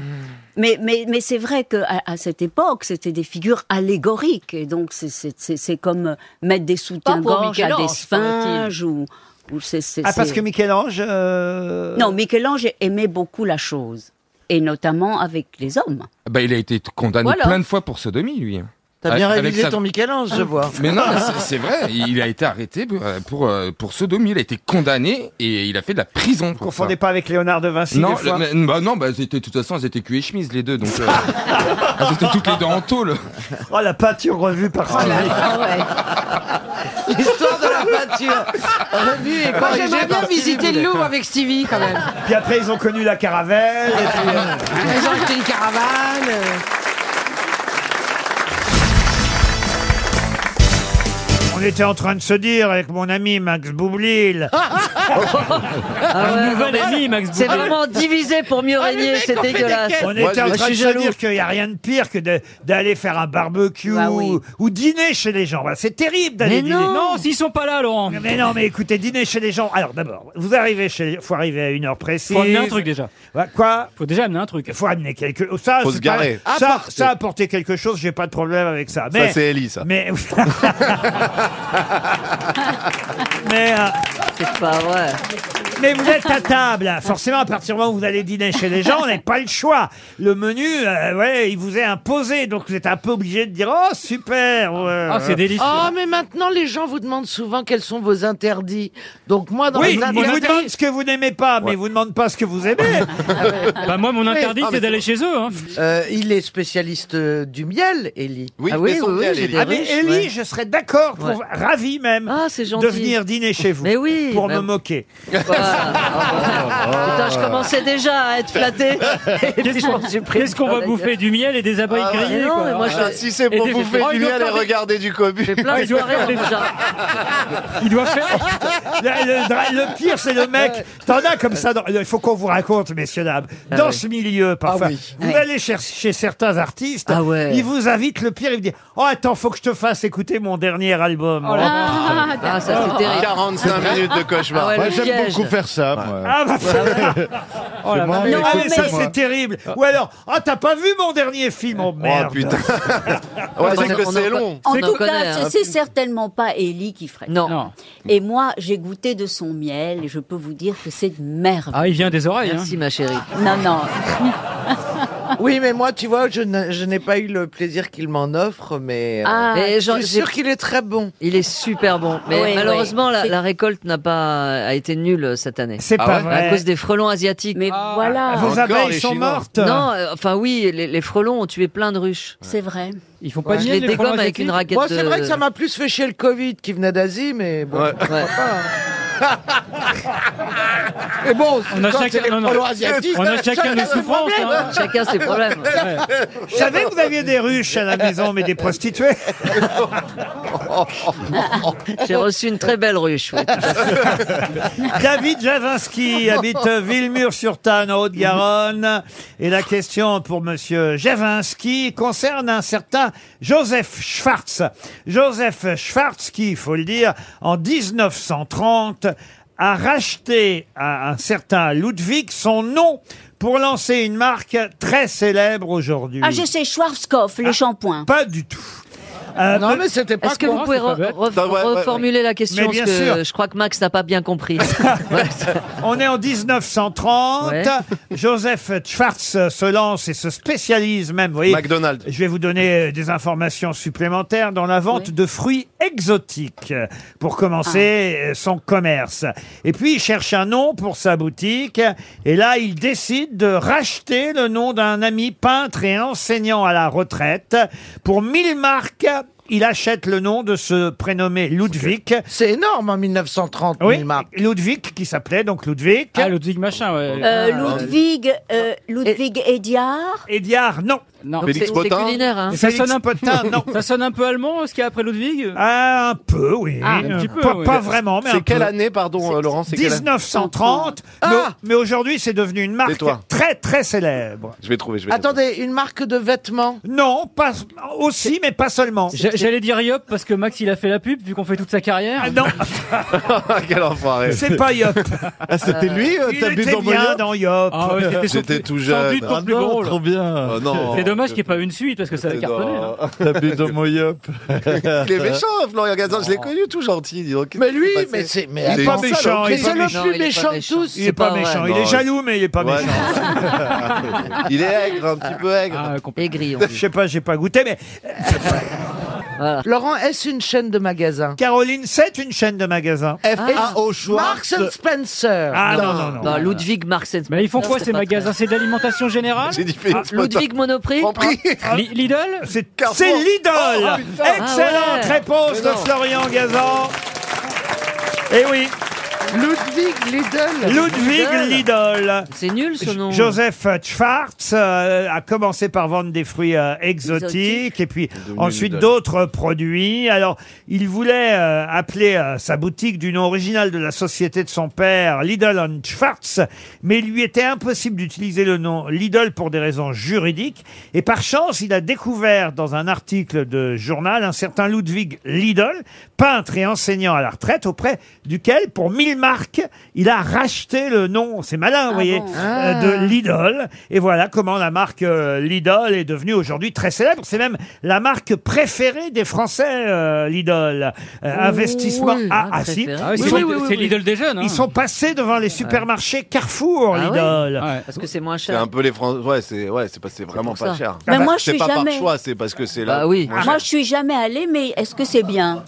Mais, mais, mais c'est vrai qu'à à cette époque, c'était des figures allégoriques. Et donc, c'est- c'est c'est- c'est comme euh, mettre des soutiens-gorge à
Michel-Ange,
des sphinges ou. ou c'est- c'est-
Ah, parce
c'est-
que Michel-Ange. euh,
euh, Non, Michel-Ange aimait beaucoup la chose. Et notamment avec les hommes.
Bah, il a été condamné
Voilà.
plein de fois pour sodomie, lui.
T'as bien
Avec
révisé ton
Michel-Ange,
je vois.
Mais non, mais c'est- c'est vrai, il a été arrêté pour, euh, pour, euh, pour sodomie, il a été condamné et il a fait de la prison. Pour
Confondez
ça.
pas avec Léonard de Vinci.
Non,
des fois.
le- mais- bah non, bah, elles étaient- de toute façon, elles étaient cul et chemise, les deux, donc euh, elles étaient toutes les deux en tôle.
Oh, la peinture revue
Oh,
par Stevie.
L'histoire de la peinture. Revue et
Moi,
corrigée
j'aimerais bien
par Stevie
visiter le
Boulet.
Louvre
avec Stevie quand même.
Puis après, ils ont connu la caravelle. et puis, euh,
Ils ont acheté une caravane. euh.
On était en train de se dire avec mon ami Max Boublil.
Ah ouais,
nouvel
non, mais
ami, Max
C'est
Boublil.
vraiment divisé pour mieux régner, c'est dégueulasse.
Ah, On était en train de se dire qu'il n'y a rien de pire que de- d'aller faire un barbecue ou, ou dîner chez les gens. Voilà, C'est terrible
Bah Mais
d'aller dîner.
non. Non,
s'ils sont pas là, Laurent. Mais non, mais écoutez, dîner chez les gens. Alors d'abord, vous arrivez chez, faut arriver à une heure précise.
Faut amener un truc, déjà.
Ouais, Quoi Faut déjà amener un truc. Faut amener quelque. oh, Ça,
Faut se
c'est pas-
garer.
Ça,
Apporter.
ça apporter quelque chose, j'ai pas de problème avec ça. Mais
c'est Ellie, ça.
Mais mais c'est pas vrai. Mais vous êtes à table, forcément. À partir du moment où vous allez dîner chez les gens, on n'a pas le choix. Le menu, euh, ouais, il vous est imposé, donc vous êtes un peu obligé de dire oh super. euh. ouais.
Ah,
Oh, mais maintenant, les gens vous demandent souvent quels sont vos interdits. Donc, moi, dans
oui,
les
ils vous
interdits-
demandent ce que vous n'aimez pas, mais ils vous demandent pas ce que vous aimez.
Ah,
Bah, moi, mon interdit, c'est d'aller chez eux. hein.
Euh, il est spécialiste euh, du miel, Ellie.
Oui,
ah
il
oui,
fait
oui,
son
oui,
miel,
j'ai
Ellie.
des
Ah, mais
riches,
Ellie,
ouais.
je serais d'accord, pour-
Ouais. Ah,
ravi même de venir dîner chez vous.
Mais oui,
pour
bah-
me moquer.
Putain, je commençais déjà à être flatté. Ah. Qu'est-ce qu'on qu'est-ce qu'on va bouffer Du miel et des abeilles
Ah ouais.
grillées
Mais non,
quoi.
mais moi, je- Ah, si c'est pour
Et des-
bouffer
Oh,
du
il doit
miel et
faire des-
regarder du cobu.
J'ai
Ah,
plein de
Il doit
soirées
faire-
en déjà.
Il doit faire. Le, le dra- le pire, c'est le mec. T'en as comme ça. dans- Il faut qu'on vous raconte, messieurs dames.
Ah
Dans
oui.
ce milieu, parfois,
Ah oui. Ah
vous
Oui.
allez cher- chez certains artistes. Ils vous invitent. Le pire, ils vous disent Oh, attends, faut que je te fasse écouter mon dernier album. Oh.
Oh là là. Ah, Ah, ça, c'est terrible.
45 minutes de cauchemar.
Ah ouais, le
Moi, j'aime
piège.
beaucoup faire ça. Moi.
Ah, bah,
Oh la moi, vache.
Non,
écoute,
mais ça,
moi.
c'est terrible. Ou alors, ah, t'as pas vu mon dernier film Oh, merde.
putain.
Ouais,
c'est que c'est
long.
En
C'est-
tout
on connaît,
cas,
hein.
c'est- c'est certainement pas Ellie qui ferait. Non. Et moi, j'ai goûté de son miel et je peux vous dire que c'est de merde.
Ah, il vient des oreilles.
Merci,
ma chérie.
Non, non.
Oui, mais moi, tu vois, je n'ai je n'ai pas eu le plaisir qu'il m'en offre, mais euh,
Ah, Mais
je
j'en-
suis
j'ai-
sûr qu'il est très bon.
Il est super bon, mais
Oui,
malheureusement
oui.
La,
C'est-
la récolte n'a pas a été nulle euh, cette année.
C'est pas vrai.
à cause des frelons asiatiques. Mais
voilà. Vos
abeilles sont mortes.
Non, euh, enfin oui, les, les frelons ont tué plein de ruches.
C'est vrai.
Ils font
Ouais.
Je les dégomme avec une raquette.
Moi, c'est
de-
vrai que ça m'a plus fait chier le Covid qui venait d'Asie, mais bon.
Ouais.
pourquoi
Ouais.
pas, hein. Mais bon,
On a
quand
chacun-
c'est les
non, non.
frelons asiatiques,
On a chacun nos souffrances,
problèmes.
hein. Chacun ses problèmes. Ouais.
Je savais que vous aviez des ruches à la maison, mais des prostituées.
J'ai reçu une très belle ruche. oui.
David Javinski habite Villemur-sur-Tanne, en Haute-Garonne. Et la question pour monsieur Javinski concerne un certain Joseph Schwartz. Joseph Schwartz qui, il faut le dire, en 1930, a racheté à un certain Ludwig son nom pour lancer une marque très célèbre aujourd'hui.
Ah, je sais, Schwarzkopf, les shampoings.
Pas du tout. Euh,
Ah Non,
peut-
mais c'était pas Est-ce que vous courant, pouvez c'est pas re- bête. re-
Non, ouais, ouais, ouais.
Reformuler la question,
Mais
parce
bien
que
sûr.
euh, je crois que Max n'a pas bien compris.
On est en 1930.
Ouais.
Joseph Schwartz euh, se lance et se spécialise même. vous voyez,
McDonald's.
Je vais vous donner euh, des informations supplémentaires dans la vente de fruits exotiques euh, pour commencer euh, son commerce. Et puis il cherche un nom pour sa boutique. Et là, il décide de racheter le nom d'un ami peintre et enseignant à la retraite pour 1000 marques. Il achète le nom de ce prénommé Ludwig. C'est énorme en 1930, oui, Ludwig, qui s'appelait donc Ludwig. Ah, Ludwig machin, ouais.
Euh, Ludwig, euh, Ludwig Ediard.
Ediard, non.
Non,
Félix
c'est-
Potin
C'est culinaire, hein.
Ça Félix sonne un- Potin, non.
Ça sonne un peu allemand, ce qu'il y a après Ludwig
Ah, un peu, oui.
Ah, un petit peu,
pas,
oui.
pas vraiment, mais
C'est
un peu.
quelle
Eh,
année,
pardon,
C'est-
euh, Laurent, c'est quelle année
1930. mais- mais aujourd'hui, c'est devenu une marque
Tais-toi.
très, très célèbre.
Je vais trouver, je vais
Attendez, une marque de vêtements
Non, pas aussi, mais pas seulement.
J'a- J'allais dire Yop parce que Max il a fait la pub vu qu'on fait toute sa carrière.
Ah, non
Quel enfoiré.
C'est pas Yop.
Ah, c'était lui, euh,
Il
t'as bu
était
dans
bien
Yop
dans Yop. Ah,
Ah ouais, c'était son
J'étais
plus-
tout
sans
jeune.
doute ton
Ah
plus
non,
gros, là.
trop bien.
Ah,
Oh non.
C'est dommage qu'il n'y ait pas une suite parce que ça a cartonné. là.
T'as dans mon Yop. Il est méchant, Florian Gazan, je l'ai connu tout gentil. dis donc. Mais lui, mais c'est.
mais Il est pas méchant, il est pas méchant. Non, il est pas méchant.
Il est pas méchant. Il est jaloux, mais il est pas
Ouais,
méchant.
Il est aigre, un petit peu aigre.
Aigri,
Ah, Je sais pas, j'ai pas goûté, mais
Laurent, est-ce une chaîne de magasins
Caroline, c'est une chaîne de magasins.
F.A.O. Marks and Spencer.
Ah non, non, non.
Non, Ludwig Marsen. Mais ils font quoi
c'est
ces
pas
magasins C'est d'alimentation générale
J'ai dit Félix Potin.
Ludwig Monoprix Ah, Li- Lidl
C'est
Carrefour.
C'est l'idole
Oh, putain.
Excellente
Ah ouais.
réponse
Mais
de
non.
Florian Gazan Eh oui
Ludwig Lidl.
Ludwig Lidl.
C'est nul ce nom.
Joseph Schwartz euh, a commencé par vendre des fruits euh, exotiques et puis
devenu
ensuite
Lidl.
d'autres produits. Alors, il voulait euh, appeler euh, sa boutique du nom original de la société de son père, Lidl and Schwartz, mais il lui était impossible d'utiliser le nom Lidl pour des raisons juridiques. Et par chance, il a découvert dans un article de journal un certain Ludwig Lidl, peintre et enseignant à la retraite, auprès duquel, pour 1000 marques, il a racheté le nom, c'est malin, Ah, vous
Ah
voyez, euh, de Lidl. Et voilà comment la marque euh, Lidl est devenue aujourd'hui très célèbre. C'est même la marque préférée des Français, euh, Lidl. Euh, investissement.
Oui,
Ah,
la
ah, si.
préférée. Ah oui, c'est Lidl- c'est Lidl des jeunes, hein.
Ils sont passés devant les supermarchés Carrefour,
Ah oui
Lidol.
Ouais, Parce que c'est moins
C'est
cher.
un peu les Français. Ouais, c'est ouais, c'est pas- c'est vraiment
pour
pas
ça.
cher. Ah bah,
Mais moi, je
c'est
suis
pas par
jamais-
choix, c'est parce que c'est là.
Bah oui.
Ah,
Moi, je suis jamais allée, mais est-ce que c'est bien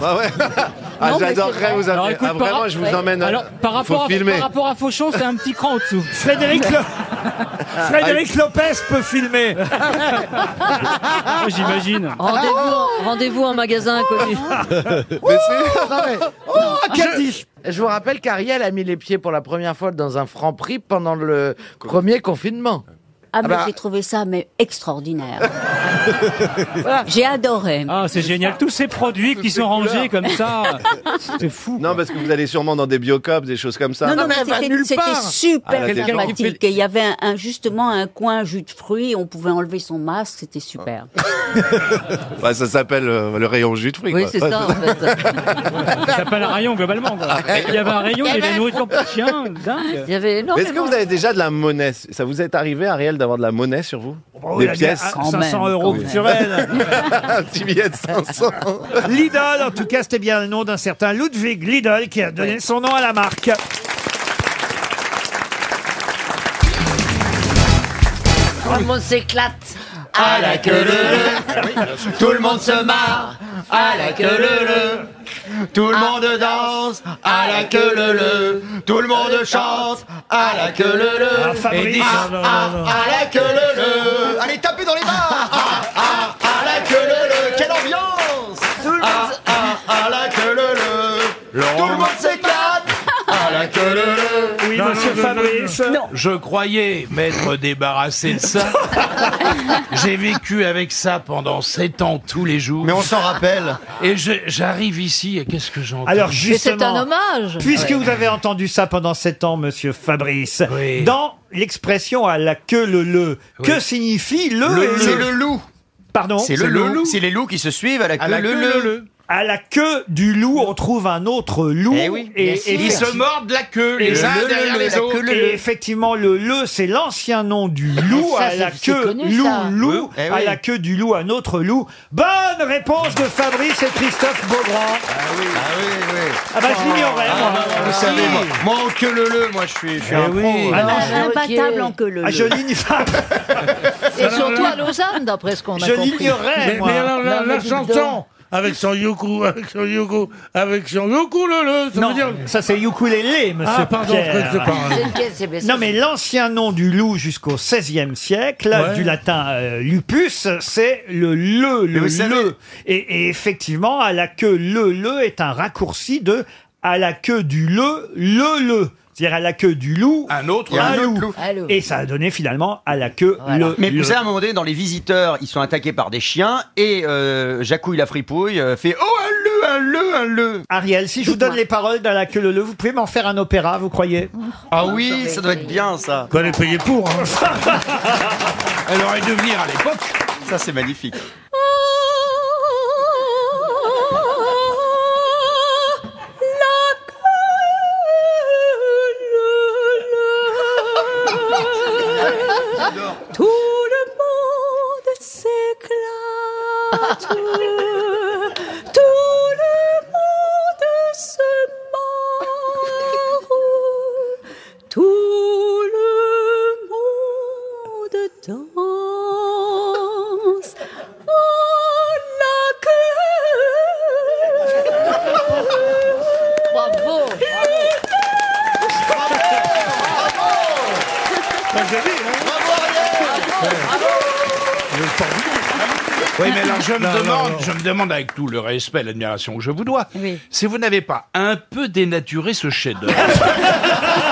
bah ouais. Ah,
Non, mais c'est
j'adorerais
vrai.
vous
Alors,
amener.
écoute,
Ah, vraiment,
par-
je vous
ouais.
emmène. à-
Alors, par
Faut
rapport, à,
filmer.
par rapport à Fauchon, c'est un petit cran en dessous.
Frédéric, Le-
ah,
Frédéric Lopez peut filmer.
Oh, J'imagine. Rendez-vous rendez-vous en magasin inconnu.
Euh,
Ah,
Je, je vous rappelle qu'Ariel a mis les pieds pour la première fois dans un franc prix pendant le premier confinement.
Ah, mais
bah,
j'ai trouvé ça mais extraordinaire. J'ai adoré.
Ah, c'est génial. Tous ces produits qui sont rangés comme ça. C'est fou.
Non, parce que vous allez sûrement dans des biocops, des choses comme ça. Bah,
Non, non, mais c'était c'était
Ah,
super
là, c'est
sympathique.
gentil.
Et Il y avait un- un- justement un coin jus de fruits, on pouvait enlever son masque, c'était super.
Bah, ça s'appelle euh, le rayon jus de fruits. quoi. Ouais,
Ça s'appelle un rayon globalement.
Ah
quoi. Il y avait un rayon, il y avait la nourriture pour chiens. Dingue. Il y avait
Mais Est-ce que vous avez déjà de la monnaie Ça vous est arrivé, Ariel, d'avoir de la monnaie sur vous
Oh,
Des
la-
pièces
ah, 500 euros culturels.
Un petit billet de 500.
Lidl, en tout cas, c'était bien le nom d'un certain Ludwig Lidl qui a donné son nom à la marque.
Tout le monde s'éclate
À Ah, la queue
leu Tout le monde se marre à la queue leu leu Tout
Ah.
le monde danse à la queue leu leu Tout le monde chante
Ah,
à la queue leu leu
Ah, Fabrice.
Et dit, ah, ah, à la queue leu
Euh,
leu Allez tapez dans les bars Ah, ah, à la queue leu leu Quelle ambiance Ah, ah, à la queue leu leu Tout le monde s'éclate
Ah,
à la queue leu leu
Oui, monsieur Fabrice.
Je croyais m'être débarrassé de ça. J'ai vécu avec ça pendant sept ans tous les jours. Mais on s'en rappelle. Et je- j'arrive ici et qu'est-ce que j'entends
Alors
Mais c'est
justement,
un hommage.
Puisque
Ouais.
vous avez entendu ça pendant sept ans, Monsieur Fabrice, dans l'expression à la queue le le, que signifie le
Le-
et
c'est le loup.
Pardon
C'est le loup. C'est les loups qui se suivent à la queue
la
le
queue
le.
leu. À la queue du loup, on trouve un autre loup.
Eh oui, bien sûr. Ils se mordent la queue, les uns derrière les
la
autres.
queue, le
Et
le. effectivement, le le, c'est l'ancien nom du loup.
Ça,
à
c'est-
la
c'est
queue,
connu,
loup,
ça.
loup.
Eh
À
oui.
la queue du loup, un autre loup. Bonne réponse de Fabrice et Christophe Beaugrand. Ah
oui, oui, oui.
Ah bah, je l'ignorais,
Ah,
moi.
bah, bah,
Ah,
Vous savez,
si.
moi, moi, en que le le, moi je suis, je suis
Eh
un
oui.
pro.
Ah non,
Ah,
je-
Imbattable en queue
Ah, je l'ignore.
Et surtout à Lausanne, d'après ce qu'on a
Je
compris.
Mais, mais alors, la, la chanson avec son yuku, avec son yuku, avec son yuku le le, ça veut dire.
Ça, c'est ukulélé, monsieur
Ah, pardon,
Pierre.
je sais pas.
Non, mais l'ancien nom du loup jusqu'au XVIe siècle,
Ouais.
du latin euh, lupus, c'est le le, le
vous savez-
le. Et, et effectivement, à la queue le le est un raccourci de à la queue du le le le. C'est-à-dire à la queue du loup, un autre,
un autre
loup. Et ça a donné finalement à la queue le
Mais
le.
vous savez, à un moment donné, dans les visiteurs, ils sont attaqués par des chiens et euh, Jacouille la fripouille euh, fait Oh, un le, un le, un le.
Ariel, si je vous donne les paroles d'à la queue le le, vous pouvez m'en faire un opéra, vous croyez
Ah oui, ça doit être bien ça.
Quoi, les payer pour
hein.
Elle aurait dû venir à l'époque. Ça, c'est magnifique.
Tout le monde s'éclate, tout le monde se marre, tout le monde danse. Oh la queue! Bravo!
Bah, hein.
Oui, mais alors je me
Non, non,
demande,
non.
je me demande avec tout le respect, l'admiration que je vous dois, si vous n'avez pas un peu dénaturé ce chef-d'œuvre.